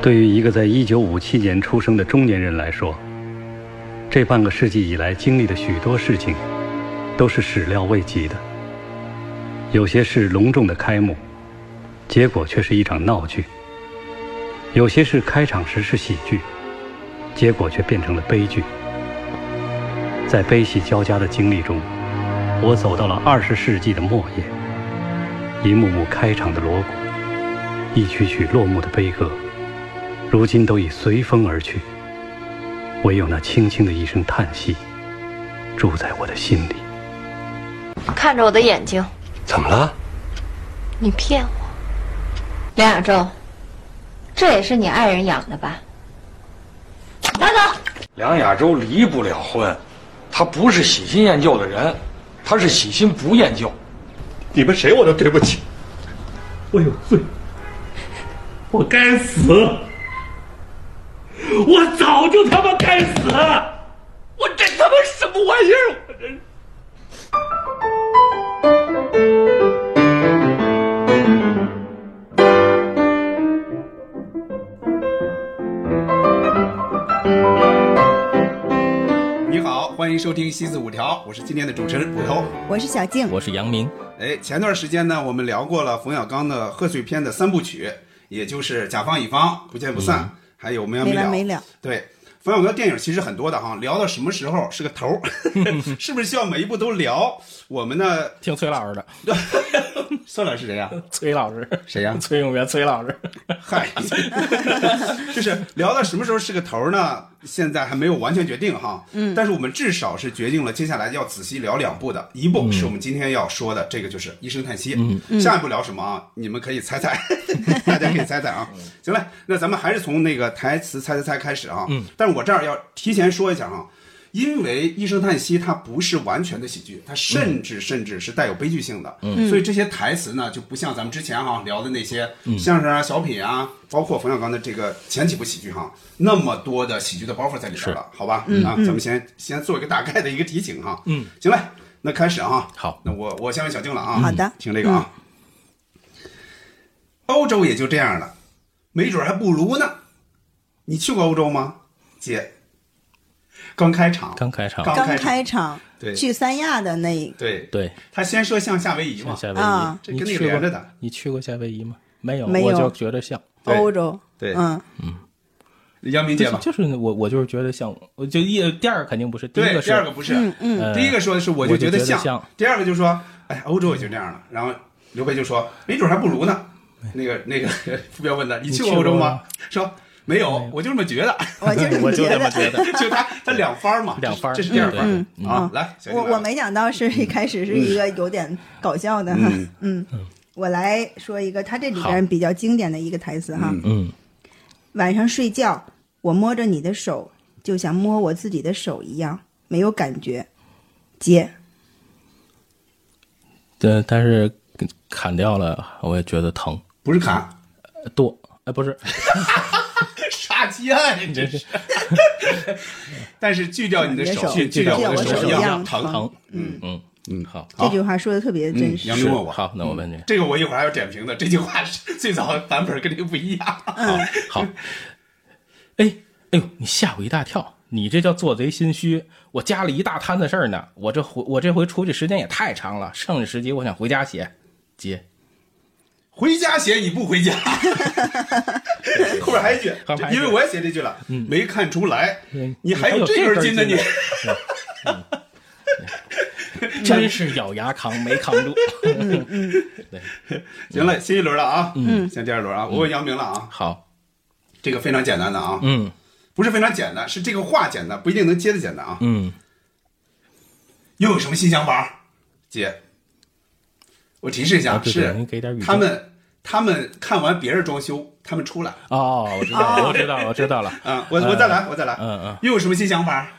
对于一个在1957年出生的中年人来说，这半个世纪以来经历的许多事情，都是始料未及的。有些是隆重的开幕，结果却是一场闹剧；有些是开场时是喜剧，结果却变成了悲剧。在悲喜交加的经历中，我走到了二十世纪的末叶，一幕幕开场的锣鼓，一曲曲落幕的悲歌，如今都已随风而去。唯有那轻轻的一声叹息，住在我的心里。看着我的眼睛，怎么了？你骗我，梁亚洲，这也是你爱人养的吧？拿走。梁亚洲离不了婚，他不是喜新厌旧的人，他是喜新不厌旧。你们谁我都对不起，我有罪，我该死。我早就他妈该死！我这他妈什么玩意儿？我这。你好，欢迎收听《西四五条》，我是今天的主持人捕头。我是小静，我是杨明，哎，前段时间呢，我们聊过了冯小刚的贺岁片的三部曲，也就是《甲方乙方》《不见不散》，还有《没完嗯没了》。完没了。对，冯小刚电影其实很多的哈，聊到什么时候是个头儿， 是不是需要每一部都聊？我们呢，听崔老师的，孙老师谁啊呀、崔老师，谁呀 崔永元，崔老师， 嗨，就是聊到什么时候是个头儿呢？现在还没有完全决定哈。嗯，但是我们至少是决定了，接下来要仔细聊两部的，一部是我们今天要说的，这个就是《一声叹息》。嗯，下一步聊什么啊？你们可以猜 猜，大家可以猜猜啊。行了，那咱们还是从那个台词猜猜猜开始啊。嗯，但是我这儿要提前说一下啊。因为《一声叹息》它不是完全的喜剧，它甚至甚至是带有悲剧性的，嗯，所以这些台词呢就不像咱们之前哈、聊的那些相声啊、小品啊，包括冯小刚的这个前几部喜剧哈、那么多的喜剧的包袱在里边了，好吧？啊，咱们先先做一个大概的一个提醒哈、嗯，行嘞，那开始哈、好那我我先问小静了啊，好的听这个啊，欧洲也就这样了，没准还不如呢。你去过欧洲吗，姐？刚开场，刚开场，刚刚开开场对去三亚的那一对，对，他先说像夏威夷嘛像，夏威啊夷，这你跟那个去连着过的，你去过夏威夷吗？没有，没有我就觉得像，对欧洲，对嗯，杨明姐嘛，就是我，我就是觉得像，我就一第二个肯定不是，第一对，个第是，二个不是，嗯呃第一个说的是我我就就觉得觉得像，像第二个就说，哎，欧洲也就这样了。然后刘备就说，没准还不如呢。那个那个 副标问他，你去过嗯去欧洲过吗吗？说没有，我就这么觉得。我就我是就觉这得。么觉得， 就他他两番儿嘛，两番儿这是第二番嗯儿啊。来，小我静来我没想到是一开始是一个有点搞笑的哈，嗯，我来说一个他这里边比较经典的一个台词哈，嗯，晚上睡觉，我摸着你的手，就像摸我自己的手一样，没有感觉。姐，对，但是砍掉了，我也觉得疼，不是砍，呃剁，哎，不是，杀鸡案，嗯你真是。 但是锯掉你的手，锯锯锯掉掉我的我的手一手一样样疼。疼，嗯嗯嗯，好，这句话说的特别真实。杨明问我，好，那我问你，这个我一会儿还要点评的。这句话是最早的版本跟这个不一样。 好，哎，哎呦，你吓我一大跳！你这叫做贼心虚。我家里一大摊子事儿呢，我这回我这回出去时间也太长了，剩下十集我想回家写。姐，回家写你不回 家，后边还一句后边还，一句因为我也写这句了，嗯没看出来，你嗯还有这根根筋呢，你 呢。嗯 真是咬牙扛，没扛住。行了，新一轮了啊，嗯，先第二轮啊，我问杨明了啊，好，这个非常简单的啊，嗯不是非常简单，是这个话简单，不一定能接的简单啊。嗯，又有什么新想法，姐？我提示一下啊，对对是您给点语境他们他们看完别人装修，他们出来哦，我知道了，我知道了，我知道了。啊，我我再来，我再来，嗯嗯，又有什么新想法？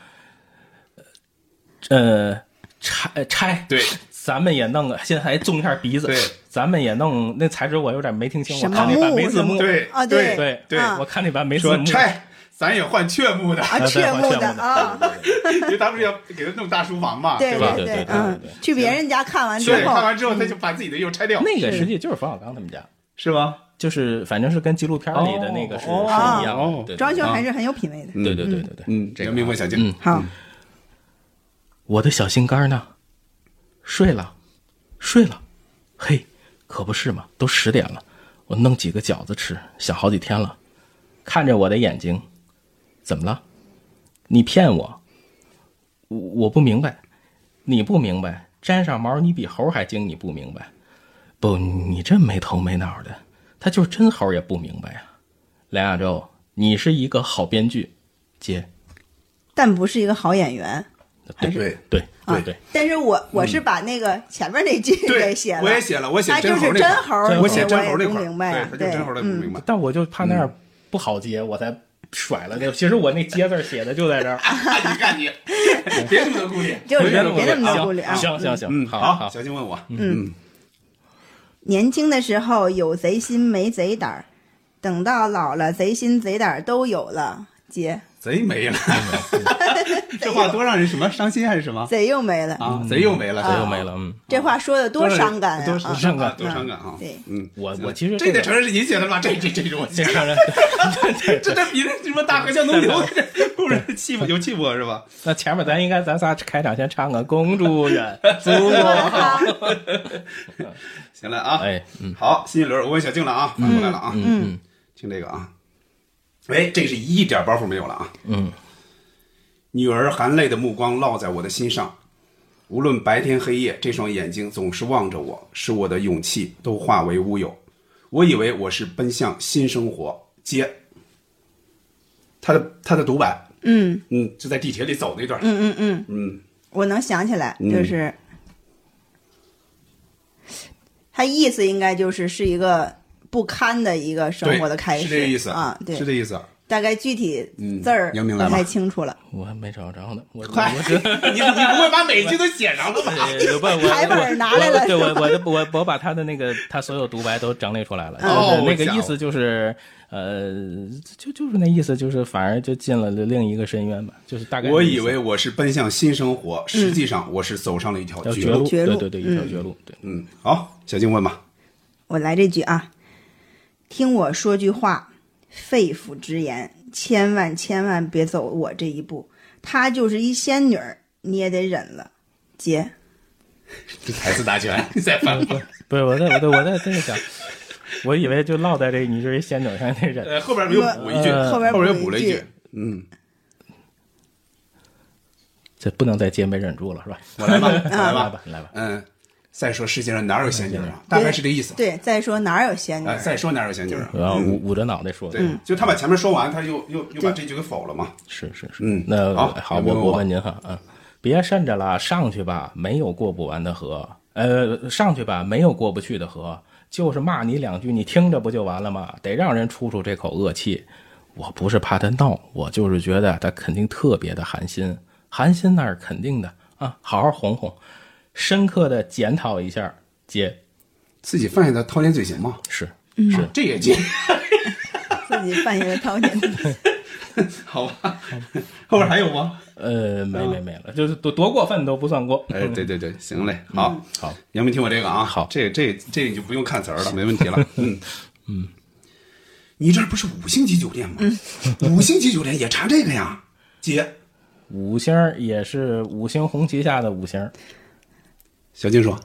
呃，拆呃拆，对，咱们也弄个，现在还种一下鼻子，对，咱们也弄那才知我有点没听清，我什么看那版没字木幕，对啊对对嗯对啊我看那版没字说幕，拆，咱也换雀木的，啊，对雀我目雀的目的嗯啊，因为他不是要给他弄大书房嘛，对吧？对对对嗯对对，去别人家看完之对，看后，嗯完之后他就把自己的又拆掉，那个实际就是冯小刚他们家，是吗？就是反正是跟纪录片里的那个是、是一样的。哦对对装修啊还是、是很有品位的。对对对对对。嗯，这个人民问小静，好，我的小心肝儿呢？睡了，睡了，嘿，可不是嘛，都十点了，我弄几个饺子吃，想好几天了。看着我的眼睛，怎么了？你骗我，我我不明白，你不明白，粘上毛你比猴还精，你不明白？不，你这没头没脑的，他就是真猴也不明白呀、梁亚洲，你是一个好编剧，姐，但不是一个好演员。对还是对对对啊对，，但是我我是把那个前面那句嗯对给写了，我也写了我写他真就猴是那真块儿猴儿，我我写真猴那也不块儿，明白呀，对，他对，嗯就真猴那块儿不明白。但我就怕那嗯样不好接，我才甩了那。其实我那接字儿写的就在这儿，啊你看你，别这么多顾虑。 就是 别我那么多顾虑啊。行行行，嗯，好好，小静问我，嗯，年轻的时候有贼心没贼胆儿，等到老了贼心贼胆儿都有了，姐贼没了， 这话多让人什么伤心还是什么贼又没了。啊？贼又没了，嗯这又没了，嗯，这话说的多伤感多呀！伤啊！上个啊，多伤感啊！对嗯，我我其实这得个承认是你写的吧？这这这是我这写的，让人对对这对。这比那什么大河向东流，这不是欺负有欺负我是吧？ 那前面咱应该咱仨开场先唱个《公主人》，祖国。好，行了啊， 哎，嗯好，新一轮我问小静了啊，反过来了啊，嗯听这个啊，哎，这是一点包袱没有了啊。嗯，女儿含泪的目光落在我的心上，无论白天黑夜，这双眼睛总是望着我，使我的勇气都化为乌有。我以为我是奔向新生活，接他的他的独白，嗯嗯，就在地铁里走那段，嗯嗯嗯，嗯我能想起来，嗯就是他意思应该就是是一个不堪的一个生对活的开始，是这个意思啊，是对，这意思。大概具体嗯字儿能明白不太吗清楚了。 我还没找着呢，我我快我 呃这。你你不会把每句都写上了吧？对不，我台本儿我拿来了我对我我的我我把他的那个他所有独白都整理出来了，哦就是那个我意想思就是，呃，就就是那意思就是，反而就进了另一个深渊吧，就是大概那我意以思为我是奔向新生活，实际上我是走上了一条叫绝绝路，绝路对对对，一条绝路，对，嗯，好，小静问吧。我来这句啊，听我说句话，肺腑之言，千万千万别走我这一步。她就是一仙女儿，你也得忍了，姐。这台词大全，你再翻过来。 不是我在我在我在在想， 我以为就落在这你这一仙女上那人，呃，后边又补一句，呃后边后边又补补了一一句句，嗯，这不能再接，没忍住了是吧？我来吧，我来来吧，吧来吧，嗯，再说世界上哪有仙女啊？大概是这意思。对，再说哪有仙女哎，儿？再说哪有仙女啊我？要捂捂着脑袋说的，嗯对，就他把前面说完，他又又又把这句给否了嘛。是是是，嗯那好有没我有我我问您哈，啊，别慎着了，上去吧，没有过不完的河，呃，上去吧，没有过不去的河，就是骂你两句，你听着不就完了吗？得让人出出这口恶气。我不是怕他闹，我就是觉得他肯定特别的寒心，寒心那是肯定的啊，好好哄哄，深刻的检讨一下，姐自己犯下的滔天罪行嘛，是嗯是这也进，自己犯下的滔天。好吧？ 后边还有吗？呃，没没没了，就是多多过分都不算过。哎，对对对，行嘞，嗯好，好，杨明听我这个啊，好这这这你就不用看词儿了，没问题 了。嗯嗯，你这儿不是五星级酒店吗？ 五星级酒店也查这个呀，姐。五星儿也是五星红旗下的五星儿，小静说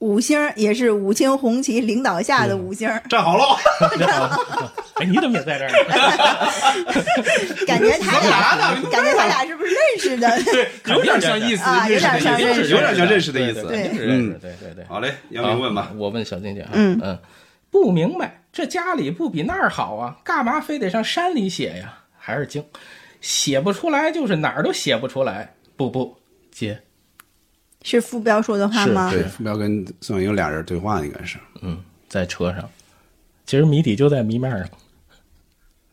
五星儿也是五星红旗领导下嗯的五星儿，：“站好喽，哎，你怎么也在这儿？ 感觉他干嘛俩呢，感觉他俩是不是认识的？ 有点像意思，啊有点像认识有点像认识的意思。对对对对对对。 好嘞，杨明问吧好。我问小静姐啊，嗯嗯，不明白这家里不比那儿好啊，干嘛非得上山里写呀？还是精，写不出来就是哪儿都写不出来。不不，姐，是傅彪说的话吗？对，傅彪跟宋美龄俩人对话，应该是嗯，在车上，其实谜底就在谜面上，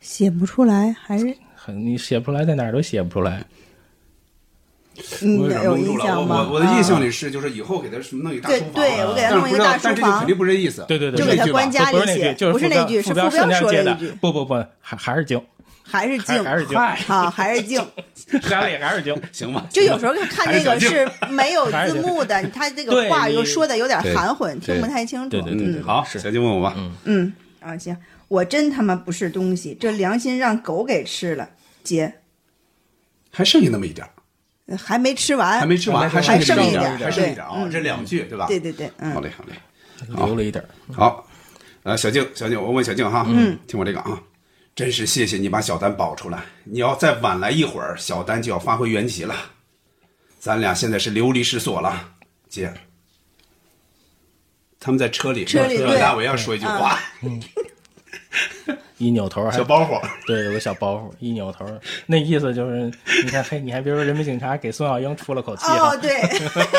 写不出来，还是很你写不出来，在哪儿都写不出来。你我有点嗯有蒙住印了。象我吗？我我的印象啊，里是，就是以后给他什么弄一大对书房，对，我给他但是弄一不个知道大，书但这就房肯定，不是这意思。对对对，就这给一他句吧关家不里是那句，写，就是不是那句，傅是彪傅顺彪便说接的的一句，。不不不，还还是 精，还是静，还还是静嗨好，还是静。山里还是精。行吧？就有时候 看那个是没有字幕的，他这个话对又你说的有点对含混，对听不太清楚。对对对嗯，好，小静问我吧。嗯，啊，行，我真他妈不是东西，这良心让狗给吃了，姐还剩下那么一点儿，呃还没吃完，还没吃完，还剩下剩一一点点儿，儿还剩一点儿对啊，嗯这两句对吧？对对对，好嗯，嘞，好嘞。留了一点儿。好，呃，小静，小静，我问小静哈，嗯，听我这个啊，真是谢谢你把小丹保出来，你要再晚来一会儿，小丹就要发挥原籍了，咱俩现在是流离失所了，姐。他们在车里，车里让对嗯大伟要说一句话，一扭头还小包袱，嗯对，有个小包袱，一扭头，那意思就是，你看，嘿，你还别说，人民警察给孙小英出了口气啊哦， 对，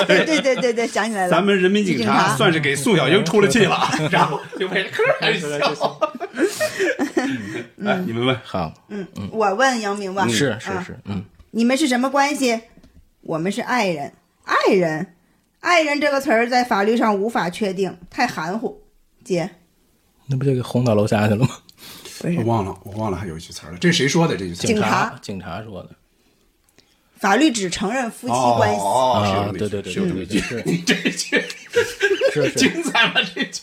对对对对对，想起来了，咱们人民警警察察算是给宋小英出了气 了，然后就被客人笑。嗯哎，你们问，好，我问杨明吧，是是啊是，嗯，你们是什么关系？我们是爱人，爱人，爱人这个词儿在法律上无法确定，太含糊。姐，那不就给轰到楼下去了吗？不是我忘了，我忘了还有一句词儿了，这是谁说的？这句词儿警察察，警察说的，法律只承认夫妻关系。哦，是有啊这么，一句对对对是有这么对一对，句，这是句 是是，精彩吗？这句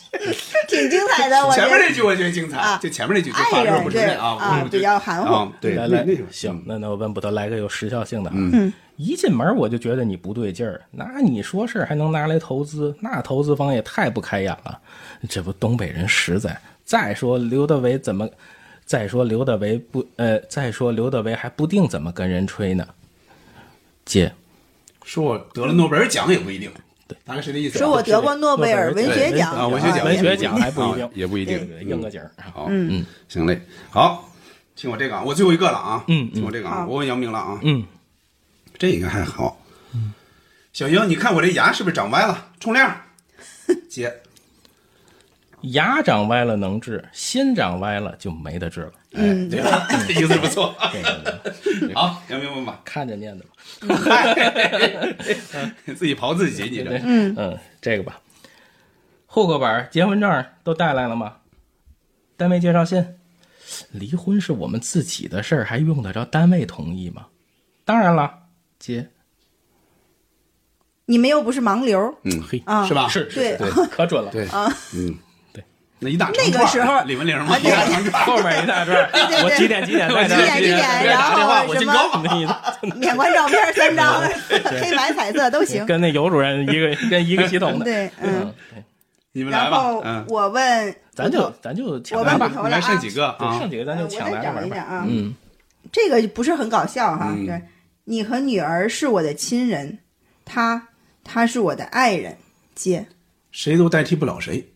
挺精彩的，我觉前得面那句我觉得精彩，啊就前面那句就法爱律人不承对认啊，我比较含糊。啊，对，来那来那就，行，那那我问不得，来个有时效性的啊。嗯，一进门我就觉得你不对劲儿，那你说事儿还能拿来投资，那投资方也太不开眼了。这不东北人实在。再说刘德伟怎么，再说刘德伟不呃，再说刘德伟还不定怎么跟人吹呢。姐，说我得了诺贝尔奖也不一定，大概是这意思啊。说我得过诺贝尔文学奖啊文学奖啊文学奖还不一定啊，也不一定对应个景儿。啊好，嗯，行嘞，好，听我这个啊，我最后一个了啊，嗯，听我这个啊，好我问杨明了啊，嗯，这应该还好。小英，你看我这牙是不是长歪了？冲 亮，姐，牙长歪了能治，心长歪了就没得治了。嗯，对吧？意思不错。 好，杨明问吧，看着念的吧。自己刨自己，你 这嗯这个吧，户口本儿、结婚证儿都带来了吗？单位介绍信，离婚是我们自己的事儿，还用得着单位同意吗？当然了，姐，你们又不是盲流，嗯嘿，啊是吧？是是对 是可准了。对嗯，对，那一大长那个串儿时候李文玲啊嘛，一对大长串儿。后面一大 段对对，对我几点几点我在这几点儿？几点然后打电话我什姓么高，那意思免冠照片 三张， 黑白彩色都 行。跟那尤主任 一个跟一个系统的。对，嗯。嗯，对， 你们来然吧后，嗯，我问，咱就咱就抢我来问吧你，你们还剩几个就啊剩？几个咱呃就我抢再来找玩一吧。下啊，嗯，这个不是很搞笑哈，嗯对，你和女儿是我的亲人，她她是我的爱人，姐，谁都代替不了谁，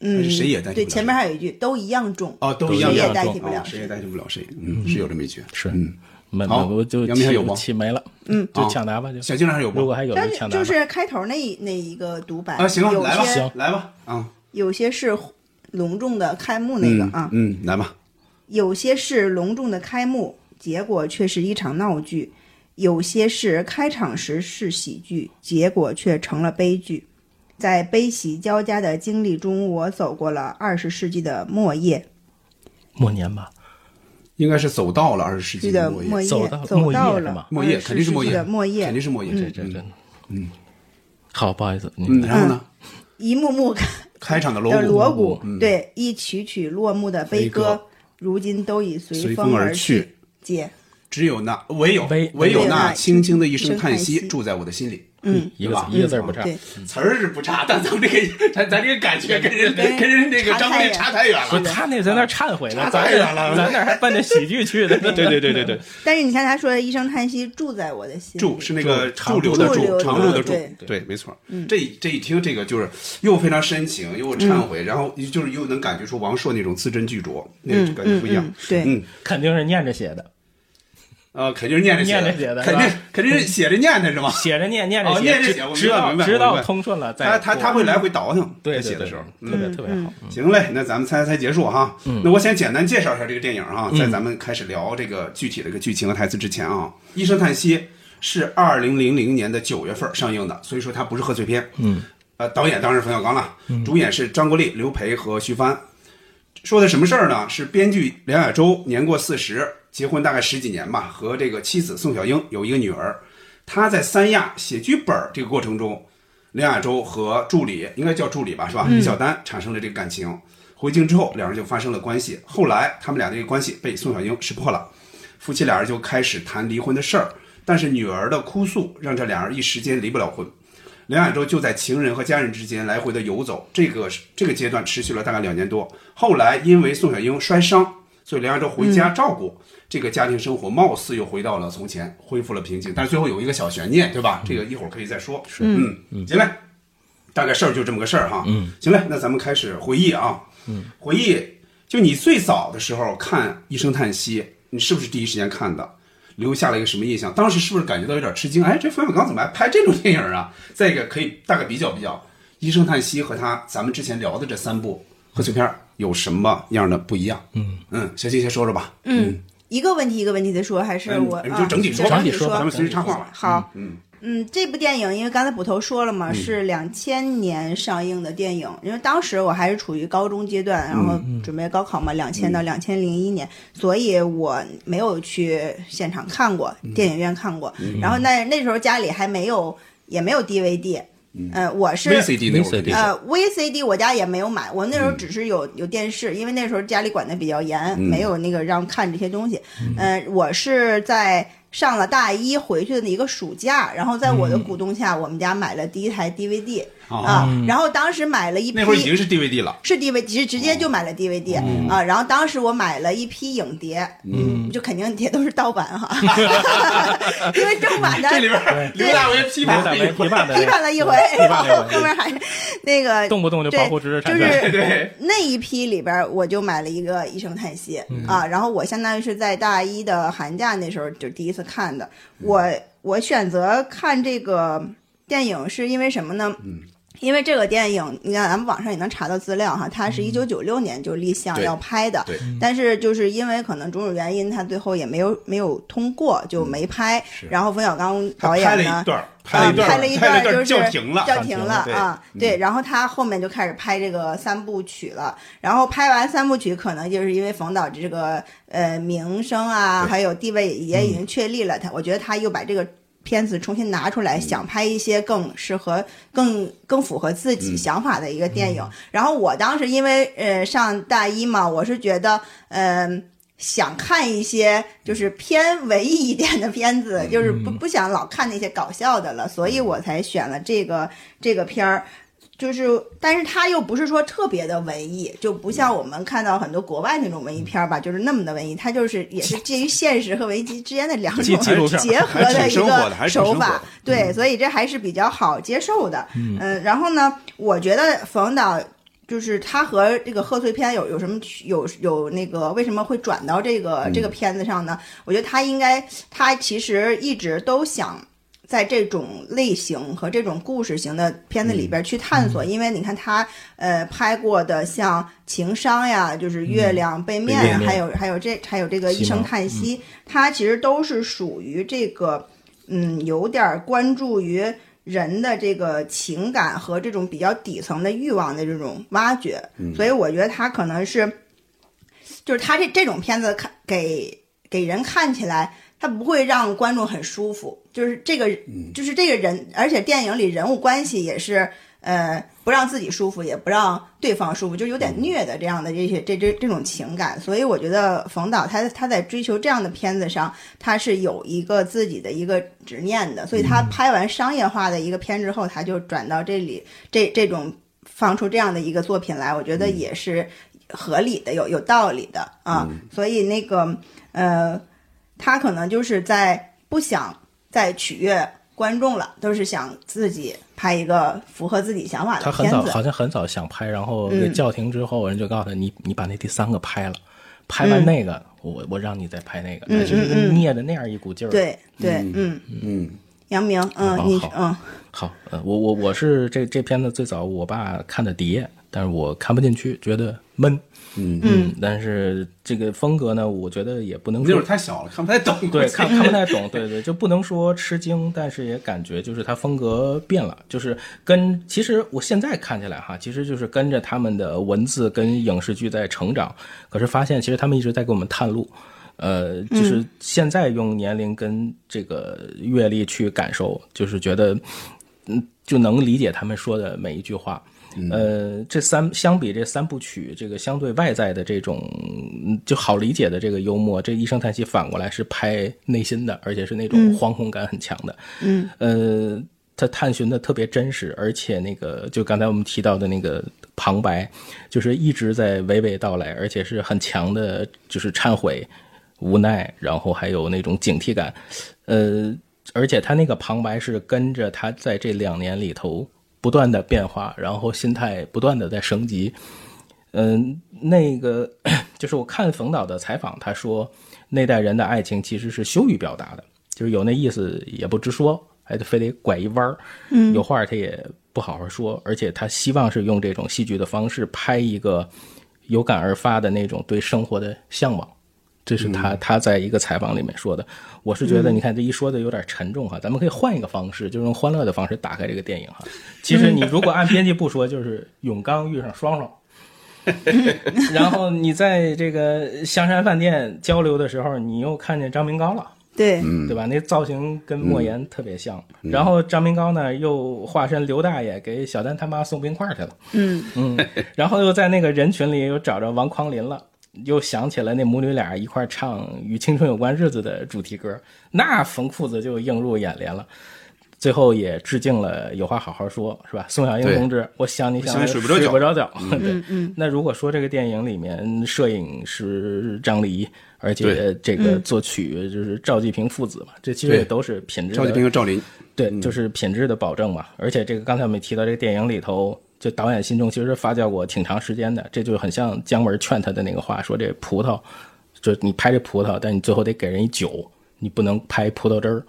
嗯，谁也代替不了对，前面还有一句都一样重，哦，都都一一样重，样谁也代替不了啊谁也代替不了谁，嗯，是有这么一句。是嗯，没好没，我就杨明还有吗气气没了。嗯，就啊抢答吧，就小金还有吗如果还有但就是抢答就吧。是开头那那一个独白啊，行了，有来吧，些来吧，啊，有些是隆重的开幕那个啊，嗯，嗯来吧，有些是隆重的开幕，结果却是一场闹剧；有些是开场时是喜剧，结果却成了悲剧。在悲喜交加的经历中，我走过了二十世纪的末叶，末年吧，嗯应该是走到了二十世纪这个末末叶，叶走到了走末到叶是了吗末叶肯定是末末叶，的末叶，肯定是末叶，这这真的，嗯，好，不好意思，嗯，您然后呢，一幕幕开场的锣的锣鼓嗯鼓，对，一曲曲落幕的悲悲歌歌，如今都已随随风而而去，姐，只有那唯有唯唯有唯有那那轻轻的一声叹一声叹息息住在我的心里。嗯，一对个吧字一个字儿不差，对，词儿是不差，但咱们这个咱咱这个感觉跟人跟人跟人这个差张太飞远差太远不是了。他那在那儿忏悔呢，差咱太远了 咱那儿还奔着喜剧 去的，对对对对对，但是你看他说一声叹息住在我的心里，驻是那个长驻留的驻驻，留的长驻的驻对，嗯对，没错。这这一听这个就是又非常深情，又忏嗯悔，然后就是又能感觉出王朔那种字斟句酌，那个感觉不一样嗯。对嗯，肯定是念着写的，呃，肯定是念着念着写写的肯定是吧肯定是写着念的是吗？写着念念哦着念着写直我明直白到明白直明到白通顺了再他他过他会来回倒腾，对他对写的对时候。嗯特别特别嗯好，行嘞，那咱们猜猜结束哈。那我先简单介绍一下这个电影哈，在咱们开始聊这个具体的一个剧情和台词之前啊，一声叹息》是二零零零年的九月份上映的，所以说它不是贺岁片。嗯，呃，导演当然是冯小刚了，主演是张国立、刘培和徐帆。说的什么事儿呢？是编剧梁亚洲年过四十，结婚大概十几年吧，和这个妻子宋小英有一个女儿。他在三亚写剧本儿这个过程中，梁亚洲和助理应该叫助理吧，是吧？李小丹产生了这个感情。回京之后，两人就发生了关系。后来他们俩这个关系被宋小英识破了，夫妻俩人就开始谈离婚的事儿。但是女儿的哭诉让这俩人一时间离不了婚，梁亚洲就在情人和家人之间来回的游走。这个这个阶段持续了大概两年多。后来因为宋小英摔伤，所以梁亚洲回家照顾。这个家庭生活貌似又回到了从前，恢复了平静，但是最后有一个小悬念，对吧？这个一会儿可以再说。嗯是，嗯，行嘞，大概事儿就这么个事儿哈。嗯，行嘞，那咱们开始回忆啊。嗯，回忆，就你最早的时候看《一声叹息》，你是不是第一时间看的？留下了一个什么印象？当时是不是感觉到有点吃惊？哎，这冯小刚怎么还拍这种 电影啊？再一个，可以大概比较比较，《一声叹息》和他咱们之前聊的这三部贺岁片儿有什么样的不一样？嗯嗯，小金先说说吧。嗯，一个问题一个问题的说，还是嗯我你啊就整体说吧整体整体说吧咱们随时插话吧。好，嗯这部电影因为刚才捕头说了嘛，嗯是两千年上映的电影，因为当时我还是处于高中阶段，然嗯后准备高考嘛，两千到两千零一年，所以我没有去现场看过，嗯电影院看过，然后那那时候家里还没有也没有 DVD，呃，嗯我是 VCD 那会儿 VCD 电视呃，VCD 我家也没有买，我那时候嗯只是有、有电视，因为那时候家里管的比较严，没有那个让看这些东西。嗯、我是在上了大一回去的一个暑假，然后在我嗯的鼓动下，我们家买了第一台 DVD 啊、然后当时买了一批哦那会儿已经是哦嗯 DVD 了。是 DVD，直直接就买了 DVD、啊。然后当时我买了一批影碟，嗯，就肯定也都是盗版 哈，因为正版的这里边嗯儿哎 刘大为批别判打了没批判的批判 了一回，批然判了一 回后后面还那个动不动就对保护知识产权就是对那一批里边儿，我就买了一个《一声叹息》嗯啊，然后我相当于是在大一的寒假那时候就第一次看的。嗯我我选择看这个电影是因为什么呢？嗯因为这个电影，你看咱们网上也能查到资料哈，它是一九九六年就立项嗯对要拍的， 对但是就是因为可能种种原因，它最后也没有没有通过，嗯就没拍。然后冯小刚他导拍演了呢一，段儿，啊了一段儿，拍了一拍段了儿一段就儿是叫停了，叫停了对嗯啊，对，然后他后面就开始拍这个三部曲了，然后拍完三部曲，可能就是因为冯导这个呃名声啊，对嗯还有地位也已经确立了，他我觉得他又把这个。片子重新拿出嗯来，想拍一些更适合、更更符合自嗯己想法的一个电影。然后我当时因为呃上大一嘛，我是觉得嗯、想看一些就是偏文艺一点的片嗯子，就是不不想老看那些搞笑的了，所以我才选了这个这个片儿。就是，但是它又不是说特别的文艺，就不像我们看到很多国外那种文艺片儿吧，就是那么的文艺。它就是也是介于现实和危机之间的两纪种纪录片儿结合还的挺一生活的还个是挺手生活的嗯法。对，所以这还是比较好接受的。嗯，然后呢，我觉得冯导就是他和这个贺岁片有有什么区有有那个为什么会转到这个嗯这个片子上呢？我觉得他应该他其实一直都想。在这种类型和这种故事型的片嗯子里边去探索，因为你看他呃拍过的像《情商》呀，就是《嗯月亮背面》呀，背面还有还有这还有这个《一声叹息》，它其实都是属于这个嗯有点儿关注于人的这个情感和这种比较底层的欲望的这种挖掘，所以我觉得他可能是就是他这这种片子看给给人看起来，他不会让观众很舒服，就是这个就是这个人，而且电影里人物关系也是呃不让自己舒服，也不让对方舒服，就是有点虐的这样的这些这这这种情感，所以我觉得冯导他他在追求这样的片子上，他是有一个自己的一个执念的，所以嗯他拍完商业化的一个片之后，他就转到这里这这种放出这样的一个作品来，我觉得也是合理的，有有道理的啊。嗯所以那个呃，他可能就是在不想再取悦观众了，都是想自己拍一个符合自己想法他的很片早，好子。像很早想拍，然后嗯给叫停之后，人就告诉他，你你把那第三个拍了，拍完那个，我我让你再拍那个，嗯他就是嗯嗯捏的那样一股劲儿。，对对，嗯嗯，杨明，嗯，好你好嗯好，呃，我我我是这这片子最早我爸看的碟，但是我看不进去，觉得闷。嗯嗯，但是这个风格呢，我觉得也不能那会说儿太小了，看不太懂。对，看看不 太懂，对对，就不能说吃惊，但是也感觉就是他风格变了，就是跟其实我现在看起来哈，其实就是跟着他们的文字跟影视剧在成长，可是发现其实他们一直在给我们探路。呃，就是现在用年龄跟这个阅历去感受，就是觉得，嗯，就能理解他们说的每一句话。呃，这三相比这三部曲，这个相对外在的这种嗯就好理解的这个幽默，这一声叹息反过来是拍内心的，而且是那种惶恐感很强的。嗯，呃，他探寻的特别真实，而且那个就刚才我们提到的那个旁白，就是一直在娓娓道来，而且是很强的，就是忏悔、无奈，然后还有那种警惕感。呃，而且他那个旁白是跟着他在这两年里头不断的变化，然后心态不断的在升级。嗯、那个 就是我看冯导的采访，他说那代人的爱情其实是羞于表达的，就是有那意思也不直说，还得非得拐一弯儿。嗯，有话他也不好好说，而且他希望是用这种戏剧的方式拍一个有感而发的那种对生活的向往。这是他他在一个采访里面说的。我是觉得，你看这一说的有点沉重哈，咱们可以换一个方式，就是用欢乐的方式打开这个电影哈。其实你如果按编辑部说，就是永刚遇上双双。然后你在这个香山饭店交流的时候，你又看见张明高了。对，嗯对吧？那造型跟莫言特别像。然后张明高呢，又化身刘大爷给小丹他妈送冰块去了。嗯嗯，然后又在那个人群里又找着王匡林了。又想起了那母女俩一块儿唱《与青春有关日子》的主题歌，那冯裤子就映入眼帘了。最后也致敬了，有话好好说，是吧？宋小英对同志，我想你想得你睡睡不着觉嗯着觉。对， 那如果说这个电影里面摄影是张黎，而且这个作曲就是赵继平父子嘛，这其实也对都是品质的。 赵继平和赵林，对，嗯就是品质的保证嘛。而且这个刚才我们也提到，这个电影里头，就导演心中其实发酵过挺长时间的。这就很像姜文劝他的那个话，说这葡萄，就你拍这葡萄，但你最后得给人一酒，你不能拍葡萄汁儿。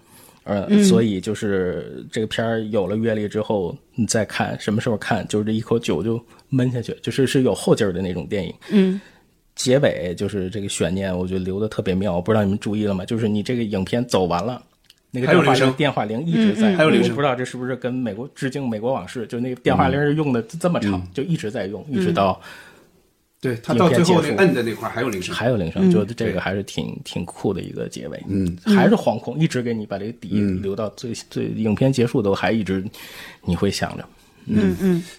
呃，所以就是这个片儿有了阅历之后，你再看什么时候看，就是这一口酒就闷下去，就是是有后劲儿的那种电影。结尾就是这个悬念，我觉得留的特别妙。我不知道你们注意了吗？就是你这个影片走完了，那个还有电话铃铃声电话铃一直在，还有铃声嗯我不知道这是不是跟美国致敬美国往事，就那个电话铃是用的这么嗯长，就一直在用，一直到对他到最后那影片结束摁的那块儿还有铃声，还有铃声，就这个还是挺挺酷的一个结尾。嗯，还是惶恐，一直给你把这个底嗯留到最最影片结束都还一直，你会想着，你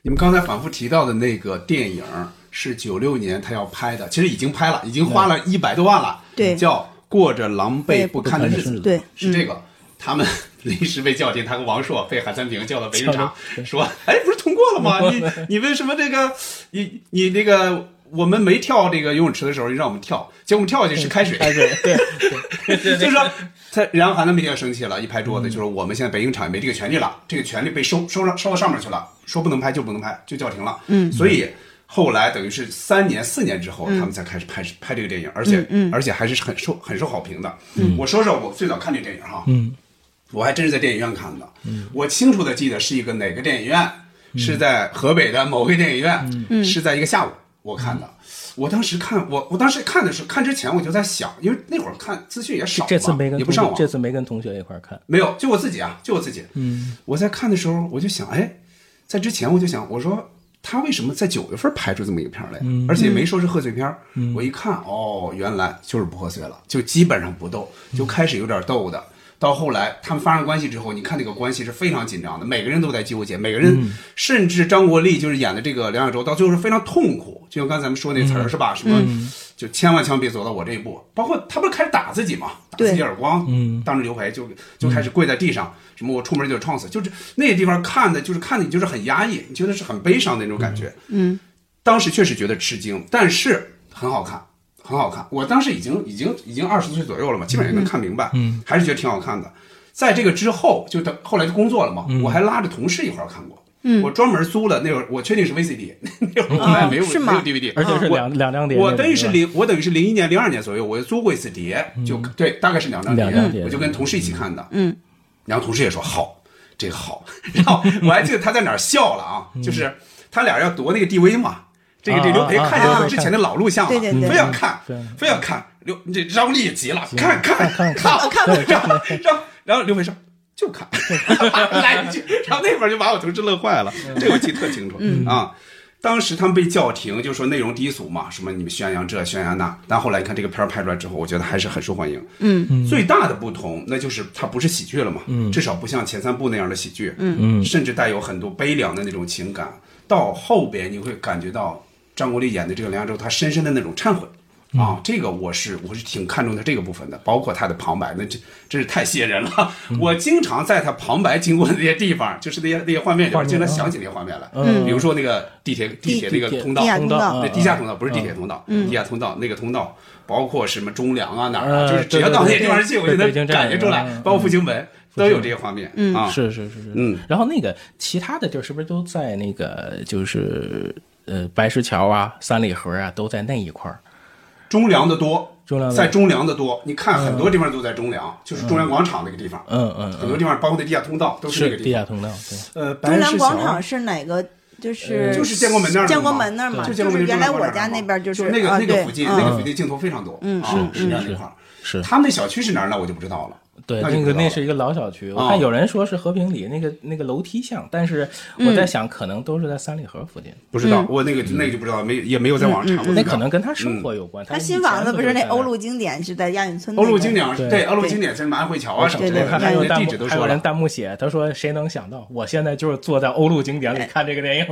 们刚才反复提到的那个电影是九六年他要拍的，其实已经拍了，已经花了一百多万了。对叫《过着狼狈不堪的日不堪子》，的日子对是这个。他们 临时被叫进，他跟王朔被韩三平叫到北影叫厂，说：“哎，不是通过了吗？你你为什么这个你你那个我们没跳这个游泳池的时候，你让我们跳，结果我们跳下去是开水。”但是对，嗯就是说，他然后韩德平就生气了，一拍桌子，就是我们现在北影厂也没这个权利了，这个权利被收收上收到上面去了，说不能拍就不能拍，就叫停了。嗯，所以后来等于是三年四年之后，嗯他们才开始拍拍这个电影，而且而且还是很受很受好评的。嗯我说说我最早看这电影哈，嗯，我还真是在电影院看的，嗯我清楚的记得是一个哪个电影院，是在河北的某个电影嗯院，是在一个下午我看的。我当时看我我当时看的时候，看之前我就在想，因为那会儿看资讯也少嘛，这次没跟也不同上学，网，这次没跟同学一块儿看，没有，就我自己啊，就我自己。嗯，我在看的时候，我就想，哎，在之前我就想，我说他为什么在九月份拍出这么一个片儿来？而且也没说是贺岁片儿。我一看，哦，原来就是不贺岁了，就基本上不逗，就开始有点逗的。到后来，他们发生关系之后，你看那个关系是非常紧张的，每个人都在纠结，每个人，甚至张国立就是演的这个梁晓洲，到最后是非常痛苦，就像刚才咱们说那词儿是吧？什么，就千万千万别走到我这一步。包括他不是开始打自己嘛，打自己对嗯耳光，当着刘培就就开始跪在地上，什么我出门就撞死，就是那个地方看的，就是看的你就是很压抑，你觉得是很悲伤的那种感觉。嗯，当时确实觉得吃惊，但是很好看，很好看。我当时已经已经已经二十岁左右了嘛，基本上也能看明白，嗯，还是觉得挺好看的。在这个之后，就等后来就工作了嘛，嗯我还拉着同事一块儿看过。嗯，我专门租了那会儿，我确定是 VCD，那 会儿我还没有、啊是没吗有 DVD，而且是我两两张啊碟那种，我等于是吧零，我等于是零一年、零二年左右，我租过一次碟，就对，大概是两张碟，嗯两张碟我就跟同事一起看的。嗯，然后同事也说好，这个好。然后我还记得他在哪儿笑了啊，就是他俩要夺那个 DV 嘛。这个这啊刘培嗯啊看见他啊们之前的老录像对了，对对非要看对，非要看。刘这张力也急了，看看看看看然后然后然后刘培说就 看，来一句，然后那会儿就把我同事乐坏了，嗯这我记得特清楚嗯啊。当时他们被叫停，就说内容低俗嘛，什么你们宣扬这宣扬那。但后来你看这个片儿拍出来之后，我觉得还是很受欢迎。嗯，最大的不同那就是它不是喜剧了嘛，嗯，至少不像前三部那样的喜剧，嗯嗯，甚至带有很多悲凉的那种情感。到后边你会感觉到张国立演的这个梁亚洲，他深深的那种忏悔。嗯啊，这个我是我是挺看重他这个部分的，包括他的旁白，那这真是太吸引人了。嗯我经常在他旁白经过的那些地方，就是那些那些画面里画边，面经常啊想起那些画面来。嗯比如说那个地铁地铁那个通道，地下通道嗯那地下通道不是地铁通道，地下通道那个通道，包括什么中粮啊哪儿啊，呃就是只要对对到那对些地方去，对我就北能京站感觉出来嗯嗯，包括复兴门都有这些画面嗯啊。是是是是，嗯。然后那个其他的地儿是不是都在那个就是呃白石桥啊、三里河啊，都在那一块儿？中粮的多，中粮的在中粮的多，你看很多地方都在中嗯粮，就是中粮广场那个地方，嗯嗯很嗯，多地方包括那地下通道都是那是个地地下方。通道，对，呃，白中石粮广桥场是哪个？就是就是呃建国门那儿嘛建国门那儿嘛，就建就国是门原来我中家央广场那边就是那个啊那个对附近嗯那个附近镜头非常多，嗯啊是是这样是那块儿。是他们那小区是哪儿呢？我就不知道了。对，那就那不个知道了那是一个老小区，啊我看有人说是和平里那个那个楼梯巷，但是我嗯在想，可能都是在三里河附近，不知道，我那个那个就不知道，没也没有在网上查过。嗯那可能跟他生嗯活有关。嗯他以前新房子不不是那欧陆，陆经典是在亚运村那欧边，陆经典对对欧陆经典是什么安慧桥啊什么对之类对对的，看还有那弹地幕址，都还说 有人了。弹幕写，他说谁能想到，我现在就是坐在欧陆景点哎里看这个电影。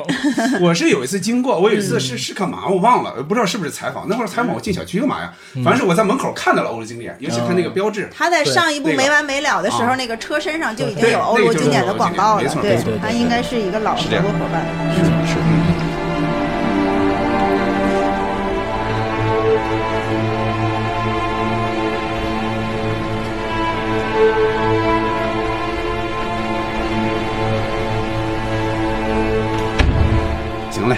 我是有一次经过，我有一嗯次是是干嘛我忘了，不知道是不是采访。那会儿采访我进小区干嘛呀？嗯反正是我在门口看到了欧陆经典，尤其看那个标志，他在上一部对那个没完没了的时啊候，那个车身上就已经对有欧那陆个就是经典的广告没了错。对没错，他对应该是一个老合是这样作伙伴。是。行嘞，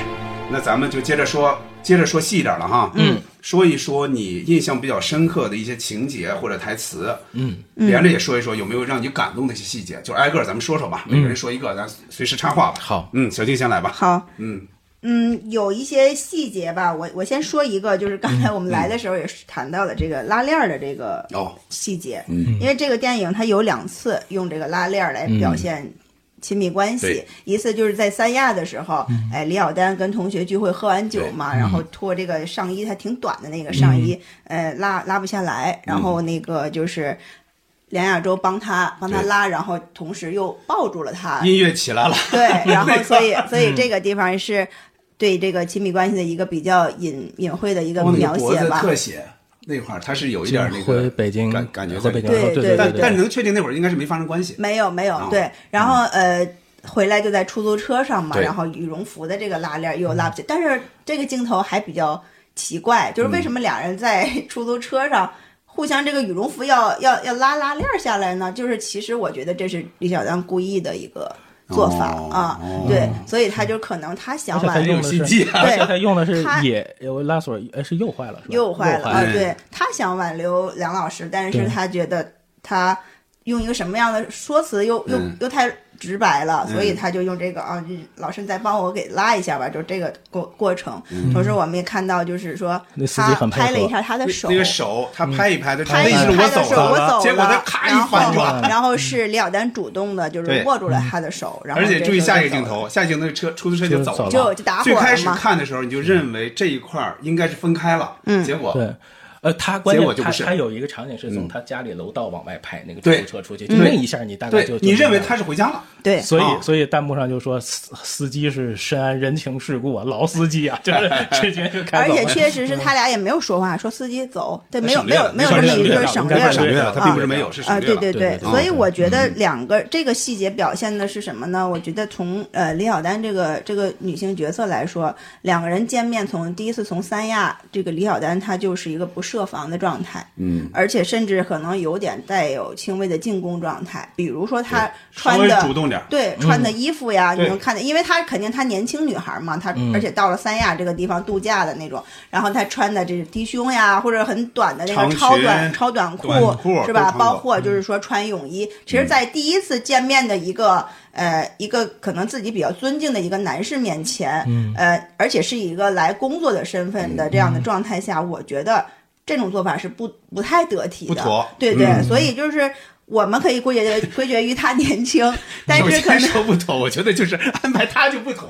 那咱们就接着说，接着说细一点了哈。嗯，说一说你印象比较深刻的一些情节或者台词。嗯，连着也说一说，有没有让你感动的一些细节？就挨个儿咱们说说吧，每个人说一个，咱随时插话吧。好嗯，小静先来吧。好，嗯嗯，有一些细节吧，我我先说一个，就是刚才我们来的时候也是谈到了这个拉链儿的这个哦，细节，因为这个电影它有两次用这个拉链儿来表现亲密关系，嗯对嗯一次就是在三亚的时候，哎，李晓丹跟同学聚会喝完酒嘛，然后脱这个上衣，它挺短的那个上衣，嗯呃，拉拉不下来，然后那个就是梁亚洲帮他帮他对拉，然后同时又抱住了他，音乐起来了， 对，然后所以所嗯以这个地方是对这个亲密关系的一个比较隐隐晦的一个光那描个脖写子吧。特写那块儿，他是有一点那 回个北京感感觉在回里北面京嗯后，对对对但对，但是能确定那会儿应该是没发生关系。没有没有啊，对，然后呃。回来就在出租车上嘛，对嗯然后羽绒服的这个拉链儿又拉不起，但是这个镜头还比较奇怪，就是为什么俩人在出租车上互相这个羽绒服要要要拉拉链儿下来呢？就是其实我觉得这是李小丹故意的一个做法、哦啊，哦对，所以他就可能他而想且把他用有的是信息啊而且他用的是他也有拉锁，哎是又坏了，是吧又坏了啊！嗯对他想挽留梁老师，但是对他觉得他用一个什么样的说辞又又嗯又太直白了，嗯所以他就用这个啊，你老师你再帮我给拉一下吧，就这个过过程。同时我们也看到，就是说嗯那司机他很配合拍了一下他的手那。个手，嗯他拍一拍，他拍的一意下思是他的走手，我走了，结果他咔一然后反嗯转。然后是李晓丹主动的，就是对嗯握住了他的手，然后而且注意这时候下一个就走镜了，头，下一个镜头车出租车就走了。就就就打火最开了始嘛。看的时候，你就认为这一块儿应该是分开了，嗯结果对，呃，他关结果键就他不是他有一个场景是嗯从他家里楼道往外拍那个出对租车出去，就嗯那一下你大概就对，你认为他是，是回家了，对，所啊以所以弹幕上就说司司机是深谙人情世故啊，老司机 啊，就是直接就开而走且了。嗯确实 是他俩也没有说话，说司机走，对，没有省没略有了没有那这块么儿一略个了省那略块儿了省略了，啊他并不是没有，是省啊，略对了。对对对对嗯所以我觉得两个这个细节表现的是什么呢？我觉得从呃李晓丹这个这个女性角色来说，两个人见面从第一次从三亚，这个李晓丹她就是一个不设防的状态，嗯，而且甚至可能有点带有轻微的进攻状态，比如说她稍穿微的主动点儿，对，穿嗯的衣服呀，对你能看见，因为她肯定她年轻女孩嘛，她、嗯而且到了三亚这个地方度假的那种，然后她穿的这是低胸呀，或者很短的那长个超裙短超短裤短裤是都吧？穿过嗯包括就是说穿泳衣，其实，在第一次见面的一个呃一个可能自己比较尊敬的一个男士面前，嗯呃，而且是一个来工作的身份的这样的状态下，我觉得这种做法是不不太得体的，不妥对对，嗯所以就是。我们可以归结归结于他 年轻，但首是可先能说不妥，我觉得就是安排她就不妥，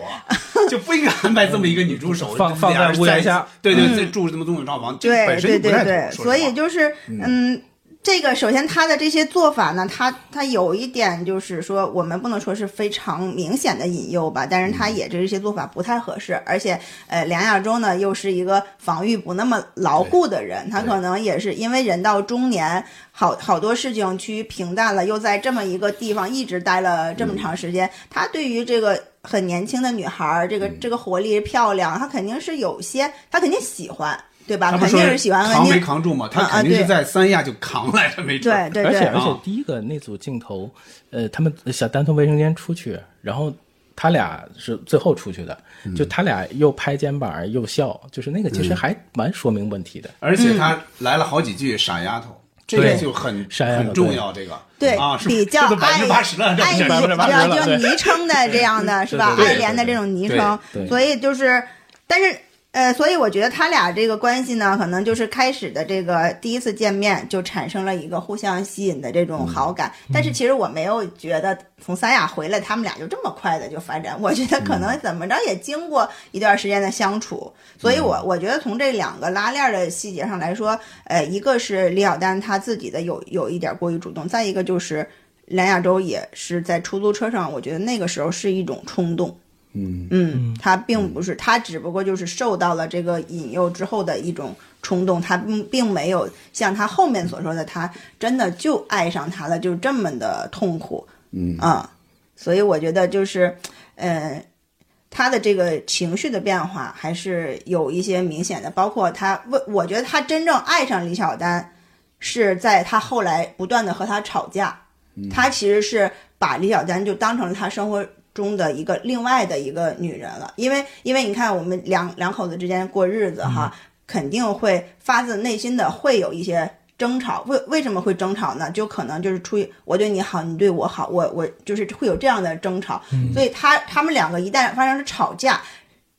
就不应该安排这么一个女助手放放在俩人屋檐下对对，在住什么东西套房，这嗯对本身对就不太对妥说对，实所以话就是嗯。这个首先他的这些做法呢，他他有一点就是说，我们不能说是非常明显的引诱吧，但是他也这些做法不太合适，而且呃，梁亚洲呢又是一个防御不那么牢固的人，他可能也是因为人到中年，好好多事情趋于平淡了，又在这么一个地方一直待了这么长时嗯间，他对于这个。很年轻的女孩儿，这个这个活力漂亮，她肯定是有些，她肯定喜欢，对吧？他不肯说定是喜欢，肯扛没定扛住嘛，他啊啊肯定是对在三亚就扛来了，没准儿对对而且对而且啊第一个那组镜头，呃，他们想单从卫生间出去，然后他俩是最后出去的，嗯就他俩又拍肩膀又笑，就是那个其实还蛮说明问题的。而嗯且他来了好几句“傻丫头”，这个对就很傻丫头很重要。这个对啊，是比较这都百爱分之八十了，这爱不比是百分之八十较了就对昵称的这样的是吧？对对爱对莲的这种昵称对，对所以就是，但是呃，所以我觉得他俩这个关系呢，可能就是开始的这个第一次见面就产生了一个互相吸引的这种好感。但是其实我没有觉得从三亚回来他们俩就这么快的就发展，我觉得可能怎么着也经过一段时间的相处。所以我我觉得从这两个拉链的细节上来说，呃，一个是李小丹她自己的有有一点过于主动，再一个就是梁亚洲也是在出租车上，我觉得那个时候是一种冲动。嗯嗯，他并不是，他只不过就是受到了这个引诱之后的一种冲动，他并并没有像他后面所说的，他真的就爱上他了，就这么的痛苦。嗯啊，所以我觉得就是，呃，他的这个情绪的变化还是有一些明显的，包括他为我觉得他真正爱上李小丹，是在他后来不断的和他吵架，他其实是把李小丹就当成了他生活中的一个另外的一个女人了，因为因为你看我们两两口子之间过日子哈，肯定会发自内心的会有一些争吵，为为什么会争吵呢？就可能就是出于我对你好，你对我好，我我就是会有这样的争吵，所以他他们两个一旦发生了吵架，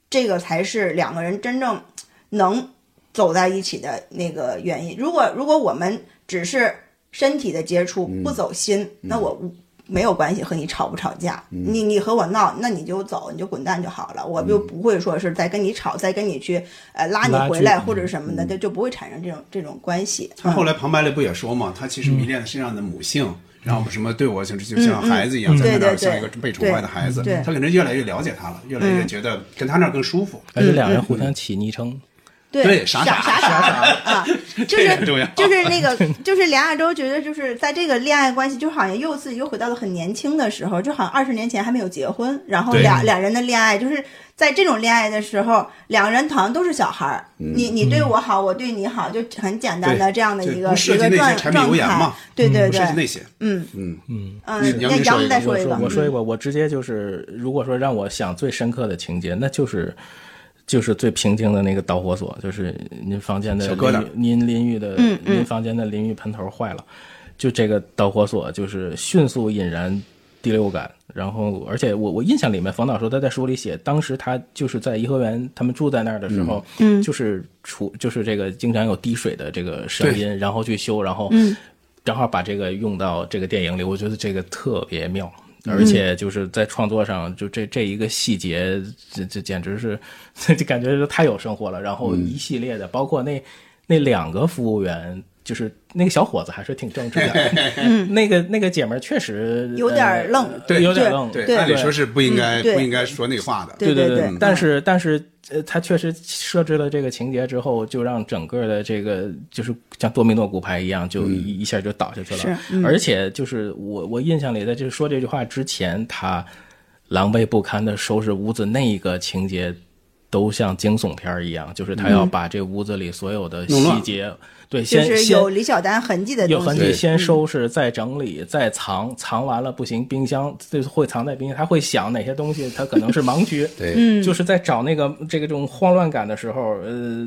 这个才是两个人真正能走在一起的那个原因。如果如果我们只是身体的接触，嗯不走心，那我无没有关系和你吵不吵架，嗯你你和我闹，那你就走，你就滚蛋就好了，我就不会说是再跟你吵，再跟你去呃拉你嗯拉回锯嗯来或者什么的，就就不会产生这种这种关系。他后嗯来旁白里不也说嘛，他其实迷恋的身上的母性，然后什么对我就是就像孩子一样，嗯在他那儿对对对像一个被宠坏的孩子对，嗯他可能越来越了解他了，越来越觉得跟他那儿更舒服。而且两人互相嗯起昵称，对傻傻傻傻 啊，就这个很是重要就是那 个就是梁亚洲觉得就是在这个恋爱关系，就好像又自己又回到了很年轻的时候，就好像二十年前还没有结婚，然后对两两人的恋爱就是在这种恋爱的时候，两个人好像都是小孩儿，你你对我好，我对你好，就很简单的嗯对这样的一对个不涉一及个那些状柴米油状盐态嘛，对对不涉及对，那些，嗯嗯，嗯，杨那幂杨说幂一再个说我一说个，我说一嗯个，我直接就是，如果说让我想最深刻的情节，那就是。就是最平静的那个导火索，就是您房间的小疙瘩淋浴您淋浴的，嗯嗯您房间的淋浴喷头坏了，就这个导火索就是迅速引燃第六感。然后，而且我我印象里面，冯导说他在书里写，当时他就是在颐和园，他们住在那儿的时候，嗯，就是除就是这个经常有滴水的这个声音，然后去修，然后嗯正好把这个用到这个电影里，我觉得这个特别妙。嗯而且就是在创作上，就这这一个细节，这这简直是， 这感觉是太有生活了。然后嗯一系列的，包括那那两个服务员，就是那个小伙子还是挺正直的，那个那个姐们儿确实嗯有点儿呃愣对有点对愣，对，对按理说是不应该嗯对不应该说那话的。对对对，嗯但是但是呃，他确实设置了这个情节之后，就让整个的这个就是像多米诺骨牌一样，就一一下就倒下去了。嗯是嗯而且就是我我印象里，在这说这句话之前，他狼狈不堪的收拾屋子那个情节。都像惊悚片儿一样，就是他要把这屋子里所有的弄乱细节，对，嗯就先是先有李小丹痕迹的有东痕西嗯迹，，先收拾，再整理，再藏，藏完了不行，冰箱就是会藏在冰箱，他会想哪些东西，他可能是盲 区，嗯对就是在找那个这个这种慌乱感的时候，呃，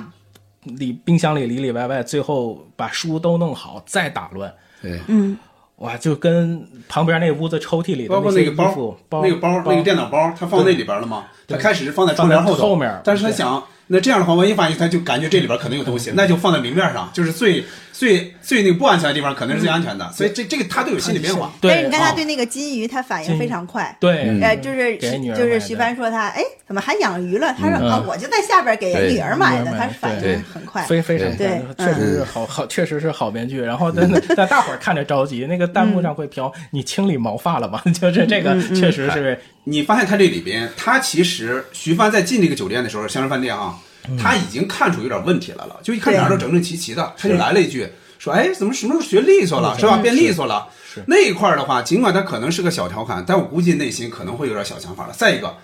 里冰箱里里里外外，最后把书都弄好，再打乱，对，嗯哇，就跟旁边那屋子抽屉里的包括那那些个衣包服，那个包，那个电脑包，他放那里边了吗？他开始是放在窗帘后头，放在后面但是他想，那这样的话，文艺法医他就感觉这里边可能有东西，那就放在明面上，就是最最最那个不安全的地方，可能是最安全的。所以这这个他都有心理变化。对但是哎你看他啊对那个金鱼，他反应非常快。对，呃，就是嗯给女儿就是买徐的帆说他，哎，怎么还养鱼了？他说嗯啊，我就在下边给对女儿买女的，儿买的他是反对应很快。非非常对嗯感动确实是好好，确实是好编剧。然后但但大伙儿看着着急，那个弹嗯幕上会飘“你清理毛发了吗？” 就是这个，确实是你发现他这里边，他其实徐帆在进这个酒店的时候，香山饭店啊，他已经看出有点问题来了，就一看对哪儿都整整齐齐的，他就来了一句说：“哎，怎么什么时候学利索了，是吧？变利索了。”那一块儿的话，尽管他可能是个小调侃，但我估计内心可能会有点小想法了。再一个，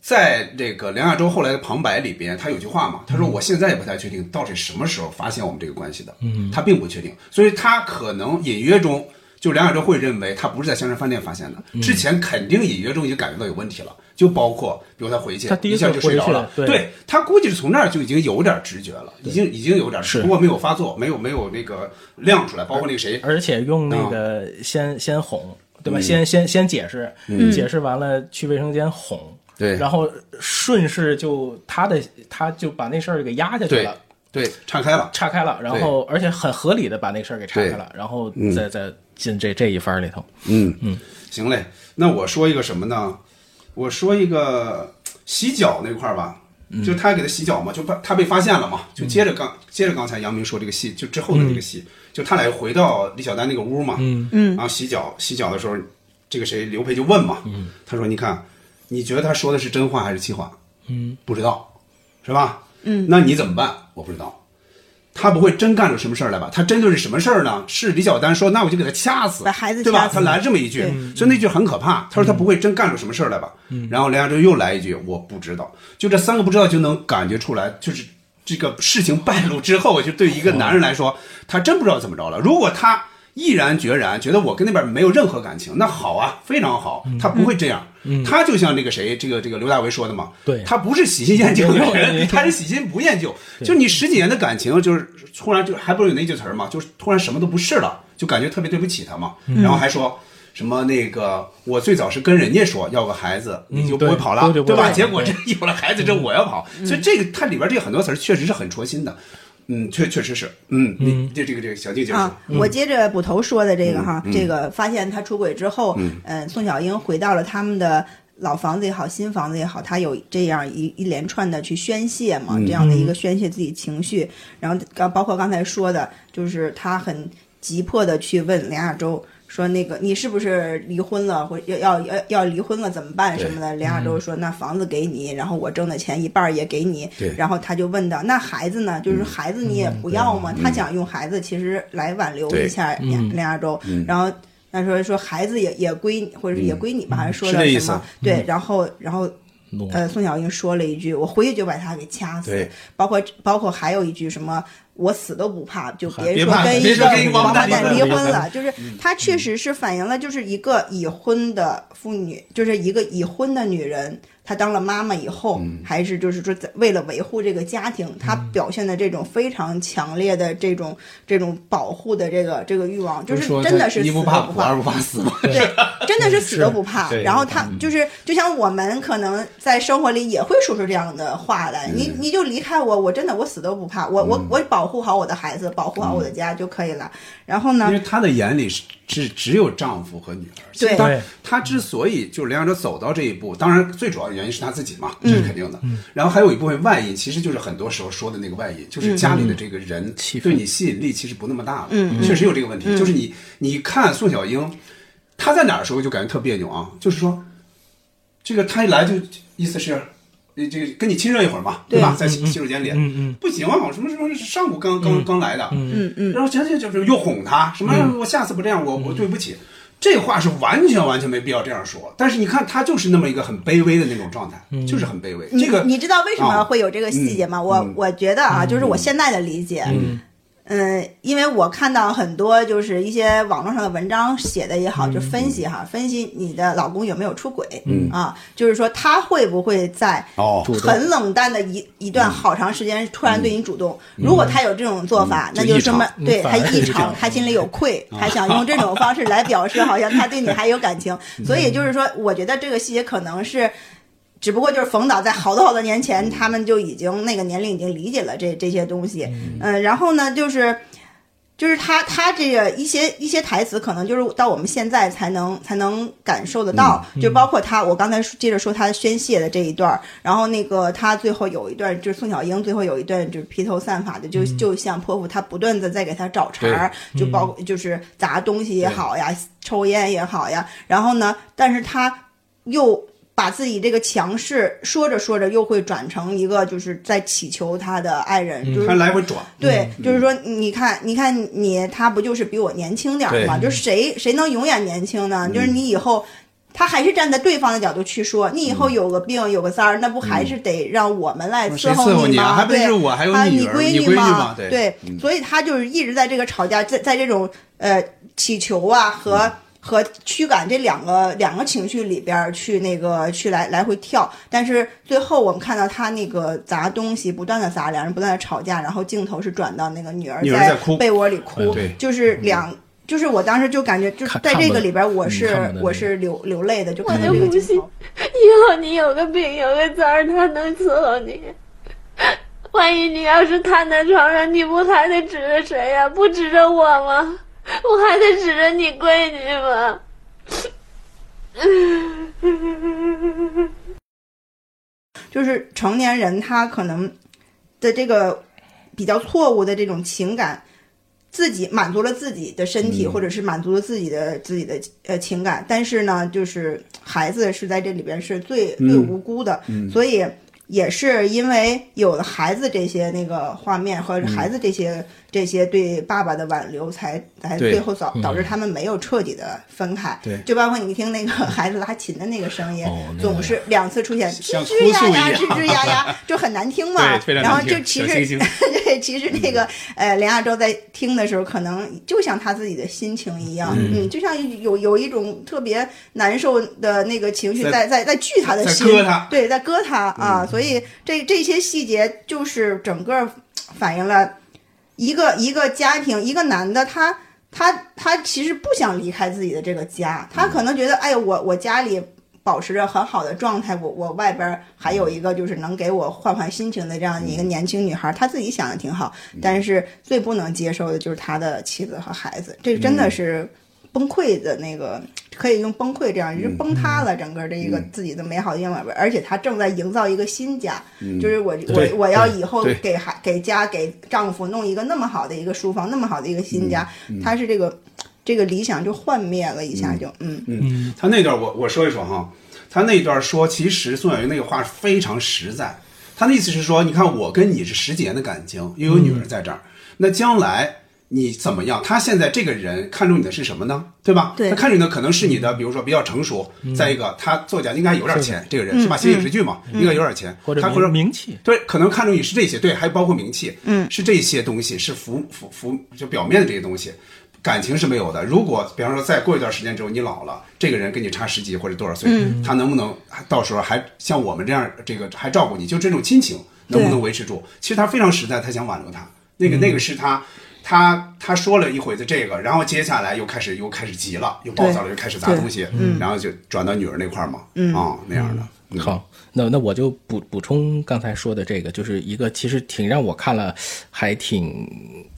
在这个梁亚洲后来的旁白里边，他有句话嘛，他嗯说：“我现在也不太确定到底什么时候发现我们这个关系的。”嗯，他并不确定，所以他可能隐约中，就梁亚洲会认为他不是在香山饭店发现嗯的，之前肯定隐约中已经感觉到有问题了。就包括，比如他回去，他第一一下次就睡着了，回去对他估计是从那儿就已经有点直觉了，已经已经有点，是不过没有发作，没有没有那个亮出来，包括那个谁，而且用啊那个先先哄，对嗯吧？先先先解释，嗯解释完了去卫生间哄，对然后顺势就他的他就把那事儿给压下去了。对，岔开了。岔开了，然后而且很合理的把那事儿给岔开了，然后再再进这这一番里头，嗯，行嘞，那我说一个什么呢？我说一个洗脚那块儿吧，就他给他洗脚嘛，就他他被发现了嘛，就接着刚、接着刚才杨明说这个戏，就之后的这个戏，就他俩回到李小丹那个屋嘛，嗯嗯，然后洗脚洗脚的时候，这个谁刘培就问嘛，嗯，他说你看，你觉得他说的是真话还是气话？嗯，不知道，是吧？嗯，那你怎么办？我不知道。他不会真干出什么事儿来吧？他真就是什么事儿呢？是李小丹说，那我就给他掐死，把孩子对吧？掐死他来这么一句，所以那句很可怕。他说他不会真干出什么事儿来吧？然后梁亚洲又来一句，我不知道。就这三个不知道就能感觉出来，就是这个事情败露之后，就对一个男人来说，他真不知道怎么着了。如果他毅然决然觉得我跟那边没有任何感情，那好啊，非常好，他不会这样。他就像这个谁，这个这个刘大为说的嘛，对他不是喜 新厌旧的没有没有人，他是喜新不厌旧。就你十几年的感情，就是突然就还不是有那句词儿嘛，就是突然什么都不是了，就感觉特别对不起他嘛。然后还说什么那个，我最早是跟人家说要个孩子，你就不会对跑了，多久嗯不对嗯吧？来结果这对有了孩子之后我要跑，所以这个它里边这个很多词儿确实是很戳心的。嗯，确确实是，嗯，你这这个这个小静解释，啊，嗯我接着捕头说的这个哈，这个发现他出轨之后，嗯、宋小英回到了他们的老房子也好，新房子也好，他有这样一一连串的去宣泄嘛，这样的嗯一个宣泄自己情绪，然后刚包括刚才说的，就是他很急迫的去问梁亚洲。说那个你是不是离婚了，或要要要要离婚了怎么办什么的？梁亚洲说那房子给你，然后我挣的钱一半儿也给你对，然后他就问到那孩子呢？就是孩子你也不要吗？他想用孩子其实来挽留一下梁梁亚洲，然后他说说孩子也也归你，或者是也归你吧，还是说是这了意什思么？对，然后然后弄呃，宋小英说了一句，我回去就把他给掐死对，包括包括还有一句什么。我死都不怕，就别啊别说怕跟别一说个跟一个王王八八蛋蛋离离婚嗯婚了，就是她确实是反映了，就是一个已婚的妇女，就是一个已婚的女人，她当了妈妈以后，嗯还是就是说在为了维护这个家庭，她表现的这种非常强烈的这种这种保护的这个这个欲望，就是真的是一死都不不怕怕，苦，二不怕死嘛。 对，真的是死都不怕。然后他就是，就像我们可能在生活里也会说出这样的话来，你你就离开我，我真的我死都不怕，我我我保护好我的孩子，保护好我的家就可以了。然后呢因为，她的眼里是只只有丈夫和女儿。对她对她之所以就是梁朝走到这一步，当然最主要的原因是她自己嘛，嗯这是肯定的。嗯然后还有一部分外因，其实就是很多时候说的那个外因，嗯就是家里的这个人嗯气氛对你吸引力其实不那么大了。嗯确实有这个问题，就是你你看宋小英，她在哪儿的时候就感觉特别扭啊，就是说这个她一来就意思是。这这个跟你亲热一会儿嘛，对吧？在洗洗手间里，嗯嗯，不行啊，我什么什么上午刚刚刚来的，嗯嗯嗯嗯，然后这这就是又哄他，什么我下次不这样，我我对不起，这话是完全完全没必要这样说。但是你看他就是那么一个很卑微的那种状态，就是很卑微。你这个你知道为什么啊会有这个细节吗？我我觉得啊，就是我现在的理解，嗯。因为我看到很多就是一些网络上的文章写的也好，就分析哈，分析你的老公有没有出轨，嗯啊，就是说他会不会在哦很冷淡的一一段好长时间突然对你主动。如果他有这种做法，那就就说明异常嗯对嗯嗯反他而异是这常样，他心里有愧，他想用这种方式嗯来表示好像他对你还有感情，所以就是说，我觉得这个细节可能是只不过就是冯导在好多好多年前，他们就已经那个年龄已经理解了这这些东西，嗯、然后呢，就是就是他他这个一些一些台词，可能就是到我们现在才能才能感受得到，就包括他，我刚才说接着说他宣泄的这一段儿，然后那个他最后有一段就是宋小英最后有一段就是披头散发的，就就像泼妇，他不断的在给他找茬儿，就包括就是砸东西也好呀，抽烟也好呀，然后呢，但是他又。把自己这个强势说着说着，又会转成一个就是在祈求他的爱人，就是嗯他来回转，对，嗯就是说，你看，你看你，他不就是比我年轻点儿吗？就是谁谁能永远年轻呢？嗯就是你以后，他还是站在对方的角度去说，你以后有个病有个三儿，那不还是得让我们来伺嗯谁伺候你你啊？吗？还不对是我，还有啊，女儿，闺你女嘛？对，嗯对，所以他就是一直在这个吵架，在在这种呃祈求啊嗯和和驱赶这两个两个情绪里边儿去那个去来来回跳，但是最后我们看到他那个砸东西，不断的砸，两人不断的吵架，然后镜头是转到那个女儿女儿在哭被窝里哭，嗯对就是两。就是我当时就感觉，就是看在看这不个得里边儿，我嗯是看不得我那个是流流泪的，就我看到就这个不镜信头。以后你有个病有个灾儿，他能伺候你。万一你要是瘫在床上，你不还得指着谁呀、不指着我吗？我还得指着你闺女吗？就是成年人他可能的这个比较错误的这种情感，自己满足了自己的身嗯体，或者是满足了自己的自己的呃情感，但是呢，就是孩子是在这里边是最嗯最无辜的，所以也是因为有了孩子这些那个画面嗯和孩子这些、这些对爸爸的挽留才，才对最后导嗯导致他们没有彻底的分开。对就包括你听那个 孩子拉琴的那个声音，哦那个总是两次出现吱像吱呀呀、哭诉吱一样吱呀呀，就很难 听嘛。对非常然后难听就其小实星星 对，其实那个嗯呃，梁亚洲在听的时候，可能就像他自己的心情一样，嗯，就像有有一种特别难受的那个情绪在在在在锯他的在心，割他嗯对，在割他啊。所以这这些细节就是整个反映了一个一个家庭，一个男的他。他他其实不想离开自己的这个家，嗯他可能觉得，哎，我我家里保持着很好的状态，我我外边儿还有一个就是能给我换换心情的这样一个年轻女孩，她自己想的挺好，但是最不能接受的就是他的妻子和孩子，这真的是崩溃的那个，可以用崩溃这样，就是崩塌了整个这一个自己的美好的愿望，而且他正在营造一个新家，就是我我对我要以后对给孩给家给丈夫弄一个那么好的一个书房，那么好的一个新家，他是这个这个理想就幻灭了一下就嗯嗯，他那段我我说一说哈，他那段说，其实宋小云那个话非常实在，他的意思是说，你看我跟你是十几年的感情，又有嗯女儿在这儿，那将来。你怎么样？他现在这个人看中你的是什么呢？对吧？对他看中你的可能是你的，比如说比较成熟。嗯再一个，他作家应该有点钱，这个人是吧？写影视剧嘛，应该有点钱。嗯或者他名或者名气，对，可能看重也是这些，对，还包括名气，嗯，是这些东西，是浮浮浮，就表面的这些东西，感情是没有的。如果比方说再过一段时间之后你老了，这个人跟你差十几或者多少岁，嗯他能不能还到时候还像我们这样，这个还照顾你，就这种亲情能不能维持住？其实他非常实在，他想挽留他，那个、嗯那个是他。他他说了一会子这个，然后接下来又开始又开始急了，又暴躁了，又开始砸对嗯东西，然后就转到女儿那块儿嘛，啊那样的，嗯好，那那我就补补充刚才说的这个，就是一个其实挺让我看了还挺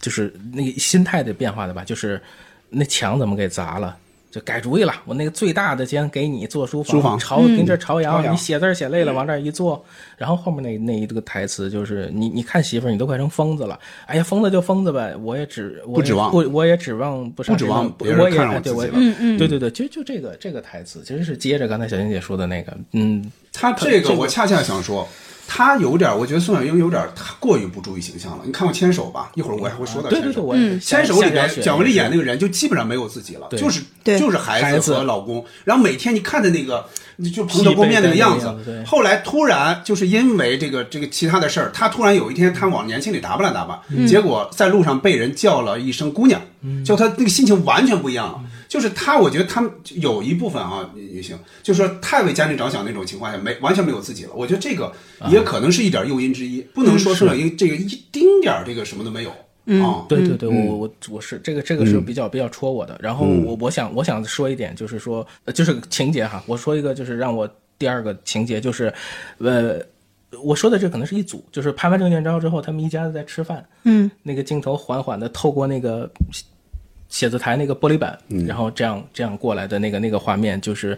就是那个心态的变化的吧，就是那墙怎么给砸了。就改主意了，我那个最大的间给你做书房，书房朝跟这朝朝阳，阳你写字儿写累了往这儿一坐，然后后面那那一个台词就是你你看媳妇儿，你都快成疯子了，哎呀疯子就疯子呗，我也指我也不指望不我也指望不上不指望别谁能人我也看上我对自己我也了嗯嗯对对对，就就这个这个台词其实是接着刚才小英姐说的那个，嗯，他这个我恰恰想说，他有点儿，我觉得宋小英有点儿太过于不注意形象了。你看过《牵手》吧？一会儿我还会说到《啊对牵对对，手》。嗯我也是牵手下里边下雪，蒋雯丽演那个人就基本上没有自己了，对就是对就是孩孩子子和老公。然后每天你看的那个，就蓬头垢面那个疲惫的那个样子子对。后来突然就是因为这个这个其他的事儿，他突然有一天他往年轻里打扮了打扮，结果在路上被人叫了一声姑娘，就他那个心情完全不一样了。就是他，我觉得他们有一部分啊女女性，就是说太为家庭着想那种情况下，没完全没有自己了。我觉得这个也可能是一点诱因之一，不能说宋小英这个一丁点儿这个什么都没有啊。对对对，我我我是这个这个是比较比较戳我的。然后我我想我想说一点，就是说呃就是情节哈，我说一个就是让我第二个情节就是，呃，我说的这可能是一组，就是拍完郑建昭之后，他们一家子在吃饭，嗯，那个镜头缓缓的透过那个写写字台那个玻璃板，嗯然后这样这样过来的那个那个画面就是。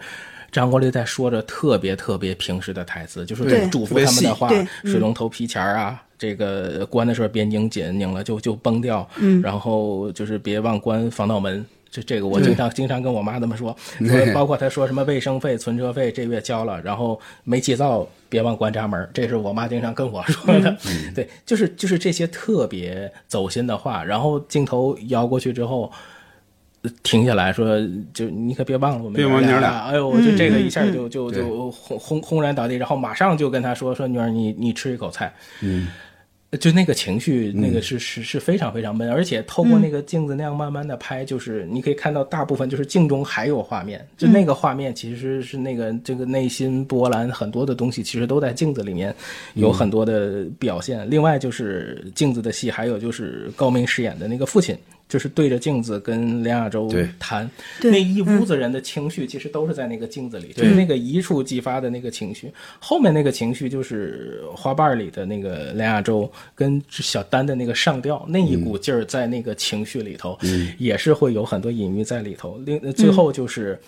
张国立在说着特别特别平时的台词，就是对嘱咐他们的话特别细，嗯水龙头皮钱儿啊，这个关的时候别拧紧，拧了就就崩掉。嗯，然后就是别忘关防盗门。这这个我经常经常跟我妈这么说，说包括她说什么卫生费、存车费这月交了，然后煤气灶别忘关闸门，这是我妈经常跟我说的。嗯对，就是就是这些特别走心的话，然后镜头摇过去之后。呃停下来说，就你可别忘了我们别忘娘娘俩嗯啊哎呦，我就这个一下就就就轰轰轰然倒地，然后马上就跟他说说女儿，你你吃一口菜，嗯，就那个情绪，那个嗯是是是非常非常闷，而且透过那个镜子那样慢慢的拍，就是你可以看到大部分就是镜中还有画面，就那个画面其实是那个这个内心波澜很多的东西，其实都在镜子里面嗯有很多的表现。另外就是镜子的戏，还有就是高明饰演的那个父亲。就是对着镜子跟梁亚洲对谈，对那一屋子人的情绪其实都是在那个镜子里，就是那个一触即发的那个情绪。后面那个情绪就是花瓣里的那个梁亚洲跟小丹的那个上吊，那一股劲儿在那个情绪里头，也是会有很多隐喻在里头。另呃最后就是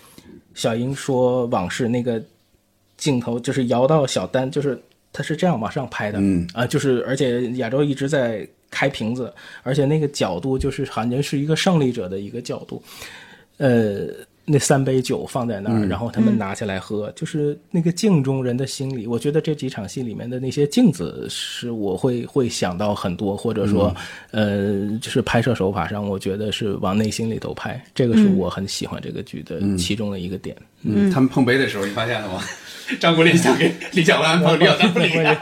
小英说往事那个镜头，就是摇到小丹，就是他是这样往上拍的，嗯啊，就是而且亚洲一直在开瓶子，而且那个角度就是感觉是一个胜利者的一个角度，呃，那三杯酒放在那儿，然后他们拿起来喝，就是那个镜中人的心理。我觉得这几场戏里面的那些镜子，是我会会想到很多，或者说，呃，就是拍摄手法上，我觉得是往内心里头拍，这个是我很喜欢这个剧的其中的一个点。嗯，他们碰杯的时候，你发现了吗？ 张国立想 给李小丹碰，李小丹不理他，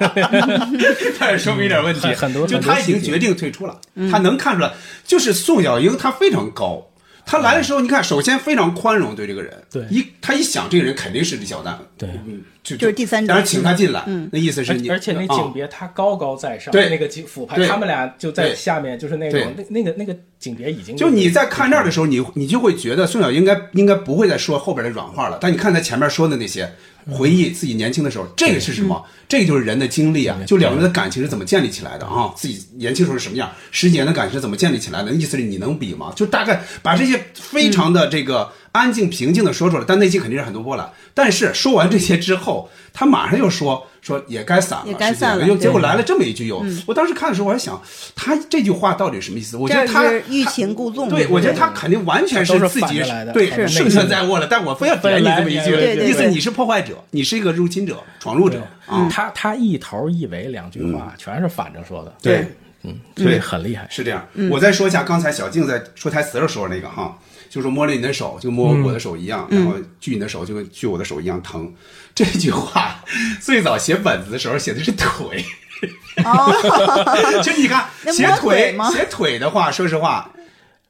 他也说明一点问题。很很多嗯就他已经决定退出了，他能看出来，就是宋小英她非常高。她来的时候，你看，首先非常宽容对这个人，对一他一想这个人肯定是李小丹，对嗯，就就是第三者嗯当然请他进来，那意思是而你，而且那啊景别他高高在上，对那个景俯拍，对他们俩就在对下面，就是那种那那个那个景别已经就你在看这儿的时候，你你就会觉得宋小英应该应该不会再说后边的软话了。但你看他前面说的那些，嗯回忆自己年轻的时候，这个是什么？这个就是人的经历啊，就两个人的感情是怎么建立起来的啊？自己年轻时候是什么样，十几年的感情是怎么建立起来的？意思是你能比吗？就大概把这些非常嗯的这个安静平静的说出来，但内心肯定是很多波澜。但是说完这些之后，他马上又说说也该散了，也该散是这了样又对嗯结果来了这么一句又，我当时看的时候我还想，他这句话到底什么意思？我觉得这他是欲擒故纵。对，我觉得他肯定完全自都是反己着来的对是胜券在握了，但我非要点你这么一句，对对对嗯意思你是破坏者，你是一个入侵者、闯入者啊，嗯他他一头一尾两句话全是反着说的，对，嗯，对这个很厉害。是这样。嗯我再说一下刚才小静在说台词的时候那个哈，就是摸了你的手，就摸我的手一嗯样，然后锯你的手就跟锯我的手一样疼。这句话 最早写本子的时候写的是腿，哦 就你看那摸写腿吗写腿的话，说实话。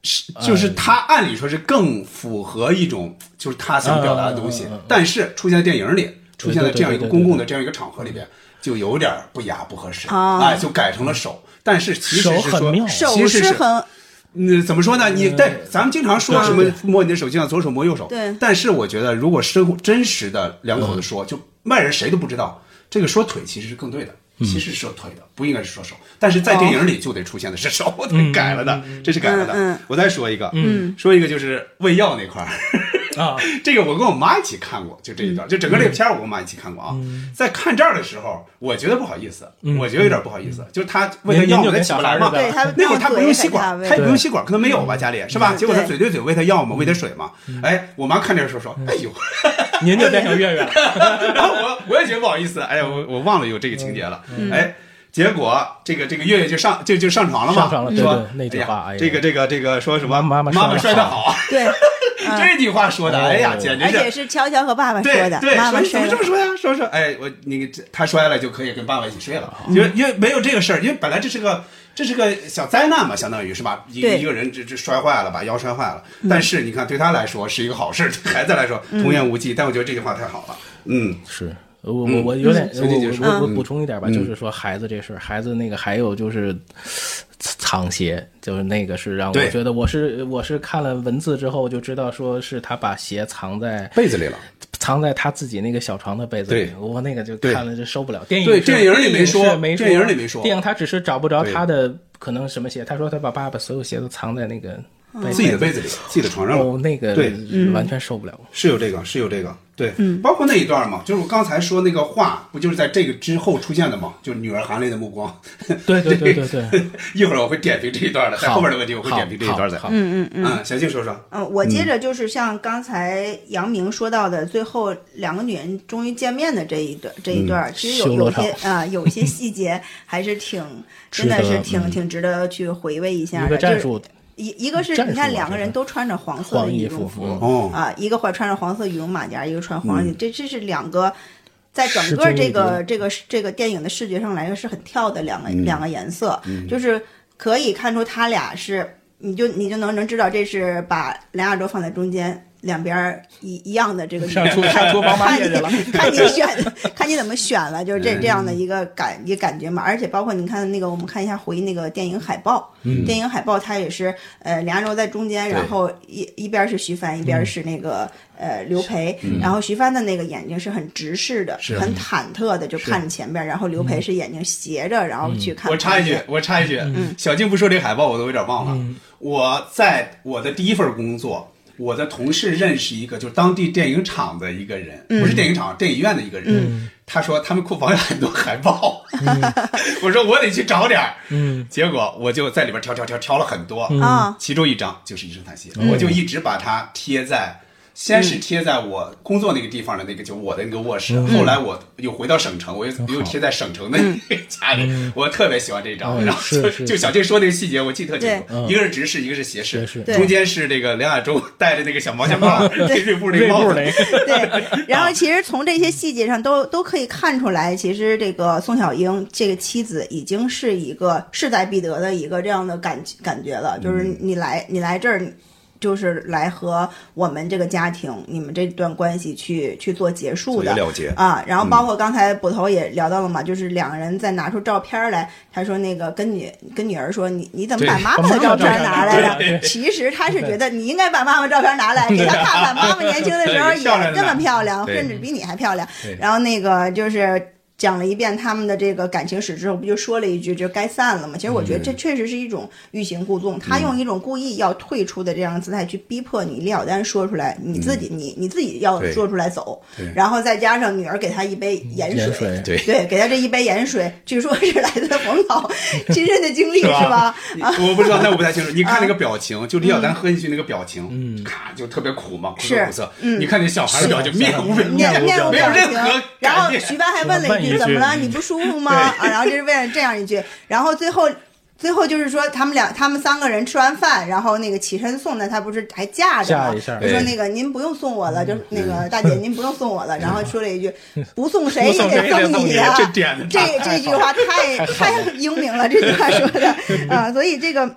是，哎就是他按理说是更符合一种就是他想表达的东西嗯嗯嗯嗯嗯，但是出现在电影里，出现在这样一个对对对对公共的这样一个场合里边，就有点不雅不合适，啊哎，就改成了手。但是其实是手很说妙，手其实是是很嗯，怎么说呢？你对，咱们经常说什么摸你的手，就啊像左手摸右手。对但是我觉得，如果生活真实的两口子嗯说，就外人谁都不知道，这个说腿其实是更对的，嗯其实是说腿的，不应该是说手。但是在电影里就得出现的是手，哦对 改了的，这是改了嗯的嗯。我再说一个，嗯，说一个就是喂药那块儿。 啊，嗯这个我跟我妈一起看过，就这一段，就整个这个片儿我跟我妈一起看过啊。在看这儿的时候，我觉得不好意思，我觉得有点不好意思，就是他为了嗯您药您就他跟起小不孩来儿嘛似，的对他啊那会儿他他不用吸管，他也不对嗯用吸管，可能没有吧，家里是吧？结果他对嘴对嘴喂他药嘛，喂他水嘛。哎，我妈看这个时候嗯说：“哎呦。” 您 就变成月月嗯了，然后我我也觉得不好意思，哎呀，我我忘了有这个情节了，嗯哎。结果这个这个月月就上就就上床了嘛，上床了对说对那句哎呀话哎呀这个这个这个说什么妈妈妈摔摔得得好， 对，嗯这句话说的，哎呀，哦简直而是且是悄悄和爸爸哎说对的，对，妈妈说怎么这说么的。说呀？说说，哎，我你这他摔了就可以跟爸爸一起睡了，嗯因为因为没有这个事儿，因为本来这是个这是个小灾难嘛，相当于是吧？一对嗯一个人这这摔坏了，把腰摔坏了，但是你看对他来说是一个好事，对孩子来说童言无忌，但我觉得这句话太好了，嗯，是。我我我有点，我所以就我说我我补充一点吧，嗯就是说孩子这事儿，孩子那个还有就是藏鞋，就是那个是让我对觉得我是我是看了文字之后就知道，说是他把鞋藏在被子里了，藏在他自己那个小床的被子里对。我那个就对看了就受不了。电影对是电影里没说电影是没电影里没说电影他只是找不着对他的可能什么鞋，他说他把爸爸所有鞋都藏在那个被嗯自己的被子里，自己的床上了。哦，那个对完全受不了。是有这个，是有这个，对，嗯包括那一段嘛，就是我刚才说那个话，不就是在这个之后出现的嘛？就是女儿含泪的目光。 对对对对对，一会儿我会点评这一段的，在好后面的问题我会好点评这一段的好。好嗯嗯嗯。嗯，小静说说，嗯，我接着就是像刚才杨明说到的，最后两个女人终于见面的这一段，这一段儿，其实有嗯修有罗场些啊、有些细节还是 挺，真的值得是挺嗯挺值得去回味一下一的。个就战是术一一个是战你术看我两觉个人得都穿着黄色的黄羽衣绒服服嗯哦啊、一个穿着黄色羽绒马甲，一个穿黄色，这这是两个。在整势个均这力个敌这个这个电影的视觉上来说是很跳的两个、嗯两个颜色，就是可以看出他俩是，你就你就能能知道这是把梁亚洲放在中间，两边儿一一样的这个上厨上厨房八看戒你去了嗯看你选，看你怎么选了，就是这这样的一个感一个感觉嘛。而且包括你看那个，我们看一下回那个电影海报，电影海报它也是呃梁朝在中间，然后一一边是徐帆，一边是那个。呃，刘培，然后徐帆的那个眼睛是很直视的，很忐忑的，就看着前边。然后刘培是眼睛斜着，然后去看。我插一句，，我插一句，小静不说这个海报，我都有点忘了。我在我的第一份工作，我的同事认识一个就是当地电影厂的一个人，不是电影厂，电影院的一个人。他说他们库房有很多海报，我说我得去找点儿。嗯，结果我就在里边挑挑挑挑了很多啊其中一张就是一声叹息，我就一直把它贴在。先是贴在我工作那个地方的那个，就我的那个卧室。后来我又回到省城，我又又贴在省城的那个家里。我特别喜欢这一张，嗯然后是就是就小静说那个细节，我记得特清对楚。一个是直视，一个是斜视斜视，对中间是这个梁亚洲戴着那个小毛线帽，对瑞布那个锐帽步子。那个，对，然后啊其实从这些细节上都都可以看出来，其实这个宋小英这个妻子已经是一个势在必得的一个这样的感感觉了，就是嗯你来你来这儿。就是来和我们这个家庭，你们这段关系去去做结束做的一个了结嗯啊。然后包括刚才捕头也聊到了嘛，就是两个人再拿出照片来，他说那个跟女跟女儿说，你你怎么把妈妈的照把妈妈的照片片拿拿来来 了？其实他是觉得你应该把妈妈照片拿来给她看看，妈妈年轻的时候对漂亮也着这么呢漂亮，对甚至比你还漂亮对。然后那个就是。讲了一遍他们的这个感情史之后，不就说了一句就该散了吗？嗯其实我觉得这确实是一种欲擒故纵，他用一种故意要退出的这样的姿态去逼迫你李小丹说出来，你自己你你自己要对说出来走嗯对，嗯然后再加上女儿给他一杯盐盐水水，对对，给他这一杯盐水，据说是来自冯导亲身的经历是是吧吧？你我不知道，那我不太清楚。你看那个表情，就李小丹喝进去那个表情，咔就特别苦嘛，苦涩是苦涩。嗯你看那小孩的表情，面无表面情，无没有表任何情。然改后变。徐帆还问了一句：“怎么了？你不舒服吗？”啊，然后就是为了这样一句，然后最后。最后就是说，他们俩，他们三个人吃完饭，然后那个起身送的，他不是还架着吗架一下？就说对那个您不用送我了，就是那个大姐您不用送我了。然后说了一句：“不送谁不送也谁也得得送你你啊！”这点子这太这句话太太英明了，这句话说的啊，所以这个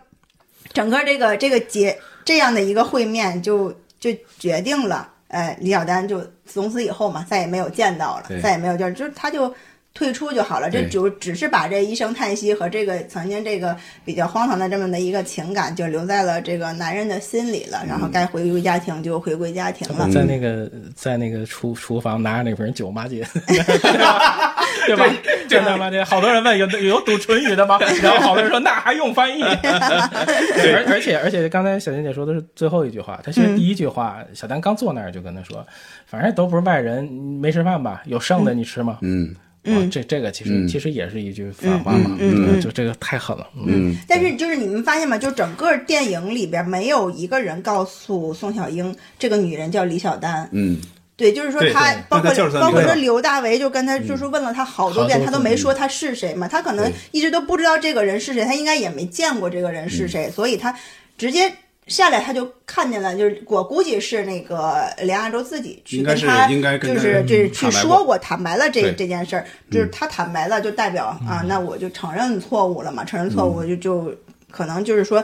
整个这个这个结这样的一个会面就就决定了，呃，李小丹就从此以后嘛，再也没有见到了对，再也没有见，就是他就退出就好了，这对就只是把这一声叹息和这个曾经这个比较荒唐的这么的一个情感，就留在了这个男人的心里了，嗯然后该回归家庭就回归家庭了。在那个在那个厨厨房拿着那瓶酒 骂街，对吧？就那骂街，好多人问有有读唇 语的吗？然后好多人说那还用翻译？ 而而且而且刚才小金姐说的是最后一句话，她其实嗯第一句话，小丹刚坐那儿就跟她说，反正都不是外人，没吃饭吧？有剩的你吃吗？嗯，嗯哦，这这个其实其实也是一句反话嘛，对就这个太狠了，嗯，但是就是你们发现吗？就整个电影里边没有一个人告诉宋小英这个女人叫李小丹。嗯，对，就是说对他对包那括他就是他包括女说人刘大为就跟他就是问了他好多遍，好多他都没说他是谁嘛，他可能嗯对一直都不知道这个人是谁，他应该也没见过这个人嗯是谁，所以他直接。下来他就看见了，就是我估计是那个梁亚洲自己去应该跟是他，应该跟就他嗯是就是去坦白说过过坦白了这对嗯这件事儿，就是他坦白了，就代表啊，那我就承认错误了嘛，承认错误嗯就就可能就是说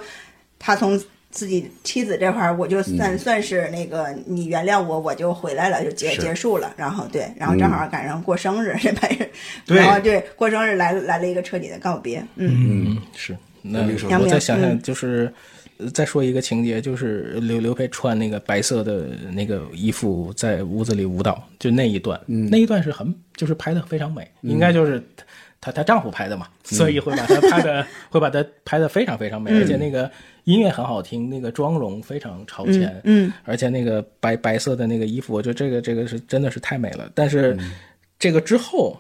他从自己妻子这块儿，我就嗯算、算是那个你原谅我，我就回来了，就结是嗯结束了。然后对，然后正好赶上过生日，这 白人，对然后对过生日来来了一个彻底的告别。嗯，嗯，是。那明说我杨明再想想，嗯就是呃再说一个情节，就是刘刘佩穿那个白色的那个衣服在屋子里舞蹈，就那一段，嗯那一段是很就是拍的非常美，应该就是她她她丈夫拍的嘛，嗯所以会把她拍 的会把她拍的非常非常美，嗯而且那个音乐很好听，那个妆容非常超前，嗯，而且那个白白色的那个衣服，我觉得这个这个是真的是太美了。但是嗯这个之后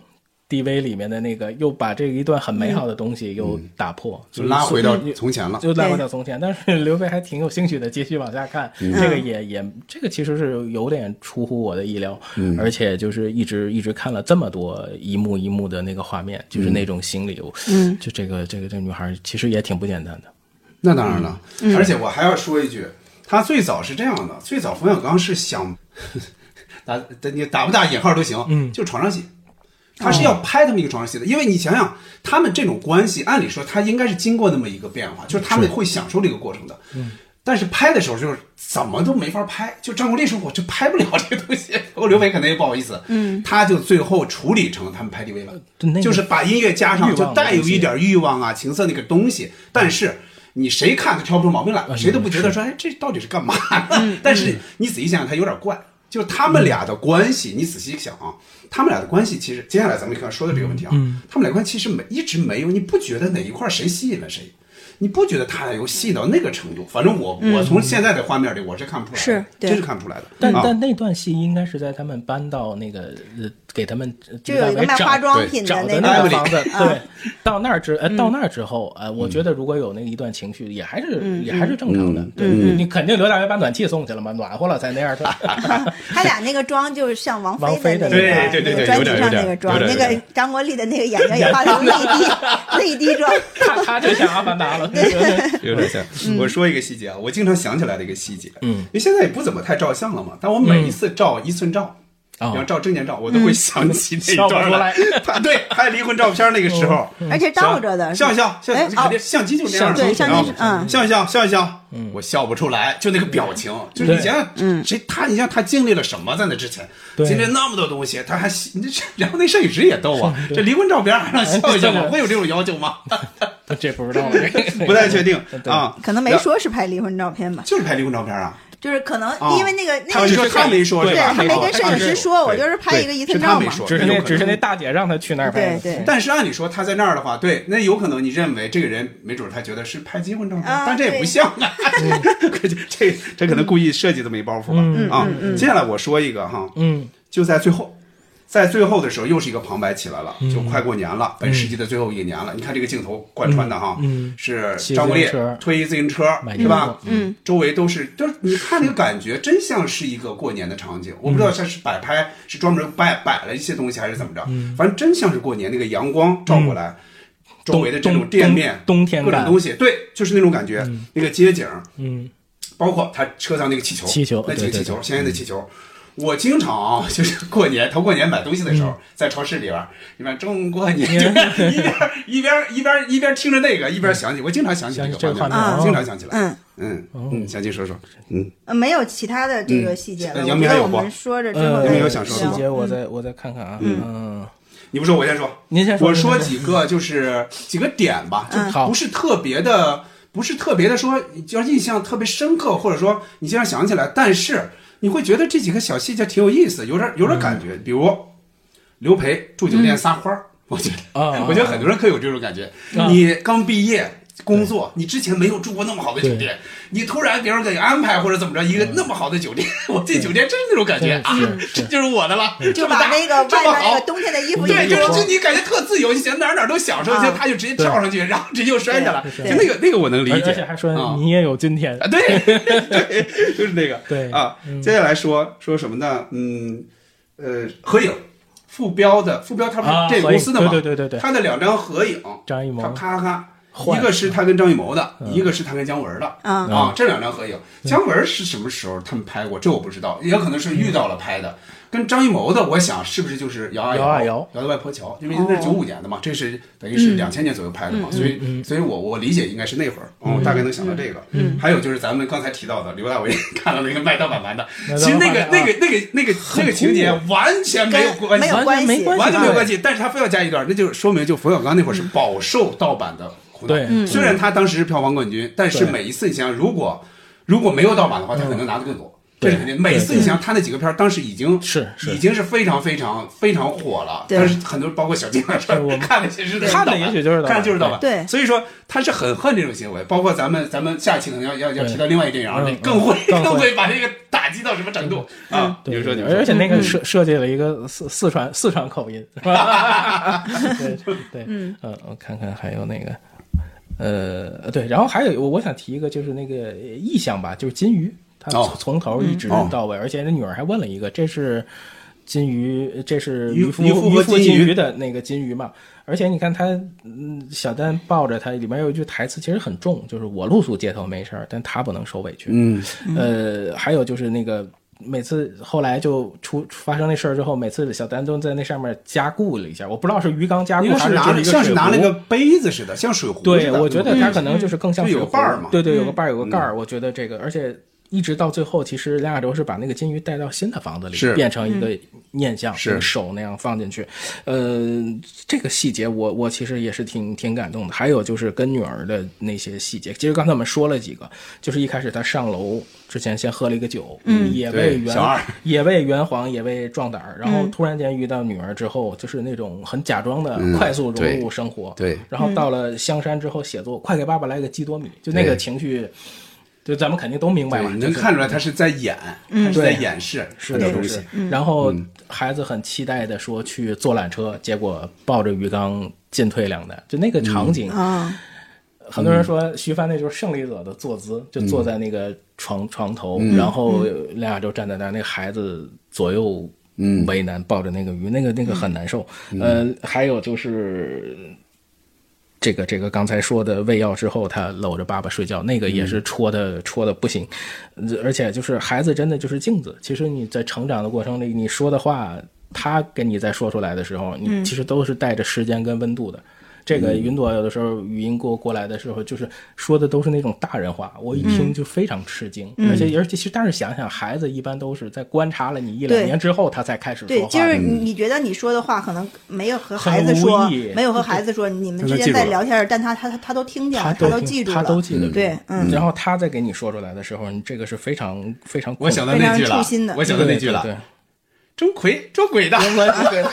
，DV 里面的那个又把这一段很美好的东西又打破，嗯就拉回到从前了。就拉回到从前。但是刘备还挺有兴趣的，继续往下看。这个也也，这个其实是有点出乎我的意料，而且就是一直一直看了这么多一幕一幕的那个画面，就是那种心理，我嗯就这个这个这个女孩其实也挺不简单的。那当然了，而且我还要说一句，他最早是这样的，最早冯小刚是想打打你打不打引号都行，嗯，就床上戏。他是要拍他们一个床上戏的，因为你想想，他们这种关系，按理说他应该是经过那么一个变化，就是他们会享受这个过程的。嗯，但是拍的时候就是怎么都没法拍，就张国立说我这拍不了这个东西，包括刘伟肯定也不好意思，嗯，他就最后处理成他们拍 DV 了，对那个就是把音乐加上，欲望就的带有一点欲望啊、情色那个东西，但是。你谁看都挑不出毛病来，谁都不觉得嗯说，哎，这到底是嗯干嘛 的？但是你仔细想想，他有点怪，就是他们俩的关系，你仔细想啊，他们俩的关系其实，接下来咱们可能说的这个问题啊，他们俩关系其实没一直没有，你不觉得哪一块儿谁吸引了谁？你不觉得他俩有吸引到那个程度？反正我、我从现在的画面里我是看不出来的，是对真是看不出来的。但、啊、但那段戏应该是在他们搬到那个呃，给他们呃就有一个李大卖为找化妆品找那那个个地方房子，对，嗯到那儿之呃到那儿之后，呃，我觉得如果有那一段情绪，也还是嗯也还是正常的。对，你肯定刘大为把暖气送去了嘛，暖和了才那样。 他俩那个妆就是像王王菲菲的那个那个那对对对对个专有辑点上有那点个妆，有那点个张国立的那个眼睛也 画成内滴内滴妆，他他就像阿凡 达了，对对有点像。嗯我说一个细节啊，我经常想起来的一个细节，嗯，因为现在也不怎么太照相了嘛，但我每一次照一寸照，嗯哦然后照证件照，我都嗯会想起那笑一不段出来。他对拍离婚照片那个时候，嗯而且倒着的，笑一笑，笑哎一笑，肯定哦相机就那样的，对你知道相吗机是嗯笑一笑，笑一笑，嗯我笑不出来，就那个表情，就是你想想，嗯谁他，你想他经历了什么，在那之前，对经历那么多东西，他还你这，然后那摄影师也逗啊，这离婚照片还让笑一笑吗？对会有这种要求吗？对，这不 知道了，这不太确定对啊，可能没，说是拍离婚照片吧，就是拍离婚照片啊，就是可能啊 因为那个那他个们说摄他没说，对是吧哦他没跟摄影师说，我对就是拍一个一寸照是他没嘛，说只是有那可能只是那大姐让他去那儿拍的。对对但是按理说他在那儿的话，对，那有可能你认为这个人没准他觉得是拍结婚照片，啊但这也不像啊，嗯可这这这可能故意设计这么一包袱吧、啊、嗯接下来我说一个哈，嗯，就在最后，在最后的时候又是一个旁白起来了，嗯就快过年了，本世纪的最后一个年了。你看这个镜头贯穿的哈，嗯嗯是骑张国立自行车推自行车买是吧？衣服嗯，周围都是，就是你看那个感觉，真像是一个过年的场景。我不知道他是摆拍，是专门摆摆了一些东西，还是怎么着，嗯反正真像是过年那个阳光照过来。周围的这种冬店面，冬冬天各种感东西，对，就是那种感觉，那个街景，嗯，包括他车上那个气球，气球那几个对对嗯气球，对香烟的气球。我经常 啊，就是过年头过年买东西的时嗯候，在超市里边，你看中国年，一边一边一边一边听着那个，一边想起，我经常想起想起这个个画画面面，哦经常想起来。嗯。嗯嗯，小金说说，呃没有其他的这个细节了，嗯杨我觉明还得有我不们说着之后呃，有再没有想说的聊吗 细节？我再我再看看啊，嗯，你不说，我先说。您先说我您先说说几个就是几个点吧，嗯就好不是特别的，不是特别的说，就要印象特别深刻，或者说你经常想起来，但是你会觉得这几个小细节挺有意思，有点有点感嗯觉。比如刘培住酒店撒欢儿，我觉得，啊啊我觉得很多人可以有这种感觉。啊你刚毕业。工作，你之前没有住过那么好的酒店，你突然别人给安排或者怎么着一个那么好的酒店， 我进酒店真是那种感觉嗯对啊这是，就是我的了，这嗯就么大把那个这外么面那好个，冬天的衣服对，一就是脱就你感觉特自由，你想哪儿哪儿都享受，啊就他就直接跳上去，然后直接就摔下来，就对那个那个我能理而解，而且还说啊你也有今天啊，，对对，就是那个，对嗯啊。接下来说说什么呢？嗯，呃，合影，副标的副标，他不啊是这个合影公司的嘛？对对对对对他的两张合影，张艺谋他咔咔咔，换嗯一个是他跟张艺谋的，一个是他跟姜文的，嗯啊，这两张合影，姜文是什么时候他们拍过？这我不知道，也可能是遇到了拍的。跟张艺谋的，我想是不是就是摇啊摇啊摇摇到外婆桥，因为那是九五年的嘛，这是等于是两千年左右拍的嘛，所嗯以所以我我理解应该是那会儿，嗯，我大概能想到这个。嗯，还有就是咱们刚才提到的刘大为看了那个麦当版版的，麦当其实那个版的那啊个那个那个那个情节完全没有关系，没有完全关没系关系完全没有关系。系，但是他非要加一段，那就是说明就冯小刚那会儿是饱受盗版的。胡闹。对嗯虽然他当时是票房冠军，但是对每一次你想想，如果如果没有盗版的话，他可能拿的更嗯多。这是肯定。每次你想想，他那几个片儿当时已经是是已经是非常非常非常火了，对但是很多包括小金老师对我们看的其实是看的也许就是盗版看就是盗版。对所以说他是很恨这种行为。包括咱们咱们下期可能要要要提到另外一个电影，然后嗯更会更会嗯更会把这个打击到什么程度啊？比对如说你对们说而且那个设设计了一个四四川四川口音，是吧？对对，嗯、呃，我看看还有那个，呃，对，然后还有我我想提一个，就是那个意象吧，就是金鱼，他哦从从头一直嗯到尾，而且那女儿还问了一个，这是。金鱼，这是渔渔夫渔夫和渔夫金金鱼鱼的那个金鱼嘛？而且你看他，嗯，小丹抱着他，里面有一句台词其实很重，就是我露宿街头没事儿，但他不能受委屈。嗯，呃，还有就是那个每次后来就出发生那事儿之后，每次小丹都在那上面加固了一下，我不知道是鱼缸加固应该还是拿就了一个像是水拿了壶个。杯子似的，像水壶似对，的。我觉得它可能就是更像嗯就有水壶个把儿嘛嗯对对，有个把儿，有个盖儿。我觉得这个，而且一直到最后，其实梁亚洲是把那个金鱼带到新的房子里，是变成一个念像，是那个手那样放进去。呃，这个细节我我其实也是挺挺感动的。还有就是跟女儿的那些细节，其实刚才我们说了几个，就是一开始他上楼之前先喝了一个酒，嗯，也为对袁小二也为圆谎，也为壮胆儿，然后突然间遇到女儿之后，就是那种很假装的快速融入生活，嗯对然后到了香山之后写作，快给爸爸来个基多米，就那个嗯对情绪，就咱们肯定都明白对嘛，你就能是看出来他是在演，嗯他是在对掩饰是很多东是西嗯是。，然后孩子很期待的说去坐缆车，结果抱着鱼缸进退两难，就那个场景，嗯啊，很多人说徐帆那就是胜利者的坐姿，就坐在那个床床头，嗯然后梁亚洲站在那儿，那个孩子左右嗯为难，抱着那个鱼，那个那个很难受。呃，还有就是这个这个刚才说的喂药之后，他搂着爸爸睡觉，那个也是戳的、戳的不行，呃而且就是孩子真的就是镜子。其实你在成长的过程里，你说的话，他跟你在说出来的时候，嗯你其实都是带着时间跟温度的。这个云朵有的时候语音给我过来的时候，就是说的都是那种大人话，我一听就非常吃惊。嗯而且而且其实，但是想想，孩子一般都是在观察了你一两对年之后，他才开始说对，话。就是你你觉得你说的话可能没有和孩子很无说意，义没有和孩子说，你们但之他间记住在了聊天儿，但他他他他都听见了，都都听记住了，他都记得住对，嗯，然后他再给你说出来的时候，你这个是非常非常我想到到那句非常了触心的，我想到那句了，对，捉鬼捉鬼的， 对啊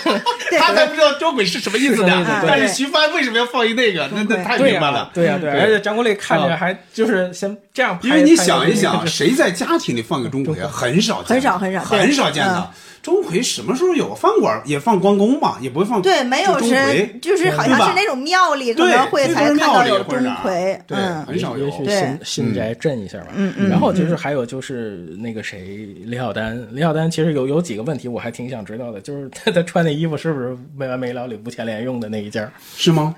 他才不知道捉鬼是什么意思什么呢意思。对但是徐帆为什么要放一那个？那那太对明白了。对呀啊对呀，而且张国立看着啊还就是先这样拍，因为你拍想一想，就是谁在家庭里放个钟馗啊？很少见的，很少很少对嗯很少见的。钟馗什么时候有？饭馆也放关公嘛，也不会放对，没有钟馗是，就是好像对吧是那种庙里可对能会那才都是看庙到里有或钟者哪儿啊馗，对嗯，很少也有许对新新宅镇一下吧。嗯嗯然后就是还有就是那个谁李晓丹，李晓丹其实有有几个问题我还挺想知道的，就是 他他穿那衣服是不是没完没了里吴倩莲用的那一件儿？是吗？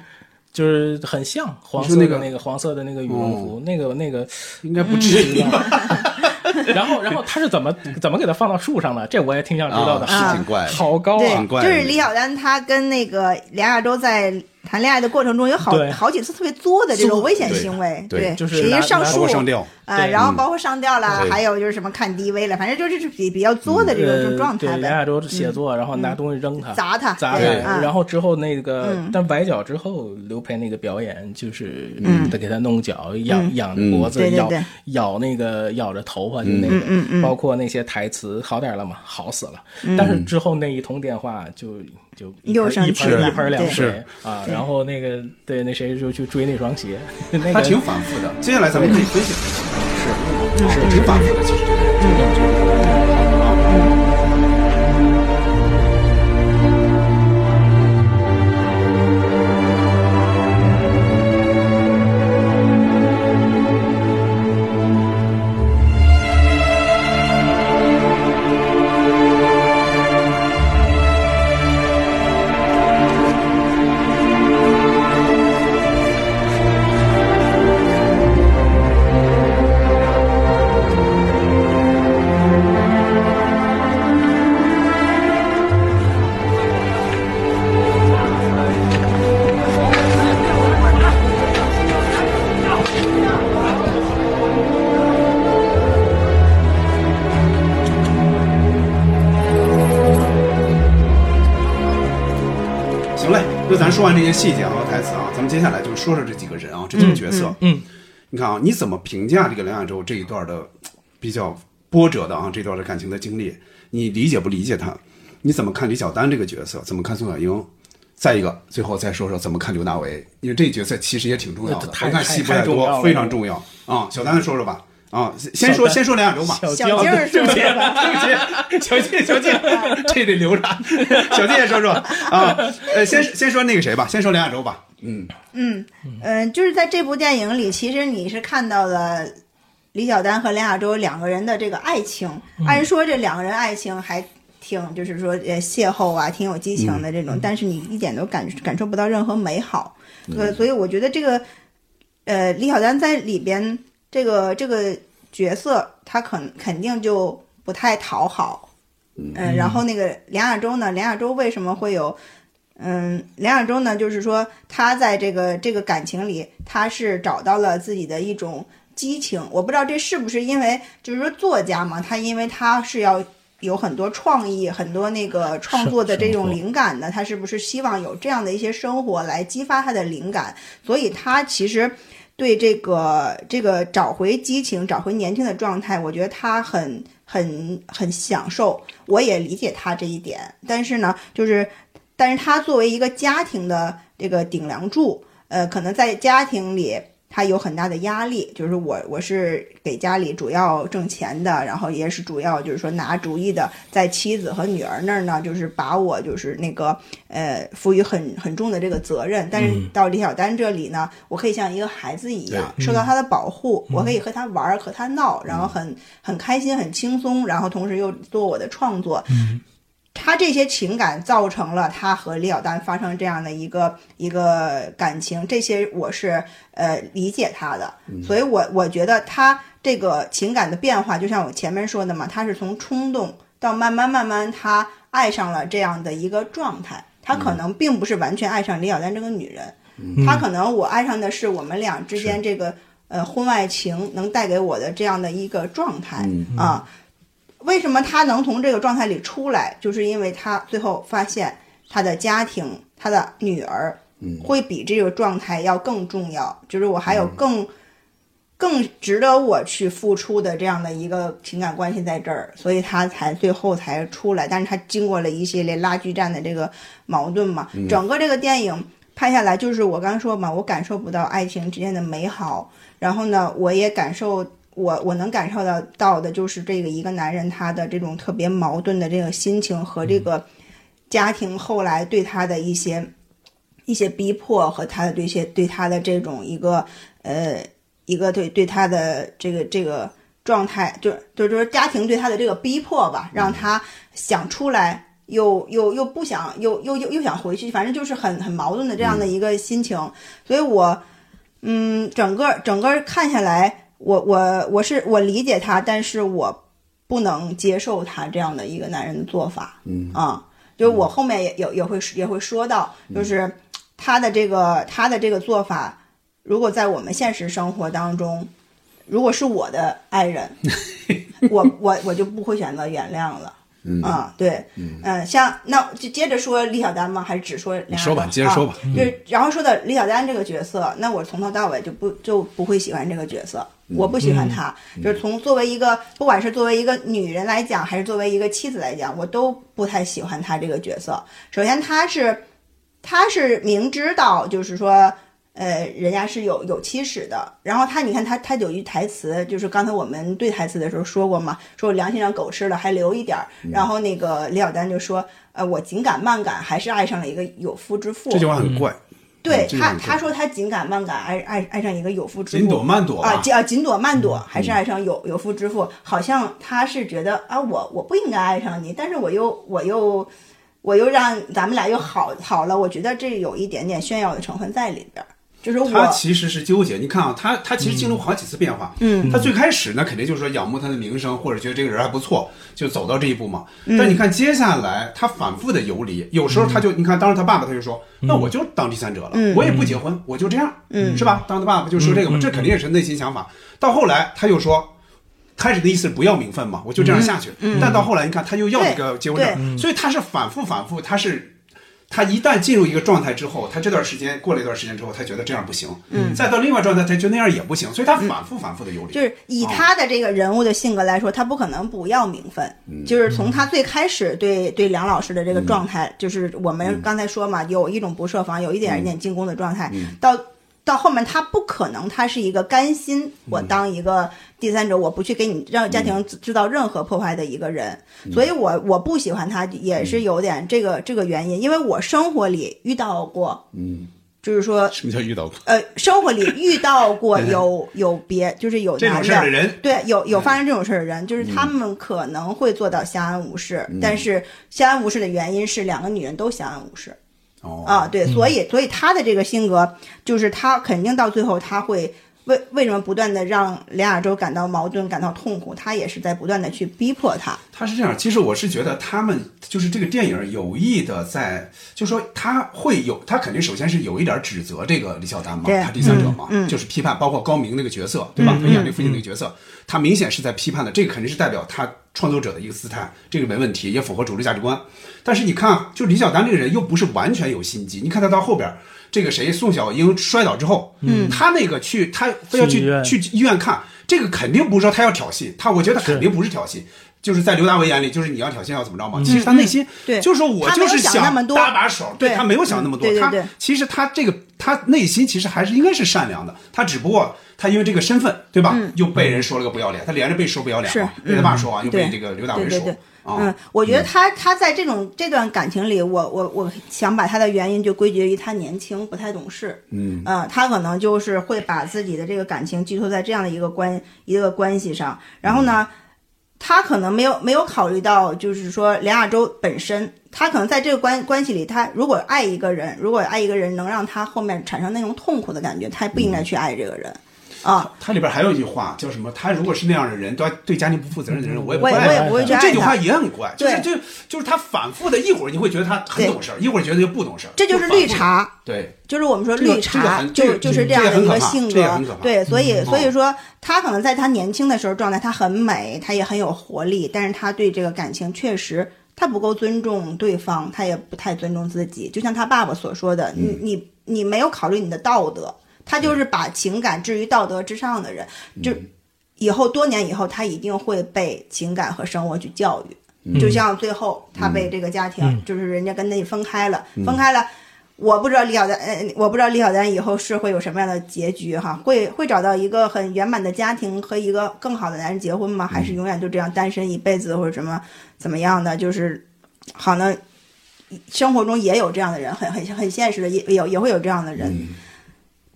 就是很像黄色你说那的个嗯那个黄色的那个羽绒服，那个那个应该不至于吧？ 然后，然后他是怎么怎么给它放到树上的？这我也挺想知道的，啊好是挺怪的好高啊！挺怪对，的就是李晓丹她跟那个梁亚洲在谈恋爱的过程中，有好对好几次特别作的这种危险对行为，对就是一拿个上拿包树括上吊，啊，对然后包括上吊啦，对还有就是什么看 DV 了，反正就是比比较作的这种这种状呃态对，梁亚呗。嗯洲写作，然后拿东西扔他，砸他砸对他。嗯然后之后那个，但崴脚之后，刘培那个表演就是，嗯他给他弄脚，痒痒着脖子嗯对，对咬对嗯咬那个咬着头发，就嗯那个，包括那些台词，好点了嘛，好死了。但是之后那一通电话就就一嗯又盆上一去盆了一盆凉对水啊，然后那个对那谁就去追那双 鞋，那他个挺反复的。接下来咱们可以分析分析，是挺反复的。其实这个人，这个人就是嗯那咱说完这些细节啊和台词啊，咱们接下来就说说这几个人啊，这几个角色。嗯嗯你看啊，你怎么评价这个梁亚洲这一段的比较波折的啊这段的感情的经历？你理解不理解他？你怎么看李小丹这个角色？怎么看宋小英？再一个，最后再说说怎么看刘大为，因为这角色其实也挺重要的，太我看戏不太太重要多，了非常重要啊。小丹说说吧，啊，先先说小丹先说梁亚洲吧。小静儿对是不吧起，对不起，小静，小静，这得留着，小弟也说说啊，呃，先先说那个谁吧，先说梁亚洲吧，嗯，嗯嗯，就是在这部电影里，其实你是看到了李小丹和梁亚洲两个人的这个爱情。按说这两个人爱情还挺，就是说呃邂逅啊，挺有激情的这种，但是你一点都感感受不到任何美好。呃，所以我觉得这个呃李小丹在里边这个这个角色，他肯肯定就不太讨好。嗯，然后那个梁亚洲呢？梁亚洲为什么会有？嗯，梁亚洲呢，就是说他在这个这个感情里，他是找到了自己的一种激情。我不知道这是不是因为，就是说作家嘛，他因为他是要有很多创意、很多那个创作的这种灵感的，他是不是希望有这样的一些生活来激发他的灵感？所以他其实对这个这个找回激情、找回年轻的状态，我觉得他很很很享受。我也理解他这一点，但是呢，就是但是他作为一个家庭的这个顶梁柱，呃，可能在家庭里他有很大的压力，就是我我是给家里主要挣钱的，然后也是主要就是说拿主意的，在妻子和女儿那儿呢，就是把我就是那个呃赋予很很重的这个责任。但是到李小丹这里呢，我可以像一个孩子一样受到他的保护，我可以和他玩儿，和他闹，然后很很开心，很轻松，然后同时又做我的创作，他这些情感造成了他和李小丹发生这样的一个一个感情，这些我是呃理解他的，所以我我觉得他这个情感的变化，就像我前面说的嘛，他是从冲动到慢慢慢慢，他爱上了这样的一个状态。他可能并不是完全爱上李小丹这个女人，他可能我爱上的是我们俩之间这个呃婚外情能带给我的这样的一个状态啊。为什么他能从这个状态里出来？就是因为他最后发现他的家庭、他的女儿，会比这个状态要更重要。就是我还有更、更值得我去付出的这样的一个情感关系在这儿，所以他才最后才出来。但是他经过了一系列拉锯战的这个矛盾嘛，整个这个电影拍下来，就是我刚说嘛，我感受不到爱情之间的美好，然后呢，我也感受。我我能感受到到的就是这个一个男人他的这种特别矛盾的这个心情和这个家庭后来对他的一些一些逼迫和他的对一些对他的这种一个呃一个对对他的这个这个状态，就就就是家庭对他的这个逼迫吧，让他想出来，又又又不想，又又又又想回去，反正就是很很矛盾的这样的一个心情。所以我，嗯，整个整个看下来，我我我是我理解他，但是我不能接受他这样的一个男人的做法。嗯嗯啊，就是我后面也也也会也会说到，就是他的这个他的这个做法。如果在我们现实生活当中，如果是我的爱人， 我我我就不会选择原谅了。嗯啊，对，嗯、像那就接着说李小丹吗？还是只说梁亚洲？说吧接着说吧嗯啊就是然后说到李小丹这个角色，那我从头到尾就不就不会喜欢这个角色，我不喜欢她，就是从作为一个不管是作为一个女人来讲，还是作为一个妻子来讲，我都不太喜欢她这个角色。首先，她是她是明知道，就是说。呃，人家是有有期始的。然后他，你看他，他有一台词，就是刚才我们对台词的时候说过嘛，说我良心让狗吃了，还留一点儿。然后那个李小丹就说，呃，我紧赶慢赶，还是爱上了一个有夫之妇。这句话很怪，对嗯这个他，很他说他紧赶慢赶，爱爱爱上一个有夫之妇，紧躲慢躲吧嗯啊，紧啊紧躲慢躲，还是爱上有有夫之妇？好像他是觉得啊，我我不应该爱上你，但是我又我又我又让咱们俩又好好了，我觉得这有一点点炫耀的成分在里边儿，就是我他其实是纠结。你看啊，他他其实经历过好几次变化。嗯，他最开始呢，肯定就是说仰慕他的名声，或者觉得这个人还不错，就走到这一步嘛。但你看接下来，他反复的游离，有时候他就你看，当时他爸爸他就说：“那我就当第三者了，我也不结婚，我就这样，是吧？”当时他爸爸就说这个嘛，这肯定也是内心想法。到后来他又说。开始的意思是不要名分嘛，我嗯就这样下去。但到后来，你看他又要一个结婚证，所以他是反复反复，他是他一旦进入一个状态之后，他这段时间过了一段时间之后，他觉得这样不行，嗯，再到另外状态，他觉得那样也不行，所以他反复反复的游离，嗯就是以他的这个人物的性格来说，他不可能不要名分。就是从他最开始对对梁老师的这个状态，就是我们刚才说嘛，有一种不设防，有一点一点进攻的状态，到到后面他不可能，他是一个甘心我当一个第三者，我不去给你让家庭制造任何破坏的一个人。所以我我不喜欢他，也是有点这个这个原因，因为我生活里遇到过，嗯，就是说什么叫遇到过？呃，生活里遇到过有有别，就是有这种男事儿的人嗯对，有有发生这种事儿的人，就是他们可能会做到相安无事，嗯但是相安无事的原因是两个女人都相安无事。哦啊，对，所以所以他的这个性格，就是他肯定到最后他会为为什么不断的让梁亚洲感到矛盾、感到痛苦，他也是在不断的去逼迫他。他是这样，其实我是觉得他们就是这个电影有意的在，就说他会有，他肯定首先是有一点指责这个李小丹嘛，对他第三者嘛，嗯嗯嗯就是批判，包括高明那个角色，对吧？他演那父亲那个角色，他明显是在批判的，这个肯定是代表他创作者的一个姿态，这个没问题，也符合主流价值观。但是你看啊，就李小丹这个人又不是完全有心机，你看他到后边。这个谁宋小英摔倒之后，嗯，他那个去，他非要去医去院去医院看，这个肯定不是说他要挑衅，他我觉得肯定不是挑衅，就是在刘大为眼里，就是你要挑衅要怎么着嗯嘛。其实他内心对就是说我他没就有是想那么多搭把手，对对他没有想那么多嗯对，对他对其实他这个他内心其实还是应该是善良的，他只不过他因为这个身份，对吧？又被人说了个不要脸，他连着被说不要脸嗯是嘛，被他爸说完，啊又对被这个刘大为对对说对嗯啊，，我觉得他他在这种这段感情里，我我我想把他的原因就归结于他年轻不太懂事，嗯，呃，他可能就是会把自己的这个感情寄托在这样的一个关一个关系上，然后呢，他可能没有没有考虑到，就是说梁亚洲本身，他可能在这个关关系里，他如果爱一个人，如果爱一个人能让他后面产生那种痛苦的感觉，他不应该去爱这个人，啊，他里边还有一句话叫什么？他如果是那样的人，对对家庭不负责任的人，我也不嗯我也爱我他也不会去就爱这句他话也很怪，就是对就就是他反复的，一会儿你会觉得他很对懂事儿，一会儿觉得又不懂事儿，这就是反复绿茶。对。就是我们说这个绿这个茶，很这就个嗯就是这样个的很一可个怕性这个格很可，怕对，所以嗯所以说她可能在她年轻的时候状态，她很美，她也很有活力，但是她对这个感情确实她不够尊重对方，她也不太尊重自己。就像她爸爸所说的，嗯你你你没有考虑你的道德，她就是把情感置于道德之上的人，就嗯以后多年以后，她一定会被情感和生活去教育。就像最后她被这个家庭，就是人家跟那分开了，分开了。我不知道李小丹，呃，我不知道李小丹以后是会有什么样的结局哈，会会找到一个很圆满的家庭和一个更好的男人结婚吗？还是永远就这样单身一辈子或者什么怎么样的？就是好像生活中也有这样的人，很很很现实的，也也也会有这样的嗯人，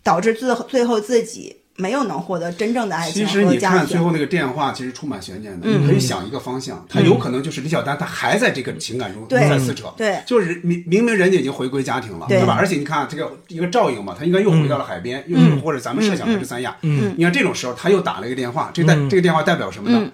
导致最后最后自己没有能获得真正的爱情其实和你家看最庭。嗯后那个电话，其实充满悬念的。你可以想一个方向，他有可能就是李小丹，他还在这个情感中对在撕扯。对就是明明明人家已经回归家庭了，对对吧？而且你看这个一个照应嘛，他应该又回到了海边，又嗯或者咱们设想的是三亚。嗯，你看这种时候他又打了一个电话，这代这个电话代表什么嗯呢？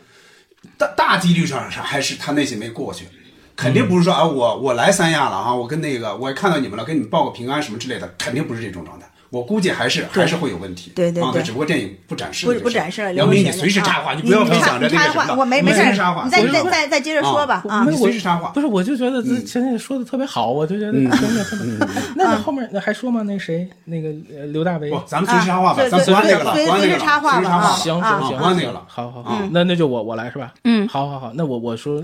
大大几率上是还是他内心没过去。肯定不是说啊，我我来三亚了啊，我跟那个我也看到你们了，跟你们报个平安什么之类的，肯定不是这种状态。我估计还是还是会有问题。对对啊对只不过电影不展示不这个不事儿展示了，杨留明，给你谁随时啊插话，你不要老插想着那插个什话么了。我没你没事随儿时插话，，你再我再再再接着说吧啊你！随时插话不。是，我就觉得这前面说的特别好，我就觉得真的特别好。 那你后面那还说吗？那谁，那个呃刘大为不，哦咱们随时插话吧，啊咱们不按这个了，随不按这个随了，时插话吧随时插啊话，行啊嗯行行，不按那个了。好好好，那那就我我来是吧？嗯，好好好，那我我说呃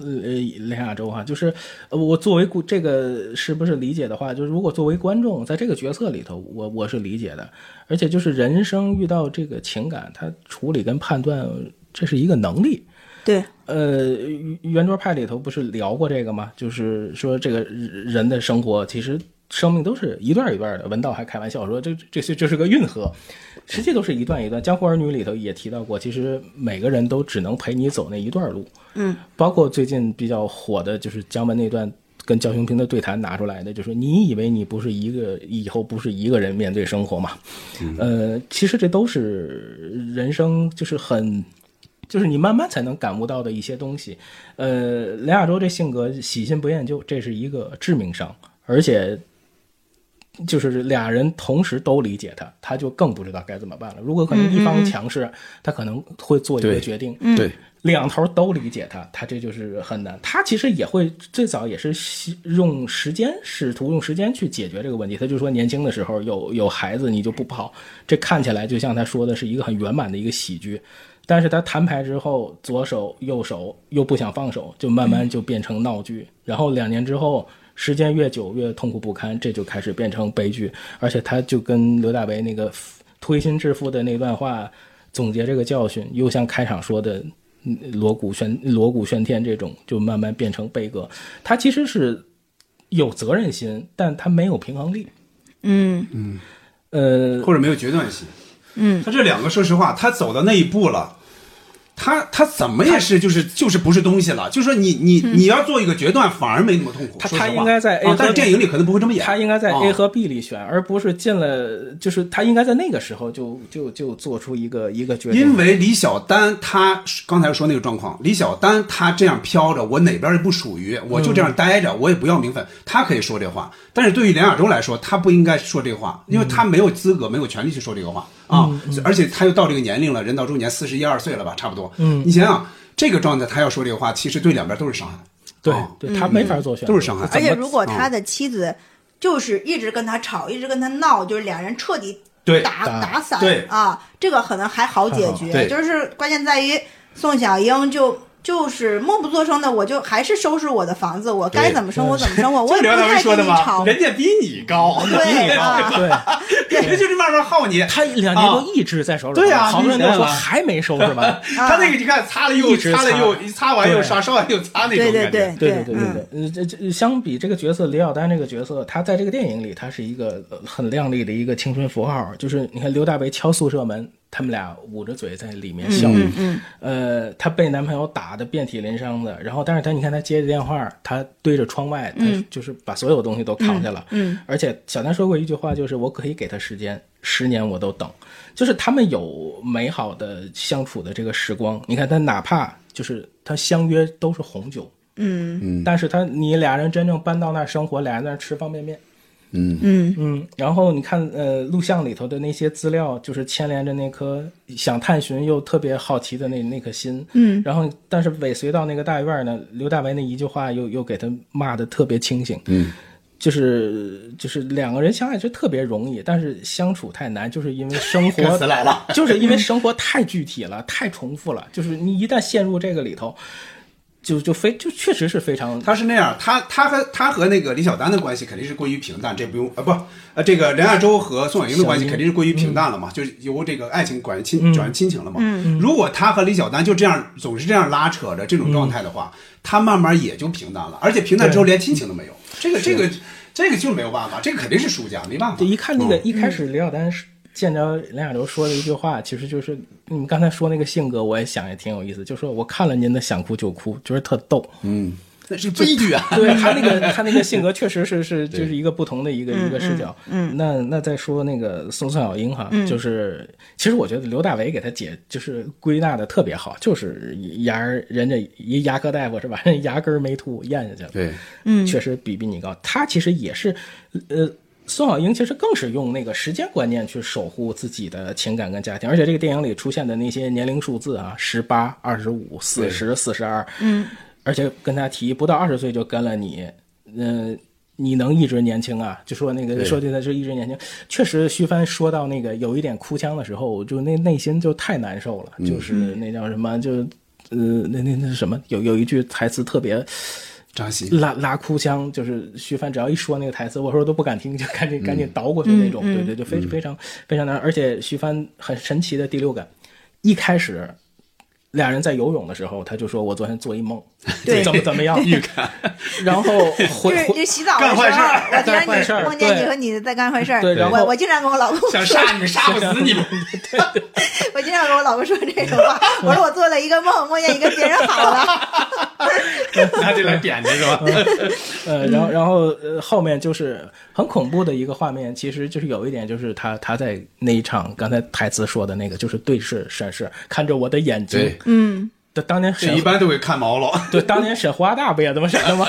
梁亚洲哈，就是呃我作为顾这个是不是理解的话，就是如果作为观众在这个角色里头，我我是理解的，而且就是人生遇到这个情感，他处理跟判断这是一个能力，对，呃，圆圆桌派里头不是聊过这个吗？就是说这个人的生活，其实生命都是一段一段的。文道还开玩笑说这这这这是个运河，实际都是一段一段。《江湖儿女》里头也提到过，其实每个人都只能陪你走那一段路。嗯，包括最近比较火的就是姜文那段。跟焦雄平的对谈拿出来的，就说你以为你不是一个以后不是一个人面对生活嘛？呃，其实这都是人生，就是很就是你慢慢才能感悟到的一些东西。呃，梁亚洲这性格喜新不厌旧，这是一个致命伤，而且就是俩人同时都理解他，他就更不知道该怎么办了。如果可能一方强势，他可能会做一个对决定，嗯对，两头都理解他，他这就是很难。他其实也会最早也是希用时间，试图用时间去解决这个问题。他就说年轻的时候有有孩子你就不跑，这看起来就像他说的是一个很圆满的一个喜剧，但是他摊牌之后，左手右手又不想放手，就慢慢就变成闹剧。然后两年之后，时间越久越痛苦不堪，这就开始变成悲剧。而且他就跟刘大为那个推心置腹的那段话总结这个教训，又像开场说的嗯锣鼓喧锣鼓喧天这种，就慢慢变成悲歌。他其实是有责任心，但他没有平衡力。嗯呃，或者没有决断性。嗯，他这两个，说实话，他走到那一步了，他他怎么也是就是就是不是东西了。就说你你嗯你要做一个决断，反而没那么痛苦。他说实话他应该在 A 啊和但是电影里可能不会这么演。他应该在啊 A 和 B 里选，而不是进了，就是他应该在那个时候就就就做出一个一个决定。因为李小丹他刚才说那个状况，李小丹他这样飘着，我哪边也不属于，我就这样待着，我也不要名分，他可以说这话。但是对于梁亚洲来说，他不应该说这话，因为他没有资格、没有权利去说这个话啊。而且他又到这个年龄了，人到中年，四十一二岁了吧，差不多。嗯，你想想这个状态，他要说这个话，其实对两边都是伤害。对啊对，他没法做选择，都是伤害而且怎么嗯如果他的妻子就是一直跟他吵，一直跟他闹，就是两人彻底对打打打散对啊，这个可能还好解还决，好对就是关键在于宋小英就。就是默不作声的，我就还是收拾我的房子，我该怎么生活怎么生活，我也不太跟你吵。家比你高，对啊，对，人家就是慢慢耗你。他两年多一直在收拾，对啊好多人都明说显了还没收拾完。 他那个你看，擦了又一直擦了擦又擦完又刷，对刷完又擦那种对对感觉对。对对对嗯对对，呃，这这相比这个角色李小丹这个角色，他在这个电影里，他是一个呃很靓丽的一个青春符号。就是你看刘大为敲宿舍门，他们俩捂着嘴在里面笑。嗯嗯，呃，她被男朋友打的遍体鳞伤的，然后但是她你看她接着电话，她对着窗外，她就是把所有东西都扛下了。嗯而且小丹说过一句话，就是我可以给她时间，十年我都等。就是他们有美好的相处的这个时光。你看她哪怕就是她相约都是红酒，嗯但是她你俩人真正搬到那儿生活，俩人在那儿吃方便面。嗯嗯，然后你看，呃，录像里头的那些资料，就是牵连着那颗想探寻又特别好奇的那那颗心。嗯，然后但是尾随到那个大院儿呢，刘大为那一句话又又给他骂的特别清醒。嗯，就是就是两个人相爱是特别容易，但是相处太难，就是因为生 活歌词来了，就是因为生活太具体了，太重复了，就是你一旦陷入这个里头，就就非就确实是非 常他是那样，他他和他和那个李小丹的关系肯定是过于平淡，这不用啊不呃，这个梁亚洲和宋小英的关系肯定是过于平淡了嘛，就是由这个爱情转亲转亲情了嘛。嗯如果他和李小丹就这样总是这样拉扯着这种状态的话，他慢慢也就平淡了，而且平淡之后连亲情都没有，这个这个这个就没有办法，这个肯定是输家，没办法对，。一看那个、一开始李小丹是见着梁亚洲说的一句话，其实就是你们刚才说那个性格，我也想也挺有意思，就说我看了您的想哭就哭，觉得特逗。嗯那是悲剧啊！ 对他那个他那个性格确实是是就是一个不同的一个一个视角。嗯，那那再说那个宋宋小英哈，就是其实我觉得刘大为给他解就是归纳的特别好，就是牙儿人家一牙科大夫是吧， 人家牙根儿没吐咽下去了。对，嗯，确实比比你高。他其实也是，呃。宋小英其实更是用那个时间观念去守护自己的情感跟家庭，而且这个电影里出现的那些年龄数字啊，十八、二十五、四十、四十二，嗯，而且跟他提不到二十岁就跟了你，嗯、你能一直年轻啊？就说那个对说对他是一直年轻，确实徐帆说到那个有一点哭腔的时候，我就那内心就太难受了，就是那叫什么，就呃那那那是什么？有有一句台词特别扎心。 拉拉哭腔，就是徐帆只要一说那个台词， 我说都不敢听，就赶紧赶紧倒过去那种，对对，就非非常非常难。而且徐帆很神奇的第六感，一开始。俩人在游泳的时候，他就说：“我昨天做一梦，对怎么怎么样？”然后就回是回这洗澡的干坏时事候儿，我天你梦干坏事儿见你对和你在干坏事儿，对然后我我经常跟我老公说，杀你们，杀不死你们！我经常跟我老公说这个话，我说我做了一个梦，梦见你跟别人好了， 拿起来点着是吧？ 呃，然后然后呃，后面就是很恐怖的一个画面，其实就是有一点，就是他他在那一场刚才台词说的那个，就是对视审视，看着我的眼睛对，嗯，当当年这沈一般都会看毛了。对，当年审胡华大不也这么审的吗？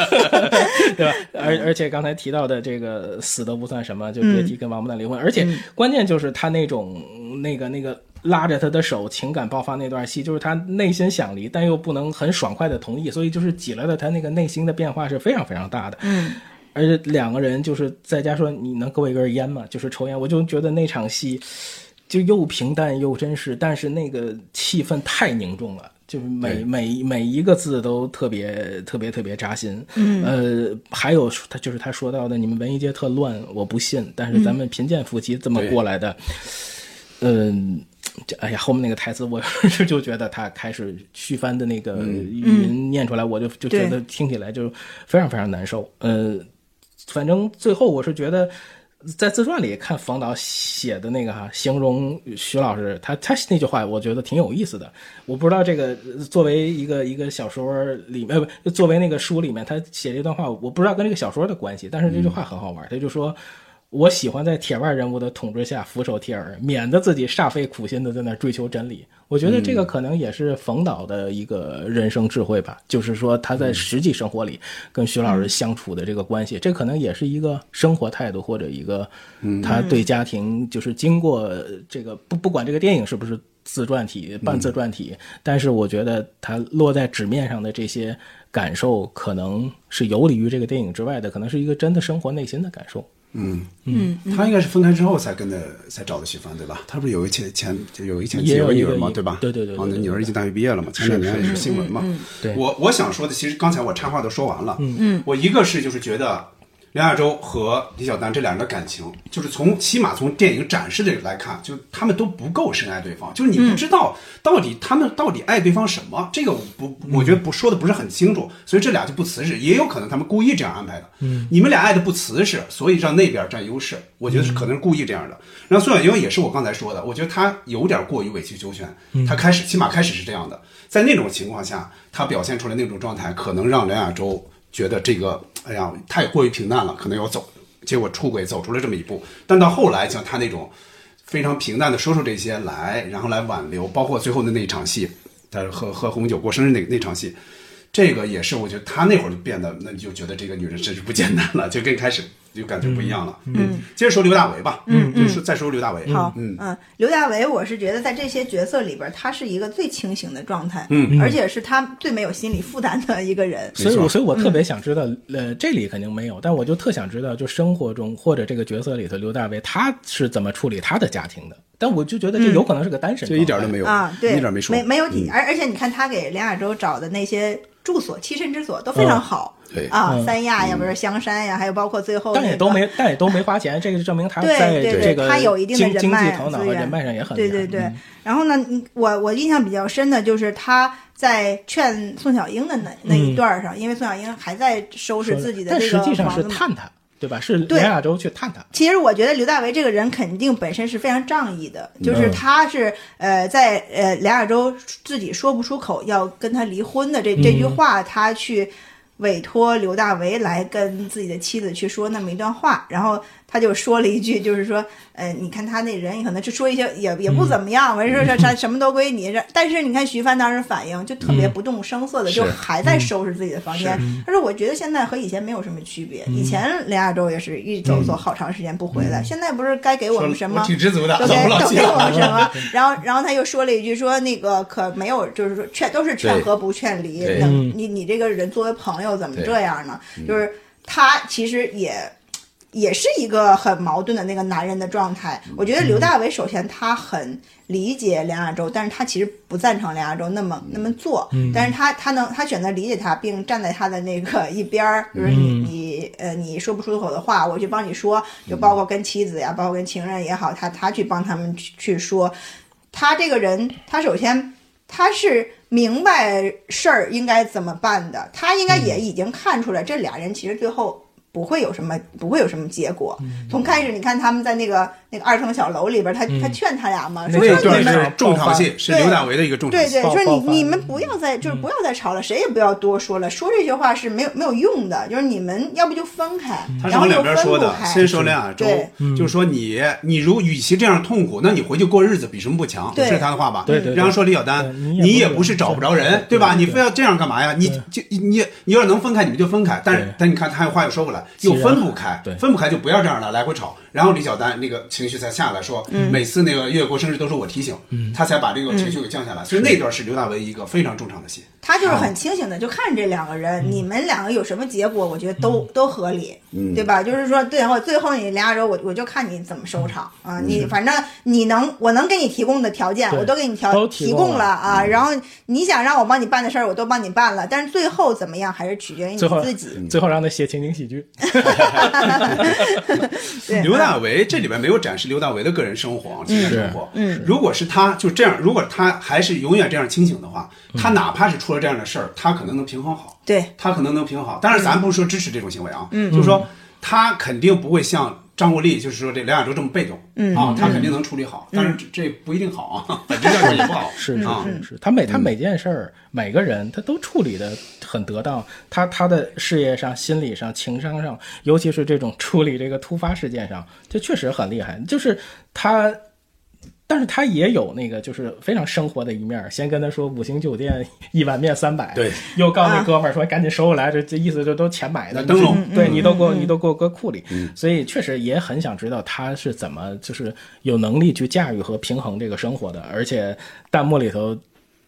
对吧？而而且刚才提到的这个死都不算什么，就别提跟王八蛋离婚。而且关键就是他那种那个那个拉着他的手情感爆发那段戏，就是他内心想离，但又不能很爽快的同意，所以就是挤来了他那个内心的变化是非常非常大的。嗯。而且两个人就是在家说你能给我一根烟吗？就是抽烟，我就觉得那场戏就又平淡又真实，但是那个气氛太凝重了，就是每对每每一个字都特别特别特别扎心。嗯，呃，还有他就是他说到的，你们文艺界特乱，我不信，但是咱们贫贱夫妻这么过来的，嗯。这哎呀，后面那个台词，我 就就觉得他开始虚翻的那个语音念出来，我就就觉得听起来就非常非常难受。呃，反正最后我是觉得，在自传里看冯导写的那个哈、形容徐老师，他他那句话，我觉得挺有意思的。我不知道这个呃作为一个一个小说里面，呃不，作为那个书里面他写这段话，我不知道跟这个小说的关系，但是这句话很好玩，他就说。我喜欢在铁腕人物的统治下俯首帖耳，免得自己煞费苦心的在那儿追求真理。我觉得这个可能也是冯导的一个人生智慧吧，就是说他在实际生活里跟徐老师相处的这个关系，这可能也是一个生活态度或者一个他对家庭，就是经过这个不不管这个电影是不是自传体、半自传体，但是我觉得它落在纸面上的这些感受，可能是游离于这个电影之外的，可能是一个真的生活内心的感受。嗯他应该是分开之后才跟的，才找的徐帆，对吧？他不是有一前前有一前妻也有有一女个儿嘛，一对吧？对对对对啊，那对女儿已经大学毕业了嘛，前两年也是新闻嘛。嗯对我我想说的，其实刚才我插话都说完了。嗯嗯，我一个是就是觉得梁亚洲和李小丹这两个感情，就是从起码从电影展示的来看，就他们都不够深爱对方，就是嗯你不知道到底他们到底爱对方什么，这个我不，嗯我觉得不说的不是很清楚，所以这俩就不辞职，也有可能他们故意这样安排的。嗯，你们俩爱的不辞实，所以让那边占优势，我觉得是可能是故意这样的。然后宋小英也是我刚才说的，我觉得她有点过于委曲求全，她开始起码开始是这样的，在那种情况下，她表现出来那种状态，可能让梁亚洲觉得这个，哎呀，太过于平淡了，可能要走，结果出轨走出了这么一步。但到后来，像他那种非常平淡的说出这些来，然后来挽留，包括最后的那一场戏，他喝喝红酒过生日那那场戏，这个也是我觉得他那会儿就变得，那你就觉得这个女人真是不简单了，就跟开始就感觉不一样了。嗯，接着说刘大为吧，嗯，就说再说刘大为，好，嗯，刘大为，我是觉得在这些角色里边儿，他是一个最清醒的状态，嗯，而且是他最没有心理负担的一个人，所以我，所以我特嗯别想知道，呃，这里肯定没有，但我就特想知道，就生活中或者这个角色里头，刘大为他是怎么处理他的家庭的？但我就觉嗯得这有可能是个单身，这一点都没有。有啊，对，一点没说，嗯没有底，而、而且你看他给梁亚洲找的那些住所、栖身之所都非常好，对啊，嗯三亚呀，不是香山呀，还有包括最后、那但个，也都没，但也都没花钱，这个就证明他对在对对这个他有一定的经人经济脉头脑资和源人脉上也很嗯对厉害对对，，然后呢，你我我印象比较深的就是他在劝宋小英的那那一段儿上，因为宋小英还在收拾嗯说自己的但这实个际上房是子嘛。探探，对吧？是对梁亚洲去探探。其实我觉得刘大为这个人肯定本身是非常仗义的，就是他是呃在呃梁亚洲自己说不出口要跟他离婚的这这句话，他去委托刘大为来跟自己的妻子去说那么一段话，然后他就说了一句，就是说呃你看他那人可能就说一些也也不怎么样，完事儿说他什么都归你，但是你看徐帆当时反应就特别不动声色的，就还在收拾自己的房间，他说：“我觉得现在和以前没有什么区别，以前梁亚洲也是一走走好长时间不回来，现在不是该给我们什么？挺知足的，都怎给么了？都给我们什 么？然后，然后他又说了一句说那个可没有，就是说劝都是劝和不劝离。对嗯那嗯你你这个人作为朋友怎么这样呢？就是他其实也。也是一个很矛盾的那个男人的状态。我觉得刘大为首先他很理解梁亚洲，但是他其实不赞成梁亚洲那么那么做，但是他他能他选择理解他，并站在他的那个一边儿，就是你你呃你说不出口的话，我去帮你说，就包括跟妻子呀，包括跟情人也好，他他去帮他们去去说。他这个人，他首先他是明白事儿应该怎么办的，他应该也已经看出来嗯这俩人其实最后不会有什么不会有什么结果。从开始你看他们在那个那个二层小楼里边，他他劝他俩嘛，那说那一说段你是们。重场戏，是对刘大为的一个嗯重场对戏。对，爆说爆你发你们不要再就是不要再吵了，谁也不要多说了，说这些话是没有没有用的，就是你们要不就分开，嗯嗯他是然后往两又边分说不的，开，先说梁亚洲对，就是说你你如与其这样痛苦，那你回去过日子比什么不强？对这是他的话吧？对对对然后说李小丹对，你也你也不是不是找不着人，对对吧？对你非要这样干嘛呀？你就你你要是能分开，你们就分开。但是对但你看他话又说回来，又然分不开对，分不开就不要这样了，来回吵。然后李小丹那个情绪才下来说，嗯每次那个月过生日都是我提醒，嗯他才把这个情绪给降下来。所以那段是刘大为一个非常重场的戏。他就是嗯很清醒的，就看这两个人，你们两个有什么结果，我觉得嗯都都合理，对吧？就是说，对，然后最后你俩人，我我就看你怎么收场啊。你反正你能，我能给你提供的条件，嗯对我都给你都条提提供供了了嗯啊。然后你想让我帮你办的事儿，我都帮你办了，但是最后怎么样，还是取决于你最后自己。最后让他写情景喜剧，对，刘大为这里边没有展示刘大为的个人生活，职业生活。嗯，如果是他就这样，如果他还是永远这样清醒的话，他哪怕是出了这样的事儿，他可能能平衡好，对，他可能能平衡好。但是咱不是说支持这种行为啊，嗯，就是说他肯定不会像张国立，就是说这梁亚洲这么被动，嗯啊，他肯定能处理好，但是这这不一定好啊，本质上也不好，是 啊。是是是，他每他每件事儿、每个人他都处理的很得当，他他的事业上、心理上、情商上，尤其是这种处理这个突发事件上，这确实很厉害。就是他，但是他也有那个就是非常生活的一面儿。先跟他说五星酒店一碗面三百，对， 又告啊那哥们儿说赶紧收回来，这这意思这都钱买的，那灯笼嗯你对你都给我你都给我搁库里，所以确实也很想知道他是怎么就是有能力去驾驭和平衡这个生活的。而且弹幕里头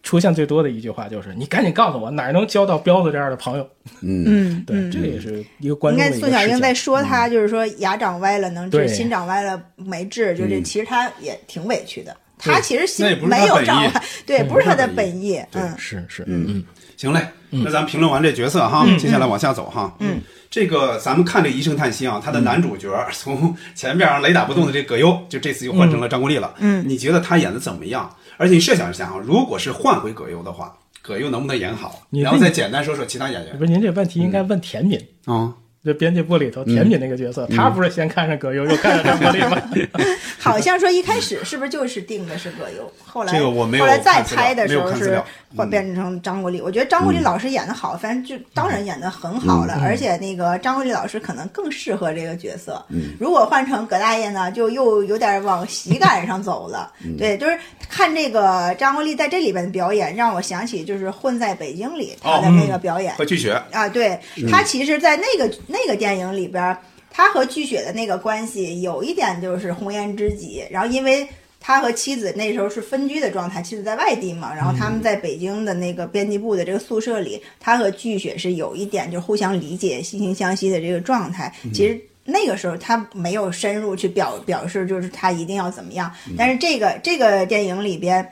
出现最多的一句话就是：“你赶紧告诉我哪儿能交到彪子这样的朋友。嗯”对，这也是一个关应注的该一个宋小视英角在说他，就是说牙长歪了能对嗯治，心长歪了没治，就这其实他也挺委屈的。他其实心那也不是没他有本长意歪， 对，不是他的本意，对嗯，是是嗯行嘞，那咱们评论完这角色哈，接下来往下走哈。嗯，这个咱们看这《一声叹息》啊，他的男主角从前面雷打不动的这葛优，就这次又换成了张国立了。嗯，你觉得他演的怎么样？而且你设想一下啊，如果是换回葛优的话，葛优能不能演好？你可以然后再简单说说其他演嗯，嗯员不是您这问题应该问田敏。啊。这编辑部里头，田敏那个角色，他不是先看上葛优，又看上张国立 吗？ 好像说一开始是不是就是定的是葛优，后来这个我没有后来再看资料拍的时没有候看资是料嗯换变成张国立。我觉得张国立老师演的好，反正就当然演的很好嗯了，而且那个张国立老师可能更适合这个角色。嗯如果换成葛大爷呢，就又有点往喜感上走 了。嗯对，就是看这个张国立在这里边的表演，让我想起就是混在北京里哦他的嗯那个表演，和巨雪，啊，对他其实，在那个那个电影里边儿，他和巨雪的那个关系有一点就是红颜知己，然后因为。他和妻子那时候是分居的状态，妻子在外地嘛，然后他们在北京的那个编辑部的这个宿舍里，他和巨雪是有一点就是互相理解、惺惺相惜的这个状态。其实那个时候他没有深入去表表示，就是他一定要怎么样，但是这个这个电影里边，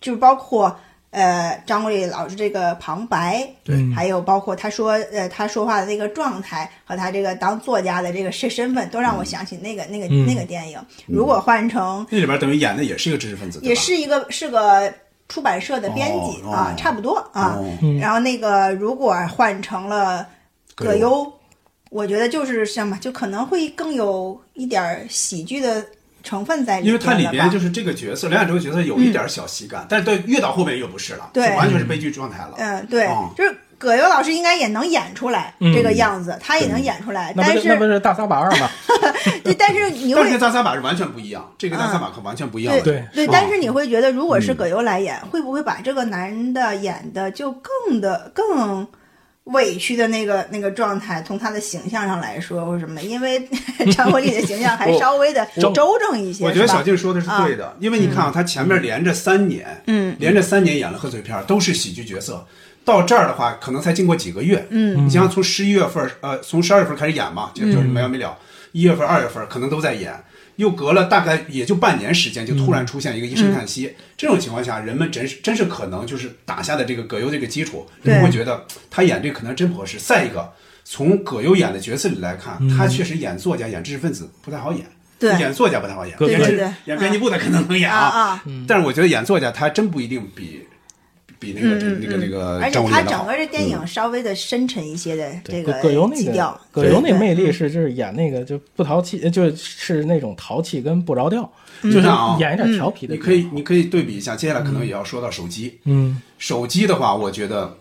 就是包括呃张国立老师这个旁白，对，嗯还有包括他说呃他说话的那个状态和他这个当作家的这个身身份，都让我想起那个那个那个电影。如果换成那里边等于演的也是一个知识分子，对吧也是一个是个出版社的编辑哦啊哦，差不多啊哦。然后那个如果换成了葛葛优，我觉得就是什么，就可能会更有一点儿喜剧的成分在里因面为了吧。它里边就是这个角色，梁亚洲角色有一点小喜感，但是到越到后面越不是了，嗯对就完全是悲剧状态了。嗯，对哦，就是葛优老师应该也能演出来这个样子，他也能演出来，那但不就那不是是大撒把二吗？对，但是你但是跟会。扎萨马是完全不一样，这个扎萨马可完全不一样对了。对嗯对，哦但是你会觉得，如果是葛优来演，会不会把这个男的演的就更的更委屈的那个那个状态？从他的形象上来说，或者什么的？因为张国立的形象还稍微的周正一些，我觉得是吧嗯小静说的是对的，因为你看啊，他前面连着三年，嗯，连着三年演了贺岁片儿，都是喜剧角色。到这儿的话，可能才经过几个月，嗯，你想想从十一月份儿，呃，从十二月份开始演嘛，嗯就就是没完没了，一月份、二月份儿可能都在演，又隔了大概也就半年时间，就突然出现一个一声嗯叹息。这种情况下，人们真是真是可能就是打下的这个葛优这个基础，人们会觉得他演这可能真不合适。再一个，从葛优演的角色里来看，他确实演作家、演知识分子不太好演。对演作家不太好演，对演对制对演编辑部的可能能演啊啊但是我觉得演作家他真不一定比比那个那个那嗯而个且呃张国他立的整好个。这电影稍微的深沉一些的这对葛葛优那基调个，葛优对那魅力是就是演那个就不淘气，就是那种淘气跟不着调，就是那演一点调皮的。你啊嗯可以，你可以对比一下，接下来可能也要说到手机。嗯，手机的话，我觉得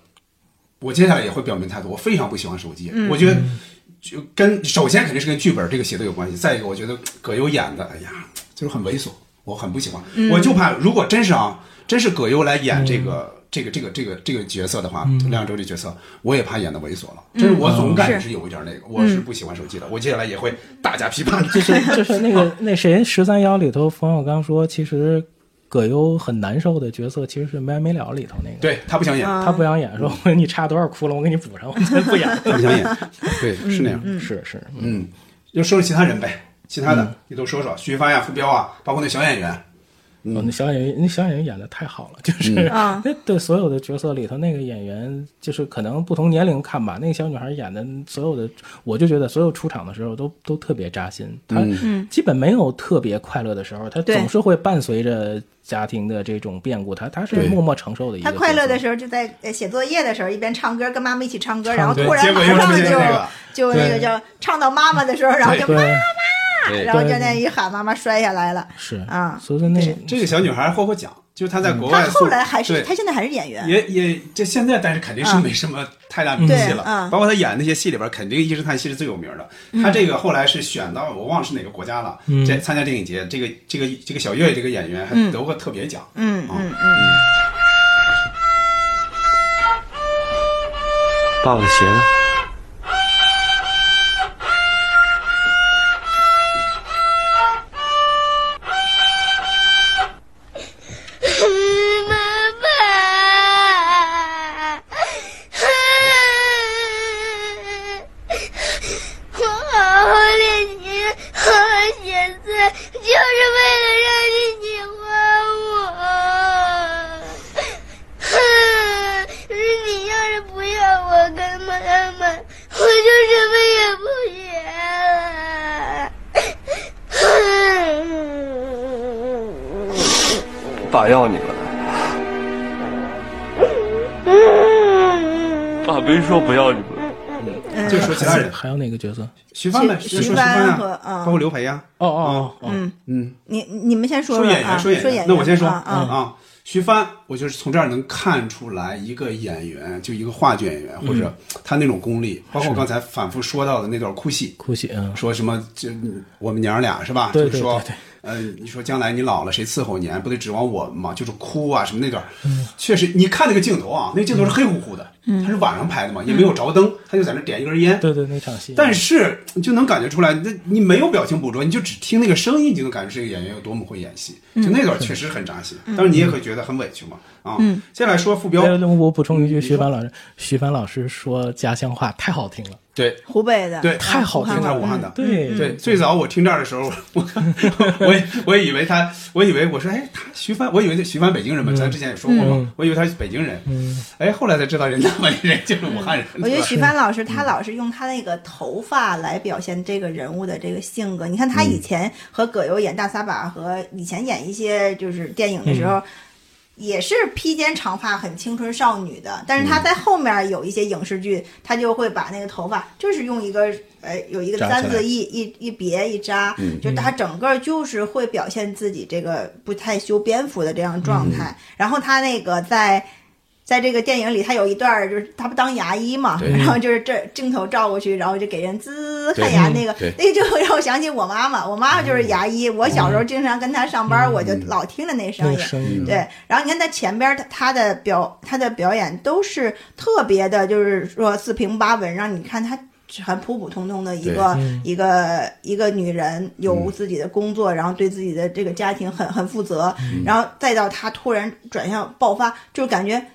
我接下来也会表明态度，我非常不喜欢手机。我觉得嗯就跟首先肯定是跟剧本这个写的有关系，再一个我觉得葛优演的，哎呀，就是很猥琐，我很不喜欢。我就怕如果真是啊，真是葛优来演这嗯个。这个这个这个这个角色的话，梁咏洲这角色，我也怕演的猥琐了。真是我哦总感觉是有一点那个，我是不喜欢手机的。我接下来也会大加批判的。就是就是 那个那谁十三幺里头，冯小刚说，其实葛优很难受的角色其实是没完没了里头那个，对嗯他不想演，他不想演，说我给你插多少窟窿，我给你补上，我才 不演。他不想演，对，是那样。是是，嗯，就说说其他人呗，其他的、你都说说，徐帆呀、付彪啊，包括那小演员，嗯我哦那小演员，那小演员演的太好了，就是啊那对所有的角色里头，那个演员就是可能不同年龄看吧，那个小女孩演的所有的，我就觉得所有出场的时候都都特别扎心，她嗯基本没有特别快乐的时候，她嗯对总是会伴随着家庭的这种变故，她她是对默默承受的一他个角色。快乐的时候就在呃写作业的时候一边唱歌，跟妈妈一起唱歌，然后对突然结果马又上出现就那个就那个叫唱到妈妈的时候，然后就对妈，然后就对那一喊妈妈摔下来了。是啊所以说那对这个小女孩获过奖，就是她在国他外送，嗯后来还是对他现在还是演员，也也这现在，但是肯定是嗯没什么太大名气了。对嗯包括她演那些戏里边，肯定《一直叹息》是最有名的。她这个后来是选到我忘了是哪个国家了，这参加电影节，这个这个这个小岳岳这个演员还得过特别奖。嗯嗯嗯，爸爸的鞋呢？妈妈，我好好练习，好好写字，就是为了让你喜欢我。你要是不要我跟妈妈，我就什么也不学了。爸要你了。爸没说不要你们。就说其他人，还有哪个角色？徐帆呗，就徐说徐帆呀、和嗯包括刘培啊呀、哦哦哦，你你们先说说说演啊，员，说演员，员，那我先说啊啊，啊，徐帆，我就是从这儿能看出来一个演员，就一个话剧演员，或者他那种功力，包括刚才反复说到的那段哭戏，哭戏嗯，说什么就我们娘儿俩是吧？对就是对说对对，呃，你说将来你老了谁伺候你啊？不得指望我们吗？就是哭啊什么那段，确实，你看那个镜头啊，那个镜头是黑乎乎的，他是晚上拍的嘛，也没有着灯，他就在那点一根烟，对对，那场戏。但是你就能感觉出来，那你没有表情捕捉，你就只听那个声音，你就能感觉这个演员有多么会演戏。嗯就那段确实很扎心，当然你也会觉得很委屈嘛。啊，嗯接下来说傅彪，哎我补充一句，徐帆老师，徐帆老师说家乡话太好听了，对湖北的，对，太好听他了，啊嗯武汉的，嗯对对，最早我听这儿的时候，我 我也我也以为他，我以为我说，哎，他徐帆，我以为那徐帆北京嗯人嘛，咱之前也说过嘛，我以为他是北京人，哎，后来才知道人家本地人就是武汉人。 我觉得许帆老师嗯他老是用他那个头发来表现这个人物的这个性格。你看嗯他以前和葛优演《大撒把》和以前演一些就是电影的时嗯候，也是披肩长发，很青春少女的。但是嗯他在后面有一些影视剧，他就会把那个头发就是用一个呃有一个扎起来嗯簪子一一一别一扎，就他整个就是会表现自己这个不太修边幅的这样状嗯态。然后他那个在。在这个电影里，他有一段儿就是他不当牙医嘛，然后就是这镜头照过去，然后就给人滋看牙那个，那个就会让我想起我妈妈，我妈妈嗯就是牙医，我小时候经常跟她上班，我就老听着那声那音个。声音，对，然后你看他前边儿他他的表他的表演都是特别的，就是说四平八稳，让你看他很普普通通的一个一个一个女人，有嗯自己的工作，然后对自己的这个家庭很很负责，嗯然后再到他突然转向爆发，就是感觉。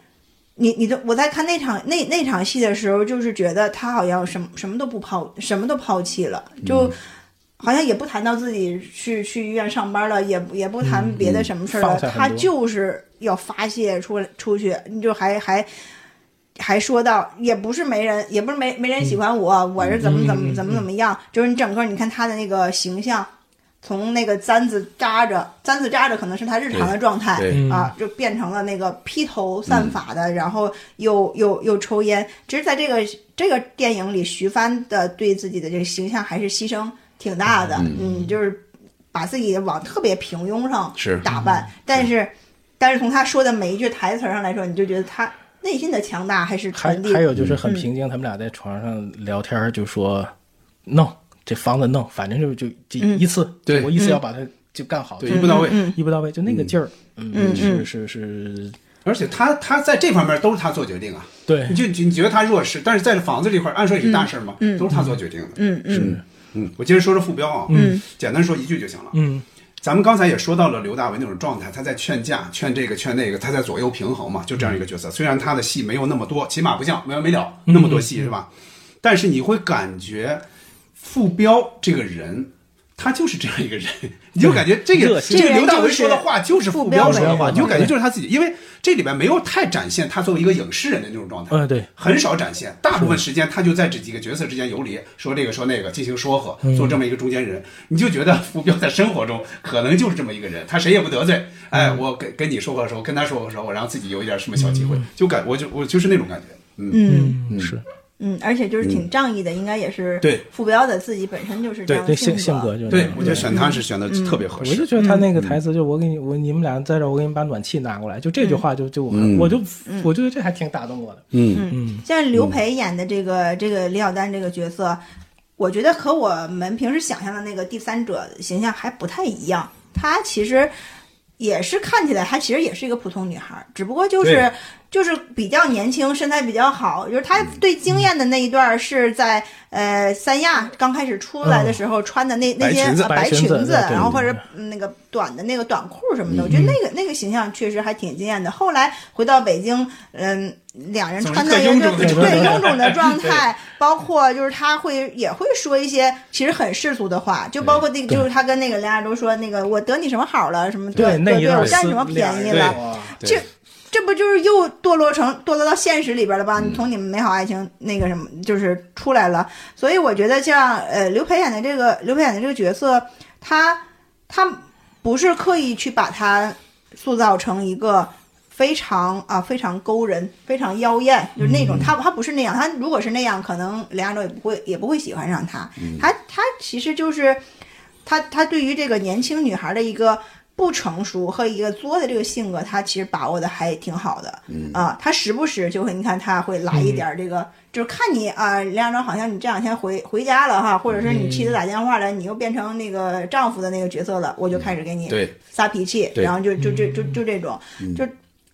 你你都我在看那场那那场戏的时候，就是觉得他好像什么什么都不抛，什么都抛弃了，嗯就好像也不谈到自己去去医院上班了，也不也不谈别的什么事儿了，嗯放下很多他就是要发泄出来出去，你就还还还说到，也不是没人，也不是嗯没没人喜欢我，我是怎么怎么怎么怎么样，就是你整个你看他的那个形象。从那个簪子扎着，簪子扎着可能是他日常的状态对嗯啊，就变成了那个披头散发的，然后又又又抽烟。其实，在这个这个电影里，徐帆的对自己的这个形象还是牺牲挺大的，嗯，就是把自己往特别平庸上是打扮，但是但是从他说的每一句台词上来说，你就觉得他内心的强大还是还传递还有嗯就是很平静，他们俩在床上聊天儿就说弄、这房子弄，反正就就这一次，对我一次要把它就干好，对，就一步到位。一步到位，就那个劲儿，嗯，嗯是是是，而且他他在这方面都是他做决定啊。对你就你你觉得他弱势，但是在房子这块儿按说也是大事儿嘛，都是他做决定的。嗯嗯嗯，我接着说说副标啊，嗯，简单说一句就行了。嗯，咱们刚才也说到了刘大为那种状态，他在劝架、劝这个、劝那个，他在左右平衡嘛，就这样一个角色。虽然他的戏没有那么多，起码不像没完没了那么多戏、是吧？但是你会感觉傅彪这个人。他就是这样一个人，你就感觉这热个心这个刘大为嗯这个人就是说的话就是傅彪说的傅彪话，本人你就感觉就是他自己，因为这里边没有太展现他作为一个影视人的那种状态。呃，对，很少展现，大部分时间他就在这几个角色之间游离，说这个说那个，进行说和，做这么一个中间人。你就觉得 浮标在生活中可能就是这么一个人，他谁也不得罪。哎，我跟跟你说和说，跟他说和说，我让自己有一点什么小机会，就感我就我就是那种感觉。嗯，嗯嗯是嗯，而且就是挺仗义的，应该也是对傅彪的自己本身就是这样对的性性格格。就是对那，样我觉得选他是嗯选的特别合我适。就觉得他那个台词，就我给你，我你们俩在这儿，我给你把暖气拿过来，就这句话就，就我嗯我就我觉得这还挺打动我的。嗯，像刘培演的这个这个李小丹这个角色，我觉得和我们平时想象的那个第三者形象还不太一样。她其实也是看起来，她其实也是一个普通女孩儿，只不过就是对就是比较年轻，身材比较好。就是嗯她对经验的那一段儿是在呃三亚刚开始出来的时候穿的那、那些嗯白裙子呃白裙白裙子子，对然后或者嗯那个短的那个短裤什么嗯的，我觉得那个那个形象确实还挺惊艳的。后来回到北京，嗯，两人总是穿的特也是臃肿的对状态臃肿的状态，包括就是他会也会说一些其实很世俗的话，就包括那个就是他跟那个梁亚洲说那个我得你什么好了什么对那对一对段我儿占撕你什么便宜俩人了，哇这这不就是又堕落成堕落到现实里边了吧？你从你们美好爱情那个什么，就是出来了。所以我觉得像呃刘培演的这个刘培演的这个角色，他他不是刻意去把他塑造成一个非常啊非常勾人、非常妖艳，就是那种他他不是那样。他如果是那样，可能梁亚洲也不会也不会喜欢上他。他他其实就是他他对于这个年轻女孩的一个不成熟和一个作的这个性格，他其实把握的还挺好的。嗯啊，他时不时就会，你看他会来一点儿这嗯个，就是看你啊，梁朝好像你这两天回回家了哈，或者是你妻嗯子打电话来，你又变成那个丈夫的那个角色了，我就开始给你嗯对撒脾气，对嗯然后就就就就就这种，就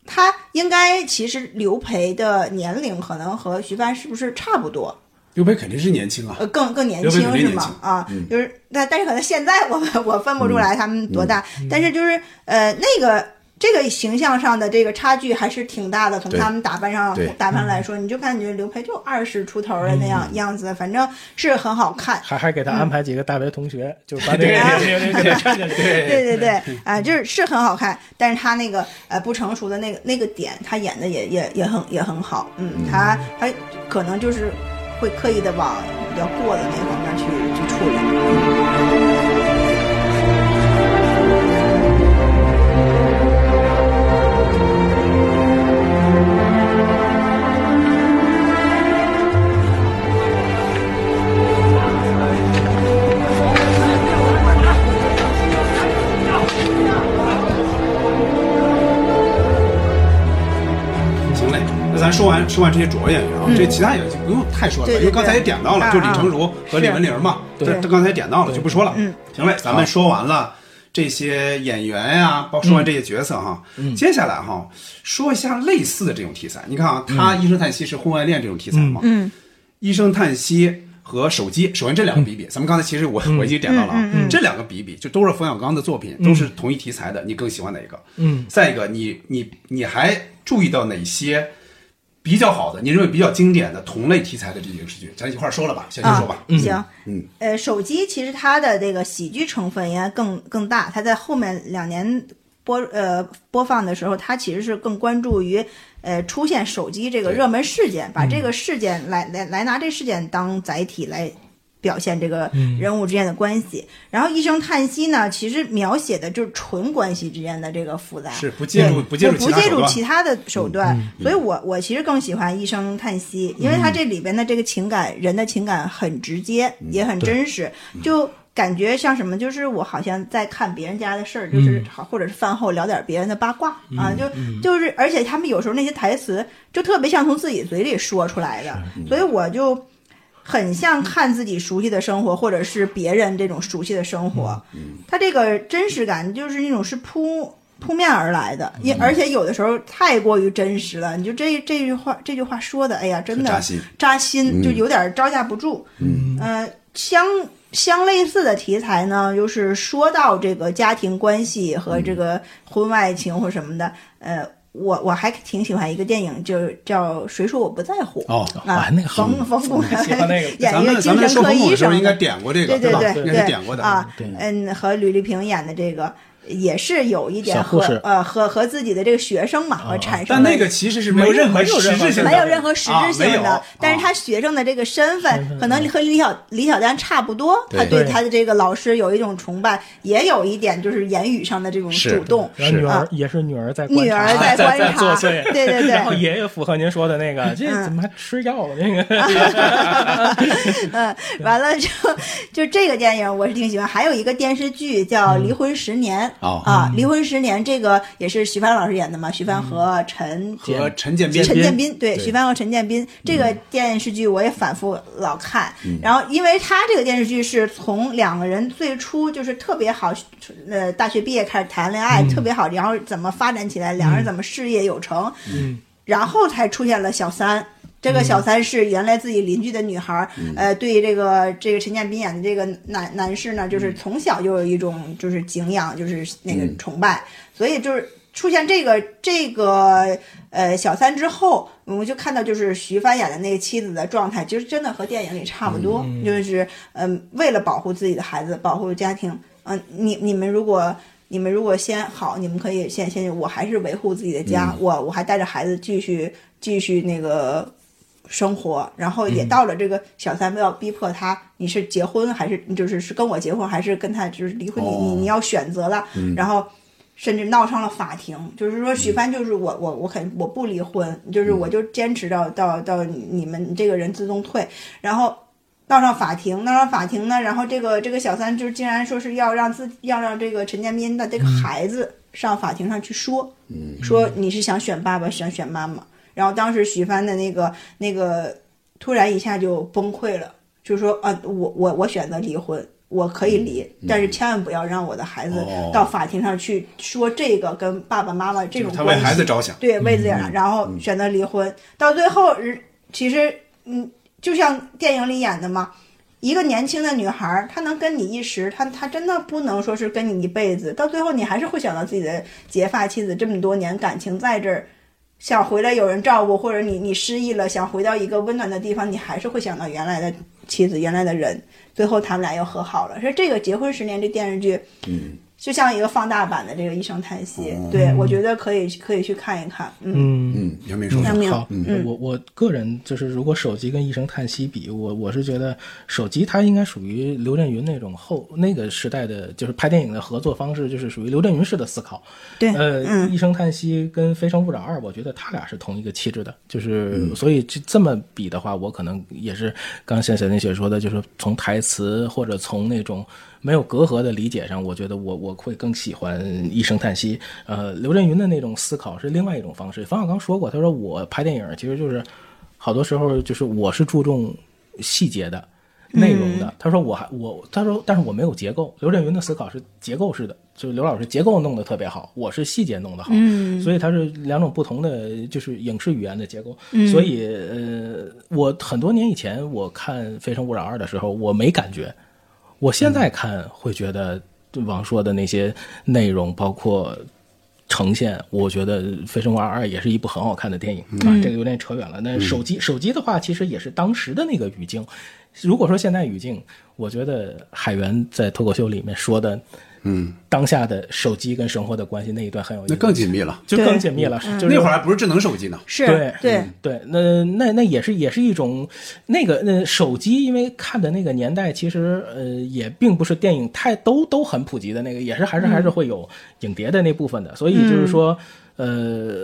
他应该其实刘培的年龄可能和徐帆是不是差不多？刘培肯定是年轻啊，呃，更更年刘备轻肯定是年吗轻？啊，就是但但是可能现在我们我分不出来他们多大，但是就是呃那个这个形象上的这个差距还是挺大的，从对他们打扮上对打扮来说，你就感觉刘培就二十出头的那样样子，反正是很好看。还还给他安排几个大学同学，就是把那个对给他看见对对对对，啊、就是是很好看，但是他那个呃不成熟的那个那个点，他演的也也也很也很好，嗯，他他可能就是会刻意的往比较过的那方面去去处理。行嘞，那咱说完说完这些主要演员啊，这其他演员就不用太说了，嗯对对因为刚才也点到了，对就李成儒和李文玲嘛，是这对嗯这刚才点到了就不说了。行嘞，咱们说完了这些演员呀，包说完这些角色哈，接下来哈说一下类似的这种题材。你看啊，他《一声叹息》是婚外恋这种题材嘛，嗯，《一声叹息》。和手机，首先这两个嗯比比，咱们刚才其实我我已经点到了嗯啊，这两个比比就都是冯小刚的作品，都是同一题材的，你更喜欢哪一个？嗯，再一个，你你你还注意到哪些比较好的，你认为比较经典的同类题材的这影视剧，咱一块儿说了吧，先啊，说吧。行，嗯，呃，手机其实它的这个喜剧成分应该更更大，它在后面两年播呃播放的时候，它其实是更关注于。呃，出现嗯手机这个热门事件，把这个事件来来来拿这事件当载体来表现这个嗯人物之间的关系。然后一声叹息呢，其实描写的就是纯关系之间的这个复杂，是不介入对不介入不其他手介入段嗯其他的手段。所以我我其实更喜欢一声叹息，因为他这里边的这个情感，人的情感很直接，嗯也很真实，就。感觉像什么？就是我好像在看别人家的事儿，嗯就是好，或者是饭后聊点别人的八卦啊，就就是，而且他们有时候那些台词就特别像从自己嘴里说出来的，嗯所以我就很像看自己熟悉的生活，或者是别人这种熟悉的生活。嗯他这个真实感就是那种是扑扑面而来的，嗯也而且有的时候太过于真实了，你就这这句话这句话说的，哎呀，真的扎心嗯扎心，就有点招架不住。嗯，呃，相相类似的题材呢，就是说到这个家庭关系和这嗯个婚外情或什么的，呃。我我还挺喜欢一个电影，就叫《谁说我不在乎》哦啊哇，那个好冯冯 巩喜欢那个演咱一个们咱精们神说科冯巩医的时候生应该的，点过这个，对吧？对应该是点过的。啊对，嗯，和吕丽萍演的这个也是有一点小和护士呃和和自己的这个学生嘛，和产生哦但的那个其实是没有任何实质性的，没有任何实质性的，啊没有嗯但哦是他学生的这个身份、可能和李小李小丹差不多，对他对对他的这个老师有一种崇拜，也有一点就是言语上的这种是主动。然后女啊儿也是女儿在观察女儿在在观在作察，祟，对对对，然后也也符合您说的那个，这嗯啊怎么还吃药了？那 个嗯， 完了就就这个电影我是挺喜欢，还有一个电视剧叫《离婚十年》哦啊，《离婚十年》这个也是徐帆老师演的嘛，徐帆和陈啊和陈建斌嗯陈建斌，对，对徐帆和陈建斌这个电视剧我也反复老看。然后，因为他这个电视剧是从两个人最初就是特别好，呃，大学毕业开始谈恋嗯爱，特别好，然后怎么发展起来，两个人怎么事业有成，嗯然后才出现了小三。这个小三是原来自己邻居的女孩儿，嗯呃，对这个这个陈建斌啊演的这个男男士呢，就是嗯从小就有一种就是敬仰，就是那个崇拜，所以就是出现这个这个呃小三之后，我们就看到就是徐帆演的那个妻子的状态，就是真的和电影里差不多，就是嗯、为了保护自己的孩子，保护家庭，嗯、你你们如果你们如果先好，你们可以先先，我还是维护自己的家，我我还带着孩子继续继续那个生活，然后也到了这个小三不要逼迫他，你是结婚还是就是是跟我结婚还是跟他就是离婚，你你你要选择了，然后。甚至闹上了法庭，就是说许帆就是我我我肯我不离婚，就是我就坚持到到到你们这个人自动退，然后闹上法庭，闹上法庭呢，然后这个这个小三就竟然说是要让自要让这个陈建斌的这个孩子上法庭上去说，嗯说你是想选爸爸，想选妈妈。然后当时许帆的那个那个突然一下就崩溃了，就说啊，我我我选择离婚，我可以离，但是千万不要让我的孩子嗯哦到法庭上去说这个跟爸爸妈妈这种他为关系孩子着想，对，为这样，然后选择离婚，到最后，人其实，嗯，就像电影里演的嘛，一个年轻的女孩儿，她能跟你一时，她她真的不能说是跟你一辈子，到最后你还是会想到自己的结发妻子，这么多年感情在这儿，想回来有人照顾，或者你你失忆了，想回到一个温暖的地方，你还是会想到原来的妻子，原来的人，最后他们俩又和好了。说这个《结婚十年》这电视剧，嗯，就像一个放大版的这个《一声叹息》哦对我觉得可以可以去看一看，嗯，嗯。嗯，杨明说杨明，好，我我个人就是，如果手机跟一声叹息比，我我是觉得手机它应该属于刘震云那种后那个时代的，就是拍电影的合作方式，就是属于刘震云式的思考。对，呃，嗯一声叹息跟《非诚勿扰二》，我觉得他俩是同一个气质的，就是、所以这这么比的话，我可能也是刚像小林姐说的，就是从台词或者从那种没有隔阂的理解上，我觉得我我会更喜欢一声叹息。呃，刘震云的那种思考是另外一种方式。冯小刚说过，他说我拍电影其实就是好多时候就是我是注重细节的。内容的。他说我还我他说但是我没有结构。刘震云的思考是结构式的，就是刘老师结构弄得特别好，我是细节弄得好，所以他是两种不同的就是影视语言的结构。所以呃，我很多年以前我看《非诚勿扰二》的时候，我没感觉，我现在看会觉得王朔的那些内容，包括呈现，我觉得《非诚勿扰二》也是一部很好看的电影、啊。这个有点扯远了。那手机、手机的话，其实也是当时的那个语境。如果说现代语境，我觉得海源在脱口秀里面说的嗯，当下的手机跟生活的关系那一段很哦有意思，那更紧密了。就对更紧密了。就是那会儿还不是智能手机呢，是对嗯对，对，那那那也是也是一种那个那手机，因为看的那个年代，其实呃也并不是电影太都都很普及的那个，也是还是还是会有影碟的那部分的，所以就是说，呃，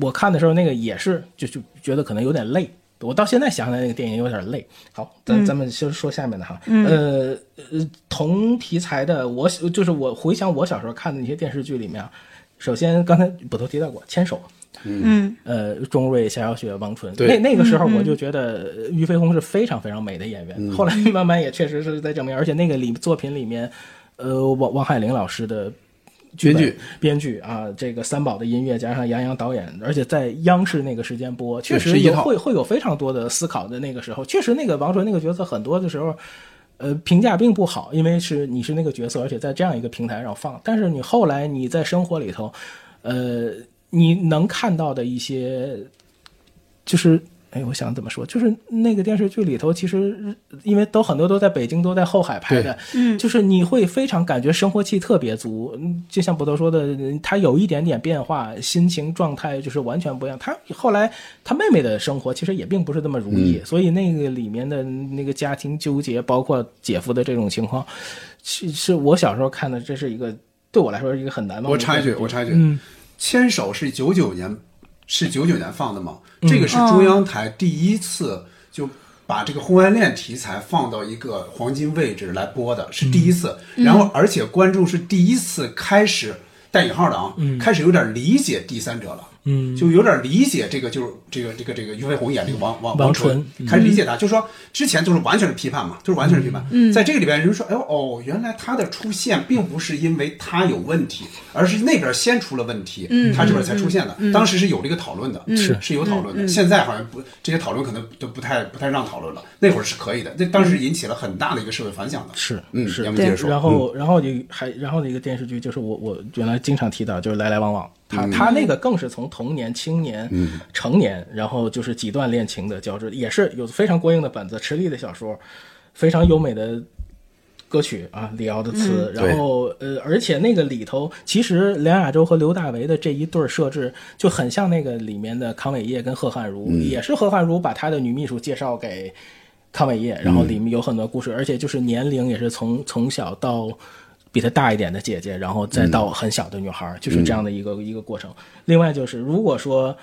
我看的时候那个也是就就觉得可能有点累。我到现在想起来那个电影有点累。好，咱咱们先说下面的哈。呃呃，同题材的，我就是我回想我小时候看的那些电视剧里面啊，首先刚才不都提到过《牵手》，嗯呃，钟瑞、夏小雪、王纯，对那那个时候我就觉得呃俞飞鸿是非常非常美的演员。嗯 后来慢慢也确实是在证明，而且那个里作品里面，呃，王王海玲老师的剧编本剧编剧啊，这个三宝的音乐加上杨洋导演，而且在央视那个时间播，确实是一有套会会有非常多的思考的那个时候，确实那个王纯那个角色很多的时候。呃，评价并不好，因为是你是那个角色，而且在这样一个平台上放。但是你后来你在生活里头，呃，你能看到的一些，就是哎，我想怎么说，就是那个电视剧里头，其实因为都很多都在北京，都在后海拍的，嗯，就是你会非常感觉生活气特别足。嗯就像博多说的，嗯他有一点点变化，心情状态就是完全不一样。他后来他妹妹的生活其实也并不是那么如意，嗯所以那个里面的那个家庭纠结，包括姐夫的这种情况，是是我小时候看的，这是一个对我来说是一个很难忘的。我插一句，我插一句，嗯，牵手是九九年，是九九年放的吗？嗯这个是哦中央台第一次就把这个婚外恋题材放到一个黄金位置来播的，是嗯第一次。然后，而且观众是第一次开始带引号的啊，开始有点理解第三者了。嗯，就有点理解这个，就是这个这个这个俞飞鸿演这个王王王纯，开始理解他，就是说之前就是完全是批判嘛，就是完全是批判。在这个里边，人说，哎呦哦，原来他的出现并不是因为他有问题，而是那边先出了问题，他这边才出现的。当时是有这个讨论的，嗯是嗯是有讨论的。现在好像不，这些讨论可能都不太不太让讨论了。那会儿是可以的，那当时引起了很大的一个社会反响的。是嗯，是嗯要不接着说，然后，然后你还，然后的一个电视剧就是我我原来经常提到，就是《来来往往》，他嗯他那个更是从童年、青年、成年，然后就是几段恋情的交织，也是有非常过硬的本子，吃力的小说，非常优美的歌曲啊，李敖的词，嗯然后呃，而且那个里头，其实梁亚洲和刘大为的这一对儿设置就很像那个里面的康伟业跟贺汉儒，嗯也是贺汉儒把他的女秘书介绍给康伟业，然后里面有很多故事，而且就是年龄也是从从小到。比他大一点的姐姐，然后再到很小的女孩儿，就是这样的一个、一个过程。另外就是，如果说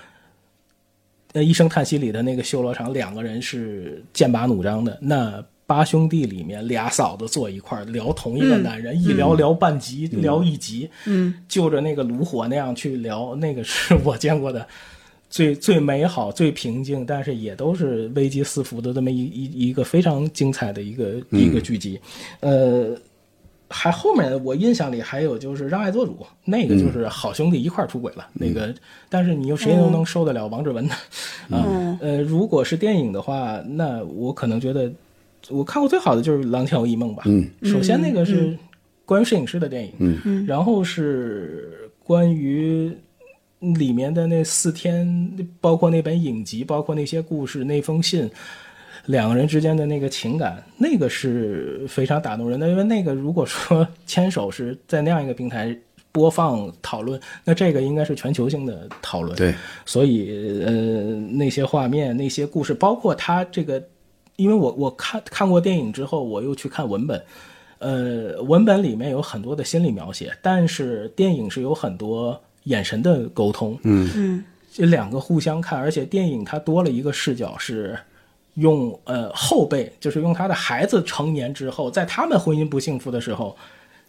呃，一声叹息里的那个修罗场，两个人是剑拔弩张的。那八兄弟里面，俩嫂子坐一块儿聊同一个男人，一聊聊半集，聊一集，嗯，就着那个炉火那样去聊，那个是 我见过的最最美好、最平静，但是也都是危机四伏的这么一一一个非常精彩的一个、一个剧集，呃。还后面我印象里还有就是让爱做主，那个就是好兄弟一块儿出轨了，那个，但是你又谁又能受得了王志文呢？啊、呃，如果是电影的话，那我可能觉得我看过最好的就是《廊桥遗梦》吧。嗯，首先那个是关于摄影师的电影，嗯，然后是关于里面的那四天，包括那本影集，包括那些故事，那封信，两个人之间的那个情感，那个是非常打动人的。因为那个如果说牵手是在那样一个平台播放讨论，那这个应该是全球性的讨论。对，所以呃，那些画面、那些故事，包括他这个，因为我我看看过电影之后，我又去看文本。呃，文本里面有很多的心理描写，但是电影是有很多眼神的沟通。嗯嗯，这两个互相看，而且电影它多了一个视角是用呃后辈，就是用他的孩子成年之后，在他们婚姻不幸福的时候，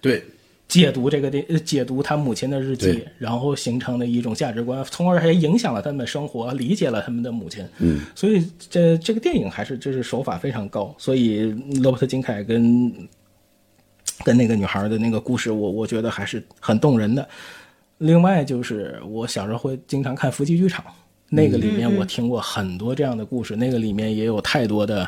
对，解读这个电，呃解读他母亲的日记对，然后形成的一种价值观，从而还影响了他们的生活，理解了他们的母亲。嗯，所以这这个电影还是这是手法非常高，所以罗伯特金凯跟跟那个女孩的那个故事，我我觉得还是很动人的。另外就是我小时候会经常看《夫妻剧场》，那个里面我听过很多这样的故事，那个里面也有太多的。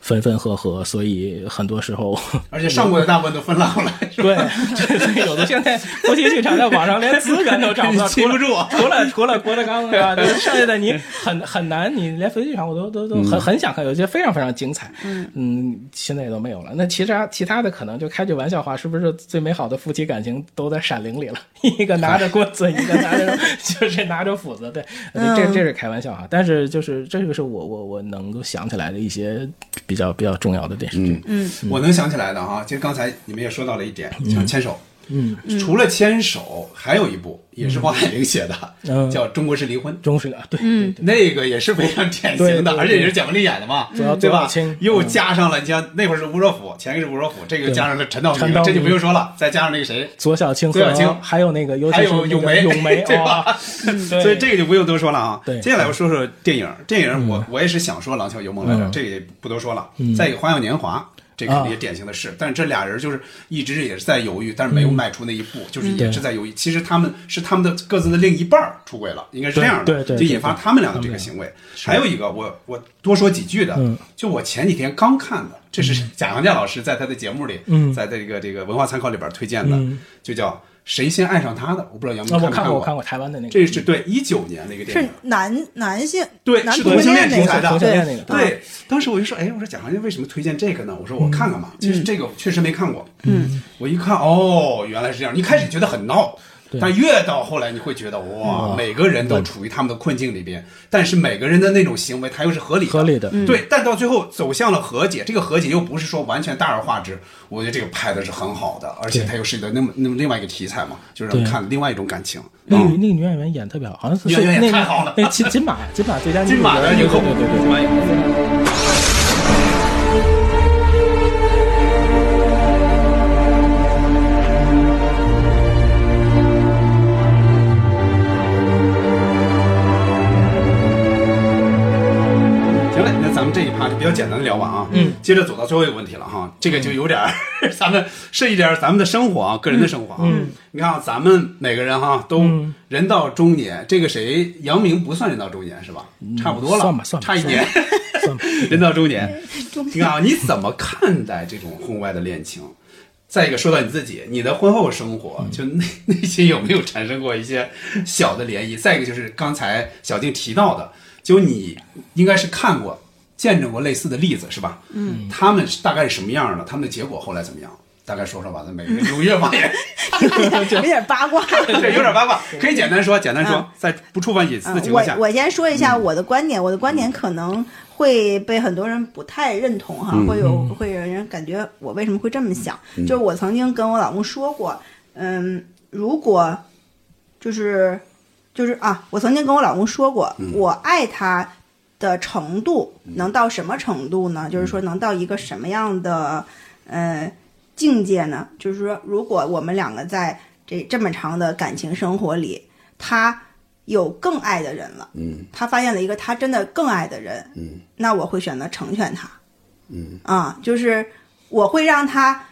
分分合合，所以很多时候，而且上过的大部分都分了，后来 是吧对，所以有的现在夫妻剧场在网上连资源都 找不到，记除不了住。除了除了郭德 纲对吧？剩下的你很很难，你连飞机场我都都嗯都很很想看，有些非常非常精彩，嗯现在也都没有了。那其实啊其他的可能就开句玩笑话，是不是最美好的夫妻感情都在《闪灵》里了？ 一个拿着棍子，一个拿着 就是拿着斧子，对，这这是开玩笑啊。但是就是这个是我我我能够想起来的一些比较比较重要的电嗯视剧，我能想起来的哈，其实刚才你们也说到了一点，像牵手。嗯，除了牵手，还有一部也是黄海玲写的，嗯叫《中国式离婚》。忠实的对，嗯，那个也是非常典型对的，对而且也是蒋雯丽演的嘛，主要对左吧小青？又嗯加上了，你像那会儿是吴若甫，前一个是吴若甫，这个又对加上了陈道陈明道，这就明不用说了，再加上那个谁，左小青和左小青还有那个尤其还是有咏咏梅，咏梅 对哇吧？对所以这个就不用多说了啊。对嗯接下来我说说电影，电影我我也是想说《廊桥遗梦》来着，这个也不多说了。再一个《花样年华》。这肯啊定也典型的是，但是这俩人就是一直也是在犹豫，但是没嗯有迈出那一步，就是也是在犹豫。其实他们是他们的各自的另一半儿出轨了，应该是这样的，对对就对对引发他们俩的这个行为。还有一个，我我多说几句的，嗯就我前几天刚看的，这是 贾行家老师在他的节目里，嗯在这个这个文化参考里边推荐的，就叫《谁先爱上他的》，我不知道杨啊，明我没看过，我过，看过台湾的那个，这是对一九年的一个电是影。男男性嗯对男是同同性恋那题个材的同性恋那个对，当时我就说，哎，我说贾行家为什么推荐这个呢？我说我看看吧，其实这个我确实没看过。嗯，我一看，哦，原来是这样。一开始觉得很闹，但越到后来你会觉得，哇，每个人都处于他们的困境里边，但是每个人的那种行为，他又是合理的合理的嗯对，但到最后走向了和解，这个和解又不是说完全大而化之，我觉得这个拍的是很好的，而且对它又是一个那么那么另外一个题材嘛，就是对让看另外一种感情。那个嗯女那个女演员演得特别好，好像是女演员那也个太好了那金金马金马最佳女金马演的员影后对对对对金马影后行了，那咱们这一趴就比较简单的聊完啊。嗯，接着走到最后一个问题了哈，这个就有点儿、嗯 咱们是一点儿咱们的生活啊，个人的生活啊。嗯，你看啊，咱们每个人哈都嗯人到中年，这个谁杨明不算人到中年是吧？差不多了，嗯算吧算吧差一年， 算吧 人到中年。你看啊，你怎么看待这种婚外的恋情？再一个，说到你自己，你的婚后生活，嗯就内 内心有没有产生过一些小的涟漪？再一个就是刚才小静提到的，就你应该是看过、见证过类似的例子，是吧？嗯，他们是大概是什么样的？他们的结果后来怎么样？大概说说吧，咱每个人踊跃发言， 有点八卦。 对，嗯有点八卦，可以简单说，简单说，在不触犯隐私的情我况下，嗯我先说一下我的观点，我的观点可能会被很多人不太认同哈，会有会有人感觉我为什么会这么想？就是我曾经跟我老公说过，嗯，如果就是就是啊，我曾经跟我老公说过，我爱他的程度能到什么程度呢？就是说能到一个什么样的呃境界呢？就是说，如果我们两个在这这么长的感情生活里，他有更爱的人了，嗯，他发现了一个他真的更爱的人，嗯，那我会选择成全他，嗯啊，就是我会让他，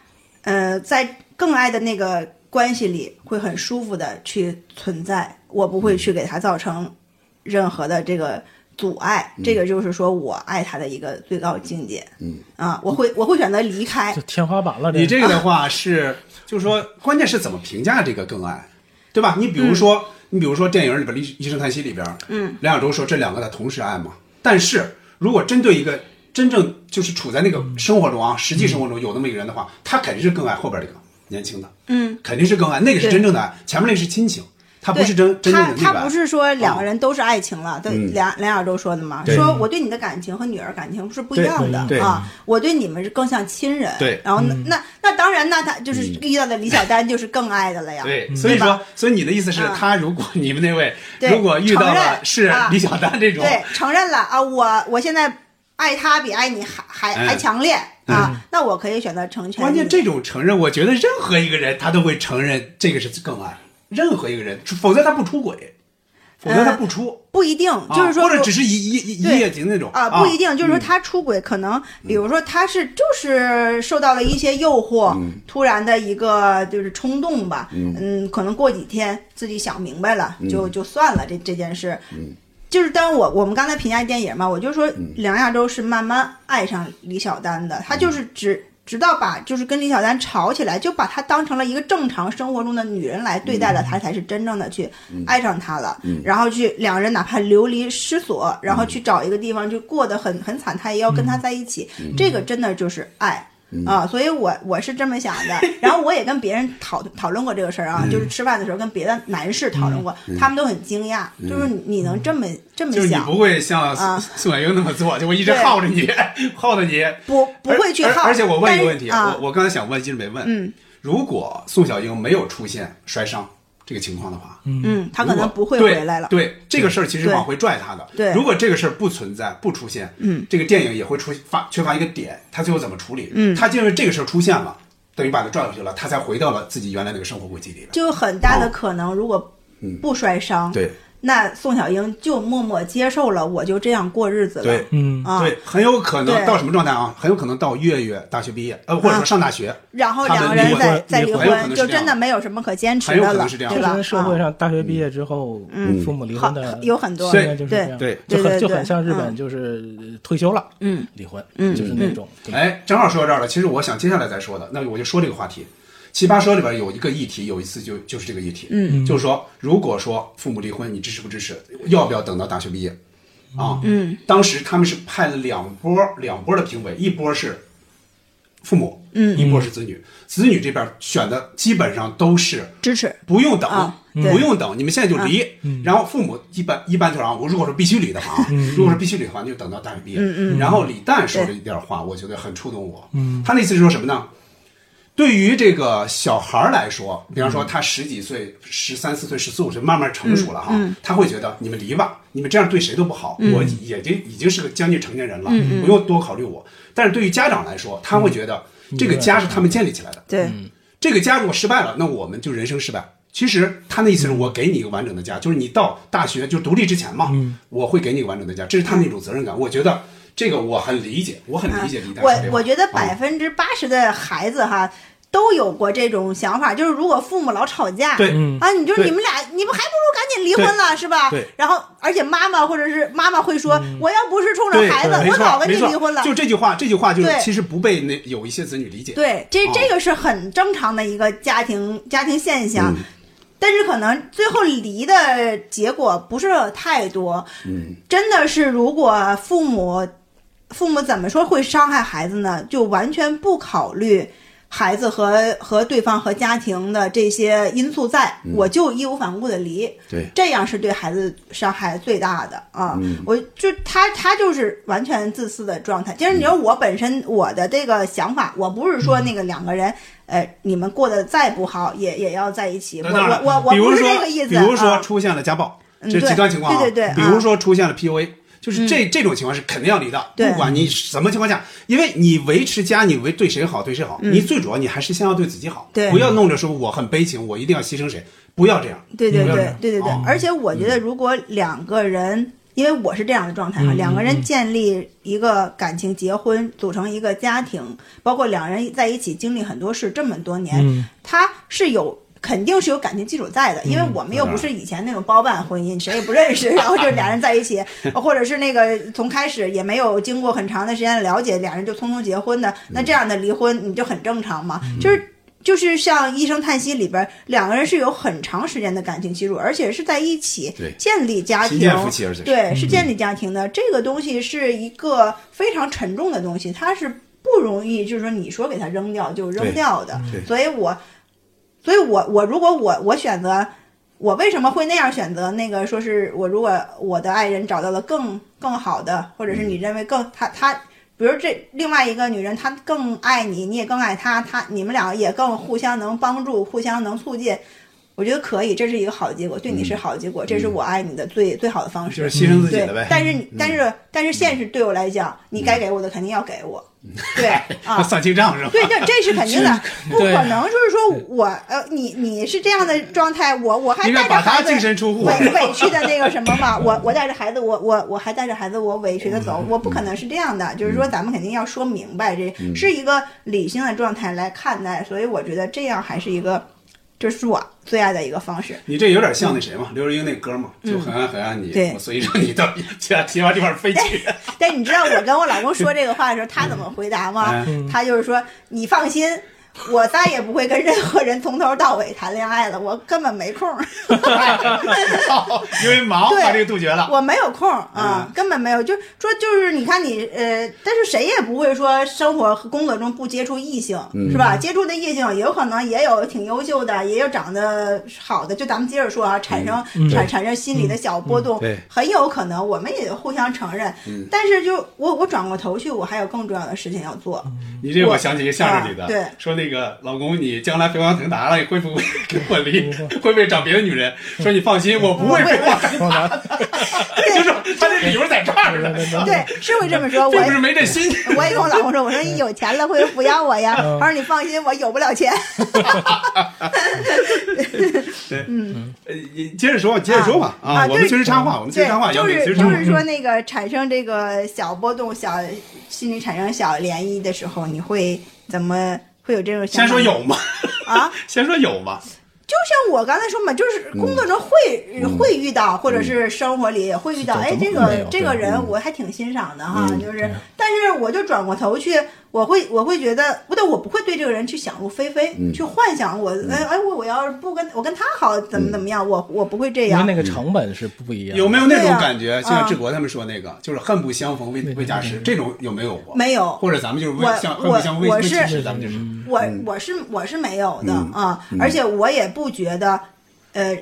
呃，在更爱的那个关系里会很舒服的去存在，我不会去给他造成任何的这个阻碍，这个就是说我爱他的一个最高境界，嗯啊，我会我会选择离开这，天花板了，你这个的话是，就是说，关键是怎么评价这个更爱，对吧？你比如说，嗯你比如说电影里边《医医生叹息》里边，嗯，梁晓洲说这两个他同时爱嘛。但是如果针对一个真正就是处在那个生活中啊，实际生活中有那么一个人的话，他肯定是更爱后边这个年轻的，嗯，肯定是更爱，那个是对真正的爱，前面那是亲情，他不对是真真正他的那他个爱不。是说两啊个人都是爱情了，对嗯梁梁晓洲说的嘛，对嗯说我对你的感情和女儿感情是不一样的对对嗯啊，我对你们是更像亲人。对嗯然后那那那当然，那他就是遇到的李小丹就是更爱的了 呀。对，所以说吧，所以你的意思是，嗯他如果 你们那位对如果遇到了承认是啊李小丹这种，对，承认了啊，我我现在爱他比爱你还还嗯还强烈啊，那我可以选择成全你。关键这种承认，我觉得任何一个人他都会承认这个是更爱，任何一个人，除否则他不出轨，否则他不出，不一定，呃就是说啊、或者我只是一一一一对夜情那种嗯啊，不一定，就是说他出轨可能，比如说他是就是受到了一些诱惑，嗯突然的一个就是冲动嗯嗯吧，嗯，可能过几天自己想明白了，就就算了这这件事，就是当我我们刚才评价电影嘛，我就说梁亚洲是慢慢爱上李小丹的，他就是直直到把就是跟李小丹吵起来，就把她当成了一个正常生活中的女人来对待了，他才是真正的去爱上她了。然后去两人哪怕流离失所，然后去找一个地方就过得很很惨，他也要跟他在一起，这个真的就是爱。啊，所以我我是这么想的，然后我也跟别人讨讨论过这个事儿啊，就是吃饭的时候跟别的男士讨论过，他们都很惊讶，就是你你能这么这么就是你想，不会像啊宋宋小英那么做，就会一直对耗着你， 耗着你，不不会去而耗而而且我问一个问题，但是啊我我刚才想问，一直没问。嗯，如果宋小英没有出现摔伤这个情况的话，嗯，他如可果能不会回来了，对，对这个事儿其实对往回拽他的。对如果这个事儿不存在、不出现，嗯，这个电影也会出发缺乏一个点，他最后怎么处理？嗯他就因为这个事儿出现了，等于把他拽回去了，他才回到了自己原来那个生活轨迹里了。就有很大的可能，如果不摔伤，对那宋小英就默默接受了，我就这样过日子了，对，嗯，啊，对，很有可能对到什么状态啊？很有可能到月月大学毕业，呃，或者啊说上大学，然后他们两个人离婚再再很离有可能婚，是就这样真的没有什么可坚持很有的可能了，是这样对就吧？跟社会啊上大学毕业之后，嗯父母离好婚的有很多现在就是这样，对对就对很就对很像日嗯本，就是退休了，嗯，离婚，嗯就是那种，对哎，正好说到这儿了。其实我想接下来再说的，那我就说这个话题。奇葩说里边有一个议题，有一次就就是这个议题，嗯，就是说，如果说父母离婚，你支持不支持？要不要等到大学毕业？啊，嗯，当时他们是派了两波两波的评委，一波是父母，嗯，一波是子女，子女这边选的基本上都是支持，不用等，啊对啊不用等，你们现在就离。然后父母一般一般就是啊，我如果说必须离的话啊，如果是必须离的话，那就等到大学嗯毕业。然后李诞说了一点话，我觉得很触动我。嗯他那意思是说什么呢？对于这个小孩儿来说，比方说嗯他十几岁、十三四岁、十四五岁，慢慢成熟了哈，嗯他会觉得你们离吧，你们这样对谁都不好。我已经已经是个将近成年人了，嗯不用多考虑我。但是对于家长来说，他会觉得这个家是他们建立起来的，对，这个家如果失败了，那我们就人生失败。其实他那意思是我给你一个完整的家，就是你到大学就独立之前嘛，我会给你一个完整的家，这是他们一种责任感。我觉得这个我很理解，我很理解李诞我说这话。我觉得啊百分之八十的孩子哈。都有过这种想法，就是如果父母老吵架，对啊，你就对你们俩，你们还不如赶紧离婚了，是吧？对嗯然后，而且妈妈或者是妈妈会说，我要不是冲对着孩子，没我早错跟你没错离婚了。就这句话，这句话就是对其实不被那有一些子女理解。对，这哦这个是很正常的一个家庭家庭现象。嗯但是可能最后离的结果不是太多，嗯，真的是如果父母父母怎么说会伤害孩子呢？就完全不考虑孩子和和对方和家庭的这些因素在，嗯我就义无反顾的离，对，这样是对孩子伤害最大的啊！我就他他就是完全自私的状态。其实你说我本身我的这个想法，我不是说那个两个人，呃，你们过得再不好也也要在一起。我那当然我我比我如不是说这个意思。比如说啊出现了家暴，嗯这是极端情况啊。对对对嗯比如说出现了 PUA，就是这这种情况是肯定要离的，对不管你什么情况下，因为你维持家，你维对谁好对谁好，你最主要你还是先要对自己好，嗯对不要弄着说我很悲情，我一定要牺牲谁，不要这样。对对不要这对样对对对哦，而且我觉得，如果两个人，因为我是这样的状态嗯啊，两个人建立一个感情、结婚，组成一个家庭，包括两人在一起经历很多事，这么多年，嗯他是有。肯定是有感情基础在的，因为嗯我们又不是以前那种包办 婚姻，谁也不认识，然后就俩人在一起，或者是那个从开始也没有经过很长的时间的了解，俩人就匆匆结嗯婚的，那这样的离婚你就很正常嘛，就是就是像《一声叹息》里边，两个人是有很长时间的感情基础，而且是在一起对建立家庭，新建夫妻而且是嗯对，是建立家庭的。这个东西是一个非常沉重的东西，它是不容易，就是说你说给它扔掉就扔掉的。所以我，所以我我如果我我选择。我为什么会那样选择？那个说是我如果我的爱人找到了更更好的，或者是你嗯认为更他他比如这另外一个女人，她更爱你，你也更爱她，她你们俩也更互相能帮助，互相能促进，我觉得可以，这是一个好结果，对你是好结果，这是我爱你的最最好的方嗯式，就是牺牲自己嗯对了呗。嗯 但是你但是但是现实对我来讲，你该给我的肯定要给我，嗯 对啊，算清账是吧？对，这这是肯 定的，不对可能就是说我呃，你你是这样的状态，我我还应该带着把他孩子净身出户 委委屈的那个什么嘛，我我带着孩子，我我我还带着孩子，我委屈的走，嗯我不可能是这样的，就是说咱们肯定要说明白，这嗯是一个理性的状态来看待，所以我觉得这样还是一个，这是我最爱的一个方式。你这有点像那谁嘛，刘若英那歌嘛，就很爱很爱你，嗯对所以让你到天天往这边飞 去。 但你知道我跟我老公说这个话的时候，他怎么回答吗？他就是说：“你放心，我再也不会跟任何人从头到尾谈恋爱了，我根本没空儿， 哦因为忙对把这个杜绝了。嗯我没有空儿啊，根本没有。就是说，就是你看你呃，但是谁也不会说生活和工作中不接触异性，嗯是吧？接触的异性有可能也有挺优秀的，也有长得好的。就咱们接着说啊，产生嗯产产生心理的小波动对，很有可能我们也互相承认。嗯但是就我我转过头去，我还有更重要的事情要做。你这我想起一个相声里的，啊对说那个老公，你将来飞黄腾达了，会不会跟我离？嗯会不会找别的女人？说你放心，我不会飞黄腾达的。 就是他这理由在这儿呢，对，是会这么说。我并不也是 没这心。我也跟我老公说，我说你有钱了会不会抚养我呀？嗯他说你放心，我有不了钱。呃，你接着说，接着说吧啊我们就是随时插话，我们随时插话，就杨姐是随时插就话。是嗯说那个产生这个小波动、小心理产生小涟漪的时候，你会怎么会有这种想先法说有吗？啊？ 先说有吗？就像我刚才说嘛，就是嗯工作中会、会遇到，或者是生活里也会遇到，嗯哎，这怎么会没个有嗯这个人我还挺欣赏的哈，就是，但是我就转过头去，我会我会觉得，不对，我不会对这个人去想入非非，嗯去幻想我，哎哎，我我要是不跟我跟他好，怎嗯么怎么样，我我不会这因为样那。个成本是不一样的。有没有那对种啊感觉？啊就像志国他们说那个，就是恨不相逢未未嫁时，这种有没有过？没有或者咱们就是我为相恨我不相逢我未未嫁是时，咱们就是我我是我是没有的啊，而且我也不觉得，呃，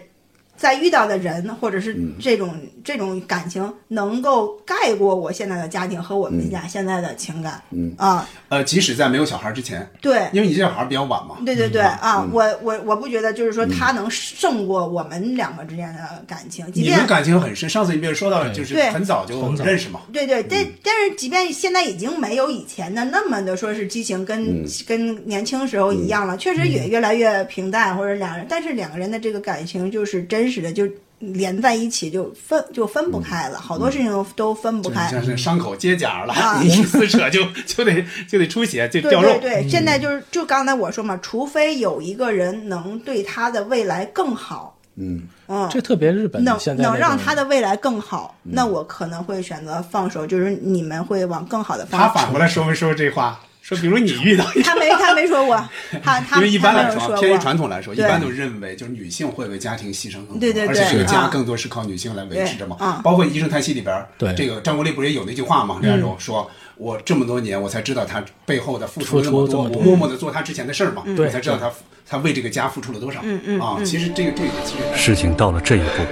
在遇到的人或者是这种这种感情能够盖过我现在的家庭和我们俩现在的情感，嗯啊，呃，即使在没有小孩之前，对。因为你这小孩比较晚嘛，对对对啊，我我我不觉得，就是说他能胜过我们两个之间的感情，即你便们感情很深。上次你不是说到，对就是对很早就认识嘛？对对，但但是即便现在已经没有以前的那么的说是激情跟、跟年轻时候一样了，确实也越来越平淡，或者两人，但是两个人的这个感情就是真实的，就连在一起就分就分不开了，好多事情都分不开。像是伤口结痂啊了，你一撕扯就就得就得出血，就对掉对肉。对，现在就是就刚才我说嘛，除非有一个人能对他的未来更好，嗯嗯，这特别日本能现在能那让种他的未来更好，那我可能会选择放手，就是你们会往更好的方他向。反过来说没说这话？说比如你遇到一个，他没他没说过，他他因为一般他来没有说啊说，偏于过传统来说，一对般都认为就是女性会为家庭牺牲更多，对对而且对这个家啊更多是靠女性来维持着嘛。对啊包括《一生叹息》里边儿，对这个张国立不是也有那句话嘛？嗯梁种说。我这么多年，我才知道他背后的付出了那么付出这多，么我多默默的做他之前的事儿嘛，对我才知道他他为这个家付出了多少。嗯嗯啊，其实这个这个其实事情到了这一步，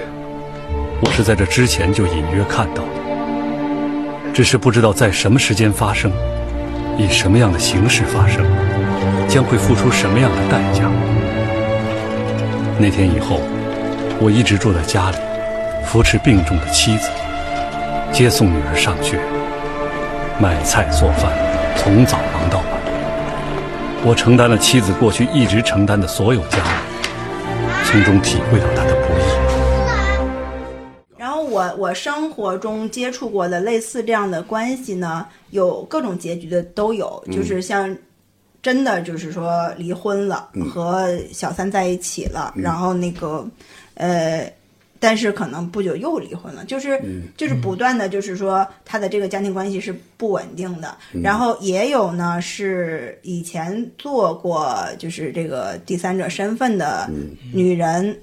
我是在这之前就隐约看到的，只是不知道在什么时间发生，以什么样的形式发生，将会付出什么样的代价。那天以后，我一直住在家里，扶持病重的妻子，接送女儿上学，买菜做饭，从早忙到晚。我承担了妻子过去一直承担的所有家务。从中体会到他的不易。然后我我生活中接触过的类似这样的关系呢，有各种结局的都有，就是像真的就是说离婚了，和小三在一起了，然后那个呃。但是可能不久又离婚了，就是、就是不断的，就是说他的这个家庭关系是不稳定的。然后也有呢，是以前做过就是这个第三者身份的女人，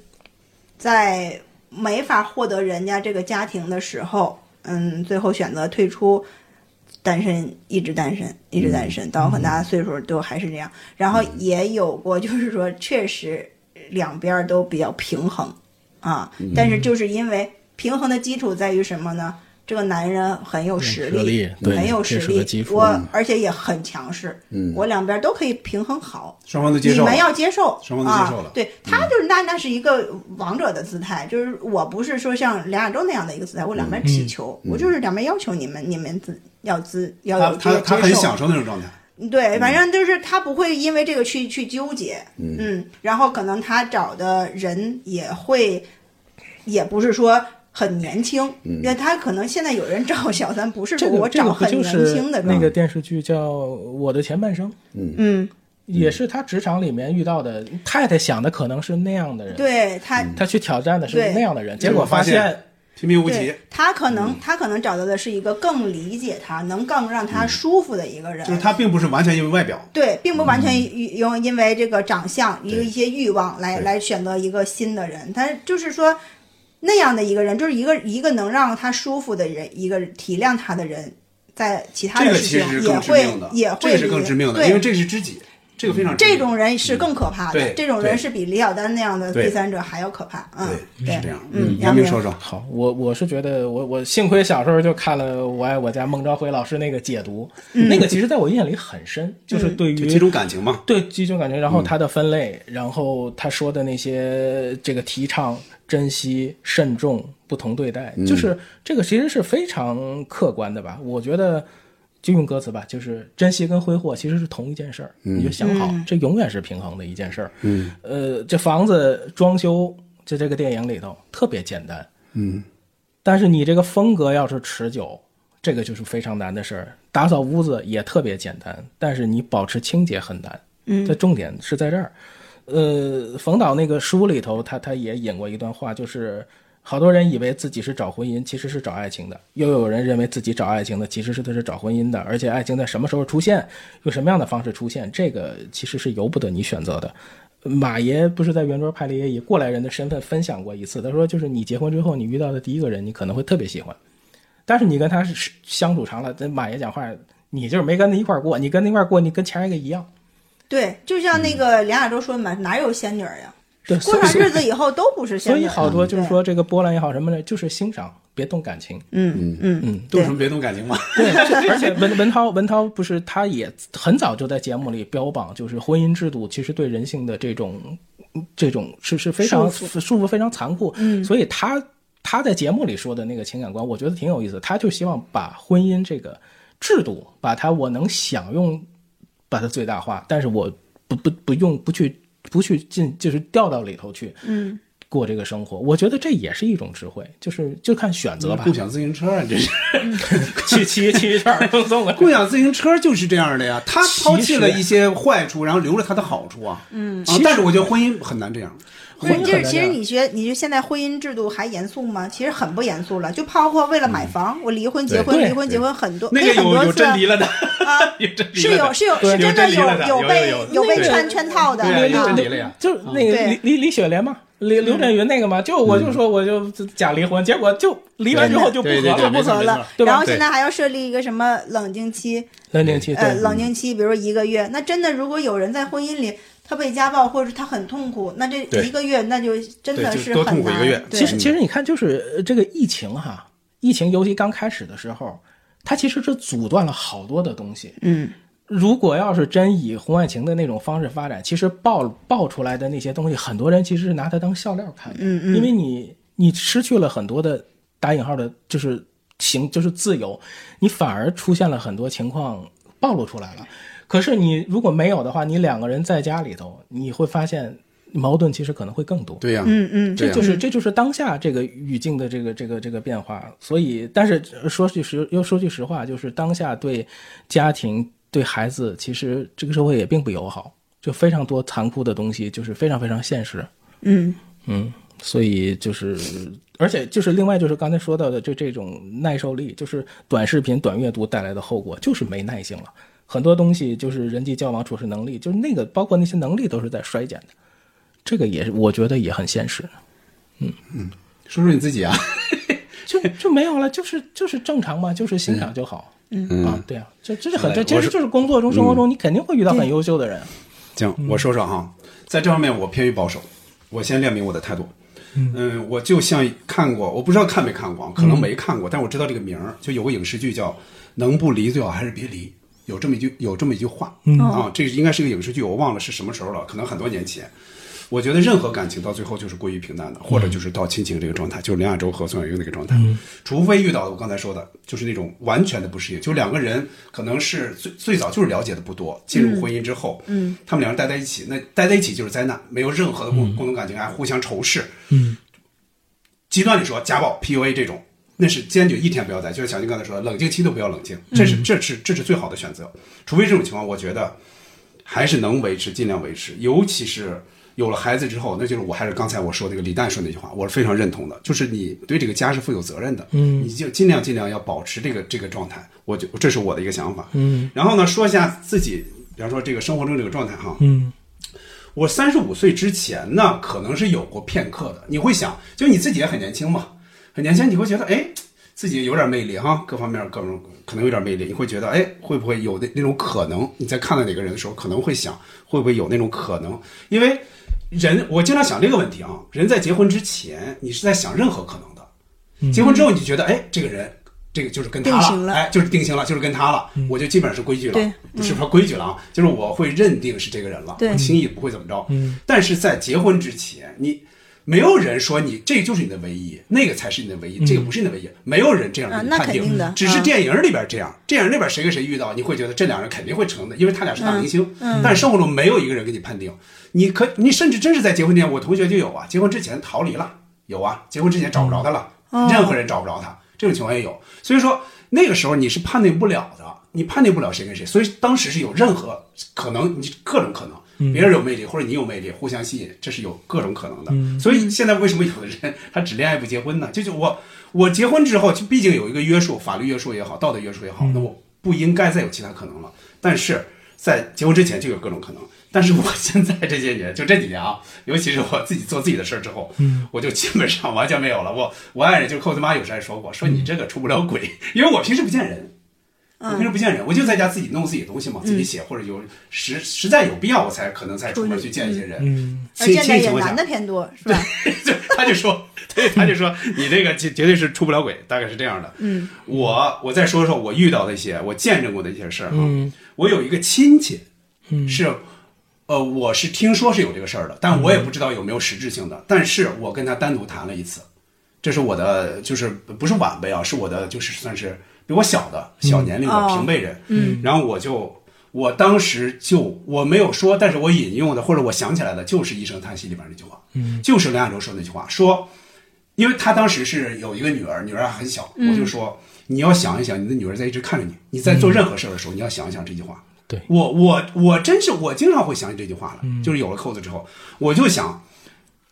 在没法获得人家这个家庭的时候，嗯，最后选择退出，单身一直单身，一直单身，嗯到很大岁数都还是这样。然后也有过，就是说确实两边儿都比较平衡啊，嗯但是就是因为平衡的基础在于什么呢？这个男人很有实实力对很有实这是个基力，础嗯我而且也很强势，我两边都可以平衡好，双方都接受你了们。要接受，双方都接受了嗯啊、对他就是那那是一个王者的姿态，就是我不是说像梁亚洲那样的一个姿态，我两嗯边乞求，我就是两边要求你们，你们自要自要他有这他个他很接受享。受那嗯种状态，对，反正就是他不会因为这个去去纠结，嗯然后可能他找的人也会，也不是说很年轻，嗯因为他可能现在有人找小三，不是说这个我这个找不很就年是轻的状态，那个电视剧叫《我的前半生》，嗯，也是他职场里面遇到的太太想的可能是那样的人，对他，嗯他去挑战的是那样的人，结果发现平平无奇对。他可能嗯他可能找到的是一个更理解他、能更让他舒服的一个人，嗯就是他嗯并不是完全因为外表，对，并不完全因因为这个长相、一个对一些欲望来对来选择一个新的人，他就是说那样的一个人，就是一个一个能让他舒服的人，一个体谅他的人，在其他这的个事其实情是也更致会命的，也这会个是更理致命的，对因为这是知己，这个非常致命这种人是更可怕的对，这种人对是比李小丹那样的对第三者还要可怕，嗯，对是这样。嗯，杨明明说说，好，我我是觉得我我幸亏小时候就看了《我爱我家》孟昭辉老师那个解读，嗯那个其实在我印象里很深，就是对于就几种感情嘛，对几种感觉，然后它的分类，然后他说的那些这个提倡珍惜、慎重、不同对待，就是这个其实是非常客观的吧？我觉得就用歌词吧，就是珍惜跟挥霍其实是同一件事儿，你就想好，这永远是平衡的一件事儿。嗯，呃，这房子装修在这个电影里头特别简单，但是你这个风格要是持久，这个就是非常难的事儿。打扫屋子也特别简单，但是你保持清洁很难。嗯，这重点是在这儿。呃，冯导那个书里头，他他也引过一段话，就是好多人以为自己是找婚姻，其实是找爱情的；又有人认为自己找爱情的，其实是他是找婚姻的。而且爱情在什么时候出现，用什么样的方式出现，这个其实是由不得你选择的。马爷不是在圆桌派里也以过来人的身份分享过一次，他说就是你结婚之后，你遇到的第一个人，你可能会特别喜欢，但是你跟他是相处长了，跟马爷讲话，你就是没跟他一块儿过，你跟他一块儿过，你跟前一个一样。对，就像嗯那个梁亚洲说的嘛，哪有仙女儿呀？对，过上日子以后都不是仙所女以儿，好多就是对说这个波兰也好什么的，就是欣赏，别动感情。嗯嗯嗯，动对什么别动感情嘛， 对，而且文文涛文涛不是他也很早就在节目里标榜，就是婚姻制度其实对人性的这种这种是是非常束束缚非常残酷，嗯，所以他他在节目里说的那个情感观，我觉得挺有意思，他就希望把婚姻这个制度，把它我能享用，把它最大化，但是我不不不用不去不去进就是掉到里头去，嗯。过这个生活，我觉得这也是一种智慧，就是就看选择吧共。享自行车啊，你这是。骑骑骑一圈儿赠送了。共享自行车就是这样的呀，他抛弃了一些坏处，然后留了他的好处啊。嗯，啊，但是我觉得婚姻很难这样。婚姻就是，其实很难你觉得你就现在婚姻制度还严肃吗？其实很不严肃了，就包括为了买房，我离婚、结婚、对离婚、结婚很多，嗯那可以个很有多有次真离了的， 啊，有真离是了有的，是有对是真的有真离了的有有被有有有被对圈圈套 的，对啊有真离了呀。嗯就是那个对嗯李李李雪莲嘛，李刘震云那个嘛，就我就说我就假离婚，结果就离完之后就不对和对对了，没不错合没了错，对吧然后现在还要设立一个什么冷静期，冷静期呃，对。冷静期，比如说一个月。那真的，如果有人在婚姻里他被家暴，或者是他很痛苦，那这对一个月那就真的对就是多很痛苦一个难月对其实其实你看，就是呃这个疫情哈，疫情尤其刚开始的时候，它其实是阻断了好多的东西。嗯，如果要是真以婚外情的那种方式发展，其实爆爆出来的那些东西，很多人其实是拿它当笑料看的。嗯嗯，因为你你失去了很多的打引号的，就是行，就是自由，你反而出现了很多情况暴露出来了。可是你如果没有的话，你两个人在家里头，你会发现矛盾其实可能会更多。对呀，嗯嗯，这对呀就，是这就是当下这个语境的这个这个这个变化。所以，但是说句实又说句实话，就是当下对家庭、对孩子，其实这个社会也并不友好，就非常多残酷的东西，就是非常非常现实。嗯嗯，所以就是，而且就是另外就是刚才说到的，就这种耐受力，就是短视频、短阅读带来的后果，就是没耐性了。很多东西就是人际交往、处事能力，就是那个包括那些能力都是在衰减的，这个也是我觉得也很现实。说说你自己啊，就就没有了，就是就是正常嘛，就是欣赏就好。嗯啊，对啊，这这是很哎这其我实是就是工作中、生活中，你肯定会遇到很优秀的人。行，我说说哈，在这方面我偏于保守，我先亮明我的态度。嗯，我就像看过，我不知道看没看过，可能没看过，但我知道这个名儿，就有个影视剧叫《能不离最好还是别离》，有这么一句有这么一句话、啊，这应该是个影视剧，我忘了是什么时候了，可能很多年前。我觉得任何感情到最后就是归于平淡的，或者就是到亲情这个状态，就是梁亚洲和宋小英那个状态，除非遇到我刚才说的，就是那种完全的不适应，就两个人可能是最最早就是了解的不多，进入婚姻之后，嗯，他们两人待在一起，那待在一起就是灾难，没有任何的共共同感情，还哎互相仇视，嗯，极端里说家暴、PUA 这种，那是坚决一天不要在，就像小金刚才说的，冷静期都不要冷静，这是这是这是最好的选择，除非这种情况，我觉得。还是能维持，尽量维持。尤其是有了孩子之后，那就是我还是刚才我说那个李诞说那句话，我是非常认同的，就是你对这个家是负有责任的，嗯，你就尽量尽量要保持这个这个状态。我就这是我的一个想法，嗯。然后呢，说一下自己，比方说这个生活中这个状态哈，嗯。我三十五岁之前呢，可能是有过片刻的。你会想，就你自己也很年轻嘛，很年轻，你会觉得，哎，自己有点魅力哈，各方面各种可能有点魅力。你会觉得，哎，会不会有那那种可能？你在看到哪个人的时候，可能会想，会不会有那种可能？因为人，我经常想这个问题啊，人在结婚之前，你是在想任何可能的；结婚之后，你就觉得，哎，这个人。这个就是跟他定型了哎，就是定型了，就是跟他了，我就基本上是规矩了，对不是说规矩了啊，就是我会认定是这个人了，对我轻易不会怎么着。但是在结婚之前，你没有人说你这就是你的唯一，那个才是你的唯一，这个不是你的唯一，没有人这样给啊你那判肯定的只是啊电影里边这样，电影里边谁跟谁遇到，你会觉得这两人肯定会成的，因为他俩是大明星。嗯但是生活中没有一个人给你判定，你可你甚至真是在结婚之前，我同学就有啊，结婚之前逃离了，有啊，结婚之前找不着他了，嗯哦任何人找不着他，这种情况也有。所以说那个时候你是判定不了的，你判定不了谁跟谁，所以当时是有任何可能，你各种可能。别人有魅力，或者你有魅力，互相吸引，这是有各种可能的。所以现在为什么有的人他只恋爱不结婚呢？这就我我结婚之后，就毕竟有一个约束，法律约束也好，道德约束也好，那我不应该再有其他可能了。但是在结婚之前就有各种可能，但是我现在这些年，就这几年啊，尤其是我自己做自己的事儿之后，嗯，我就基本上完全没有了。我我爱人就扣他妈有时候还说我说你这个出不了轨，因为我平时不见人。我平时不见人，我就在家自己弄自己的东西嘛，自己写或者有实实在有必要，我才可能嗯才出门去见一些人。嗯，而亲现在戚也情况下男的偏多，是吧？ 就他就说，对，他就 说你这个绝绝对是出不了轨，大概是这样的。嗯，我我再说说我遇到的一些我见证过的一些事儿啊。我有一个亲戚，是，呃，我是听说是有这个事儿的，但我也不知道有没有实质性的。但是我跟他单独谈了一次，这是我的，就是不是晚辈啊，是我的，就是算是比我小的小年龄的哦平辈人。嗯，然后我就。我当时就我没有说，但是我引用的或者我想起来的就是《一声叹息》里边那句话，嗯，就是梁亚洲说那句话，说，因为他当时是有一个女儿，女儿还很小，我就说你要想一想，你的女儿在一直看着你，你在做任何事儿的时候，你要想一想这句话。对我我我真是我经常会想起这句话了，就是有了扣子之后，我就想，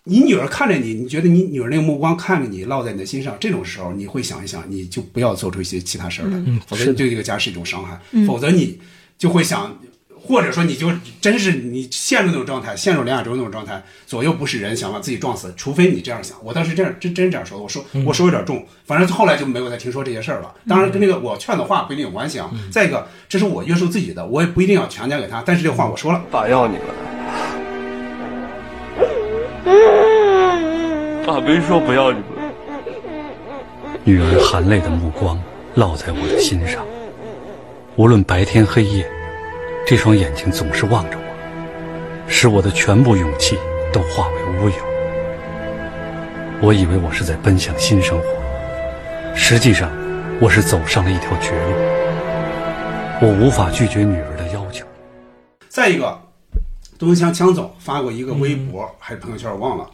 你女儿看着你，你觉得你女儿那个目光看着你，落在你的心上，这种时候你会想一想，你就不要做出一些其他事儿来，否则你对这个家是一种伤害，否则你就会想。或者说，你就真是你陷入那种状态，陷入梁亚洲那种状态，左右不是人，想把自己撞死。除非你这样想，我当时这样真真这样说的。我说我说有点重，反正后来就没有再听说这些事儿了。当然跟那个我劝的话不一定有关系啊。再一个，这是我约束自己的，我也不一定要强加给他。但是这话我说了，爸要你了，爸没说不要你了。女儿含泪的目光落在我的心上，无论白天黑夜，这双眼睛总是望着我，使我的全部勇气都化为乌有。我以为我是在奔向新生活，实际上我是走上了一条绝路。我无法拒绝女儿的要求。再一个，东乡枪总发过一个微博还是朋友圈，我忘了，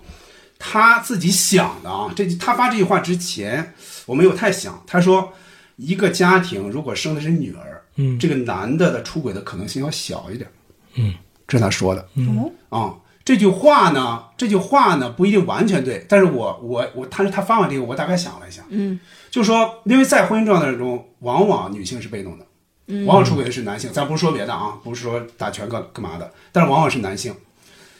他自己想的啊。这他发这句话之前，我没有太想。他说，一个家庭如果生的是女儿，嗯，这个男的的出轨的可能性要小一点，嗯，这是他说的，哦，啊、这句话呢，这句话呢不一定完全对，但是我我我，他他发完这个，我大概想了一下，嗯，就说因为在婚姻状态中，往往女性是被动的，往往出轨的是男性，咱不是说别的啊，不是说打拳干干嘛的，但是往往是男性。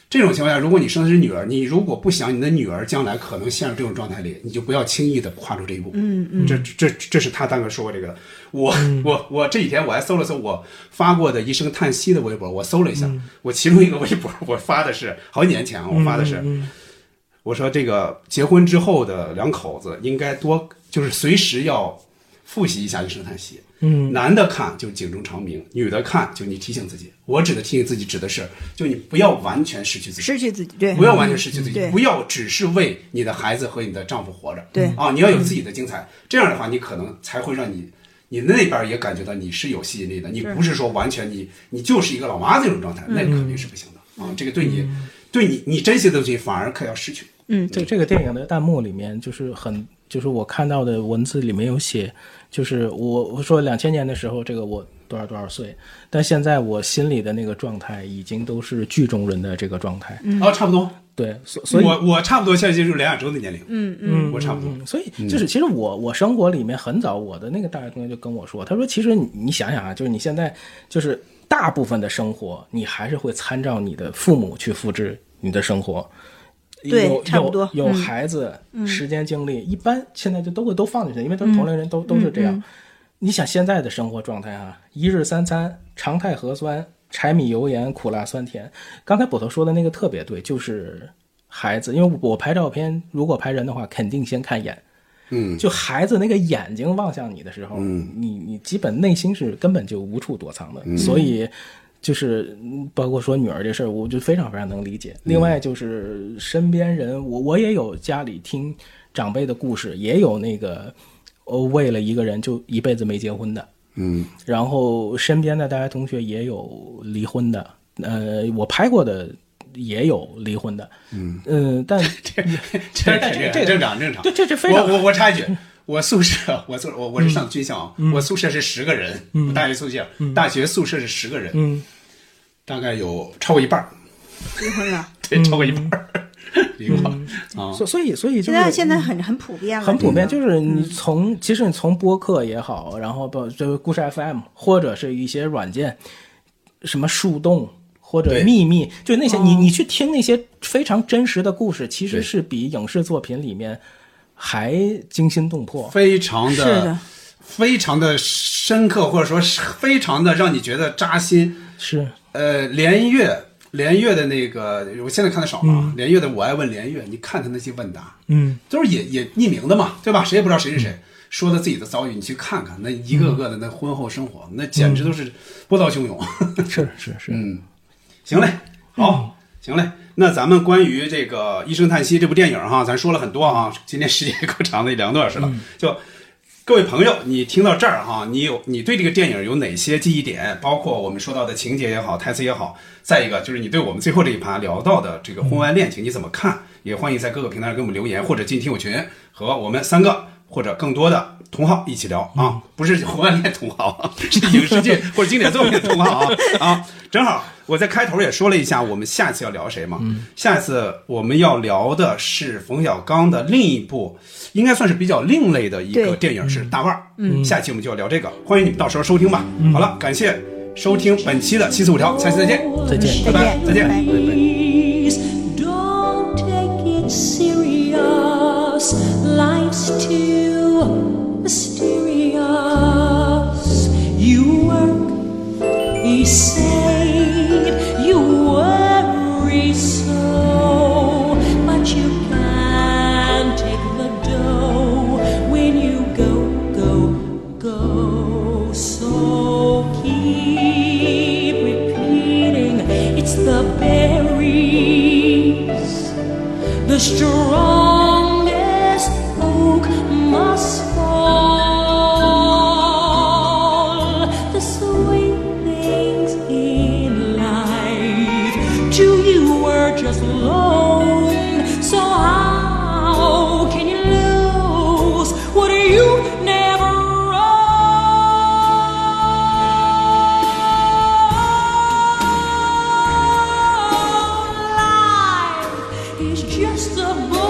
这种情况下，如果你生的是女儿，你如果不想你的女儿将来可能陷入这种状态里，你就不要轻易的跨出这一步。嗯嗯，这这这是他当时说过这个的。我、我我这几天我还搜了搜我发过的一声叹息的微博，我搜了一下，我其中一个微博我发的是好几年前啊，我发的是，我说这个结婚之后的两口子应该多就是随时要复习一下《一声叹息》。嗯，男的看就警钟长鸣，女的看就你提醒自己。我指的提醒自己指的是，就你不要完全失去自己，失去自己，对，不要完全失去自己，对不要只是为你的孩子和你的丈夫活着。对啊，你要有自己的精彩，这样的话，你可能才会让你。你那边也感觉到你是有吸引力的，你不是说完全你你就是一个老妈子这种状态，嗯那肯定是不行的啊！这个对你，对你你珍惜的东西反而可要失去。这这个电影的弹幕里面就是很，就是我看到的文字里面有写，就是我我说两千年的时候，这个我多少多少岁，但现在我心里的那个状态已经都是剧中人的这个状态。嗯哦，差不多。对，所所以我我差不多现在就是梁亚洲的年龄，嗯嗯嗯，我差不多嗯。嗯所以就是，其实我我生活里面很早，我的那个大学同学就跟我说，他说，其实你你想想啊，就是你现在就是大部分的生活，你还是会参照你的父母去复制你的生活。对有差不多有有嗯孩子，时间精力，一般现在就都会都放进去，因为都是同龄人，都都是这样。你想现在的生活状态啊，一日三餐，常态核酸，柴米油盐，苦辣酸甜。刚才捕头说的那个特别对，就是孩子，因为我拍照片，如果拍人的话，肯定先看眼。嗯，就孩子那个眼睛望向你的时候，你你基本内心是根本就无处躲藏的，所以就是嗯包括说女儿这事儿，我就非常非常能理解。嗯另外就是身边人，我我也有家里听长辈的故事，也有那个呃为了一个人就一辈子没结婚的，嗯，然后身边的大学同学也有离婚的，呃，我拍过的也有离婚的，嗯 但 这但这这正常正常。对这这非常嗯我我我插一句， 我宿舍我宿我我是上军校，啊我宿舍是十个人，我大学宿舍大学宿舍是十个人，嗯大概有超过一半儿，离婚了。对，超过一嗯半儿离过啊。所所以所以就现是在现在很很普遍了，很普遍，这就个嗯是你从其实你从播客也好，然后包就是故事 FM 或者是一些软件，什么树洞或者对秘密，就哦那些你你去听那些非常真实的故事，其实是比影视作品里面还惊心动魄。 非常是的的，非常的深刻，或者说是非常的让你觉得扎心。 是，呃，连岳，连岳的那个，我现在看的少了啊。连岳的《我爱问连岳》，你看他那些问答，嗯，都是也也匿名的嘛，对吧？谁也不知道谁是谁，说的自己的遭遇，你去看看那一个个的那婚后生活，那简直都是波涛汹涌。是是是，嗯，行嘞，好，行嘞。那咱们关于这个《一声叹息》这部电影哈，咱说了很多哈，今天时间也够长的，两个多小时了。就各位朋友，你听到这儿哈，你有你对这个电影有哪些记忆点？包括我们说到的情节也好，台词也好。再一个就是你对我们最后这一盘聊到的这个婚外恋情你怎么看？也欢迎在各个平台上给我们留言，或者进听友群和我们三个或者更多的同好一起聊啊， 不是婚外恋同好啊，是影视剧或者经典作品的同好啊啊！正好我在开头也说了一下，我们下次要聊谁嘛？下次我们要聊的是冯小刚的另一部，应该算是比较另类的一个对电影，是《大腕儿》。嗯，下期我们就要聊这个，欢迎你们到时候收听吧。好了，感谢收听本期的七四五条，下期再见，再见。拜拜，见再见。 Please don't take it serious. Life's too mysterious. You work, he said. You worry so, but you can't take the dough when you go, go, go. So keep repeating it's the berries. The strongest oak must fall. The sweet things in life to you were just loan. So how can you lose what you never owned? Life is just a book.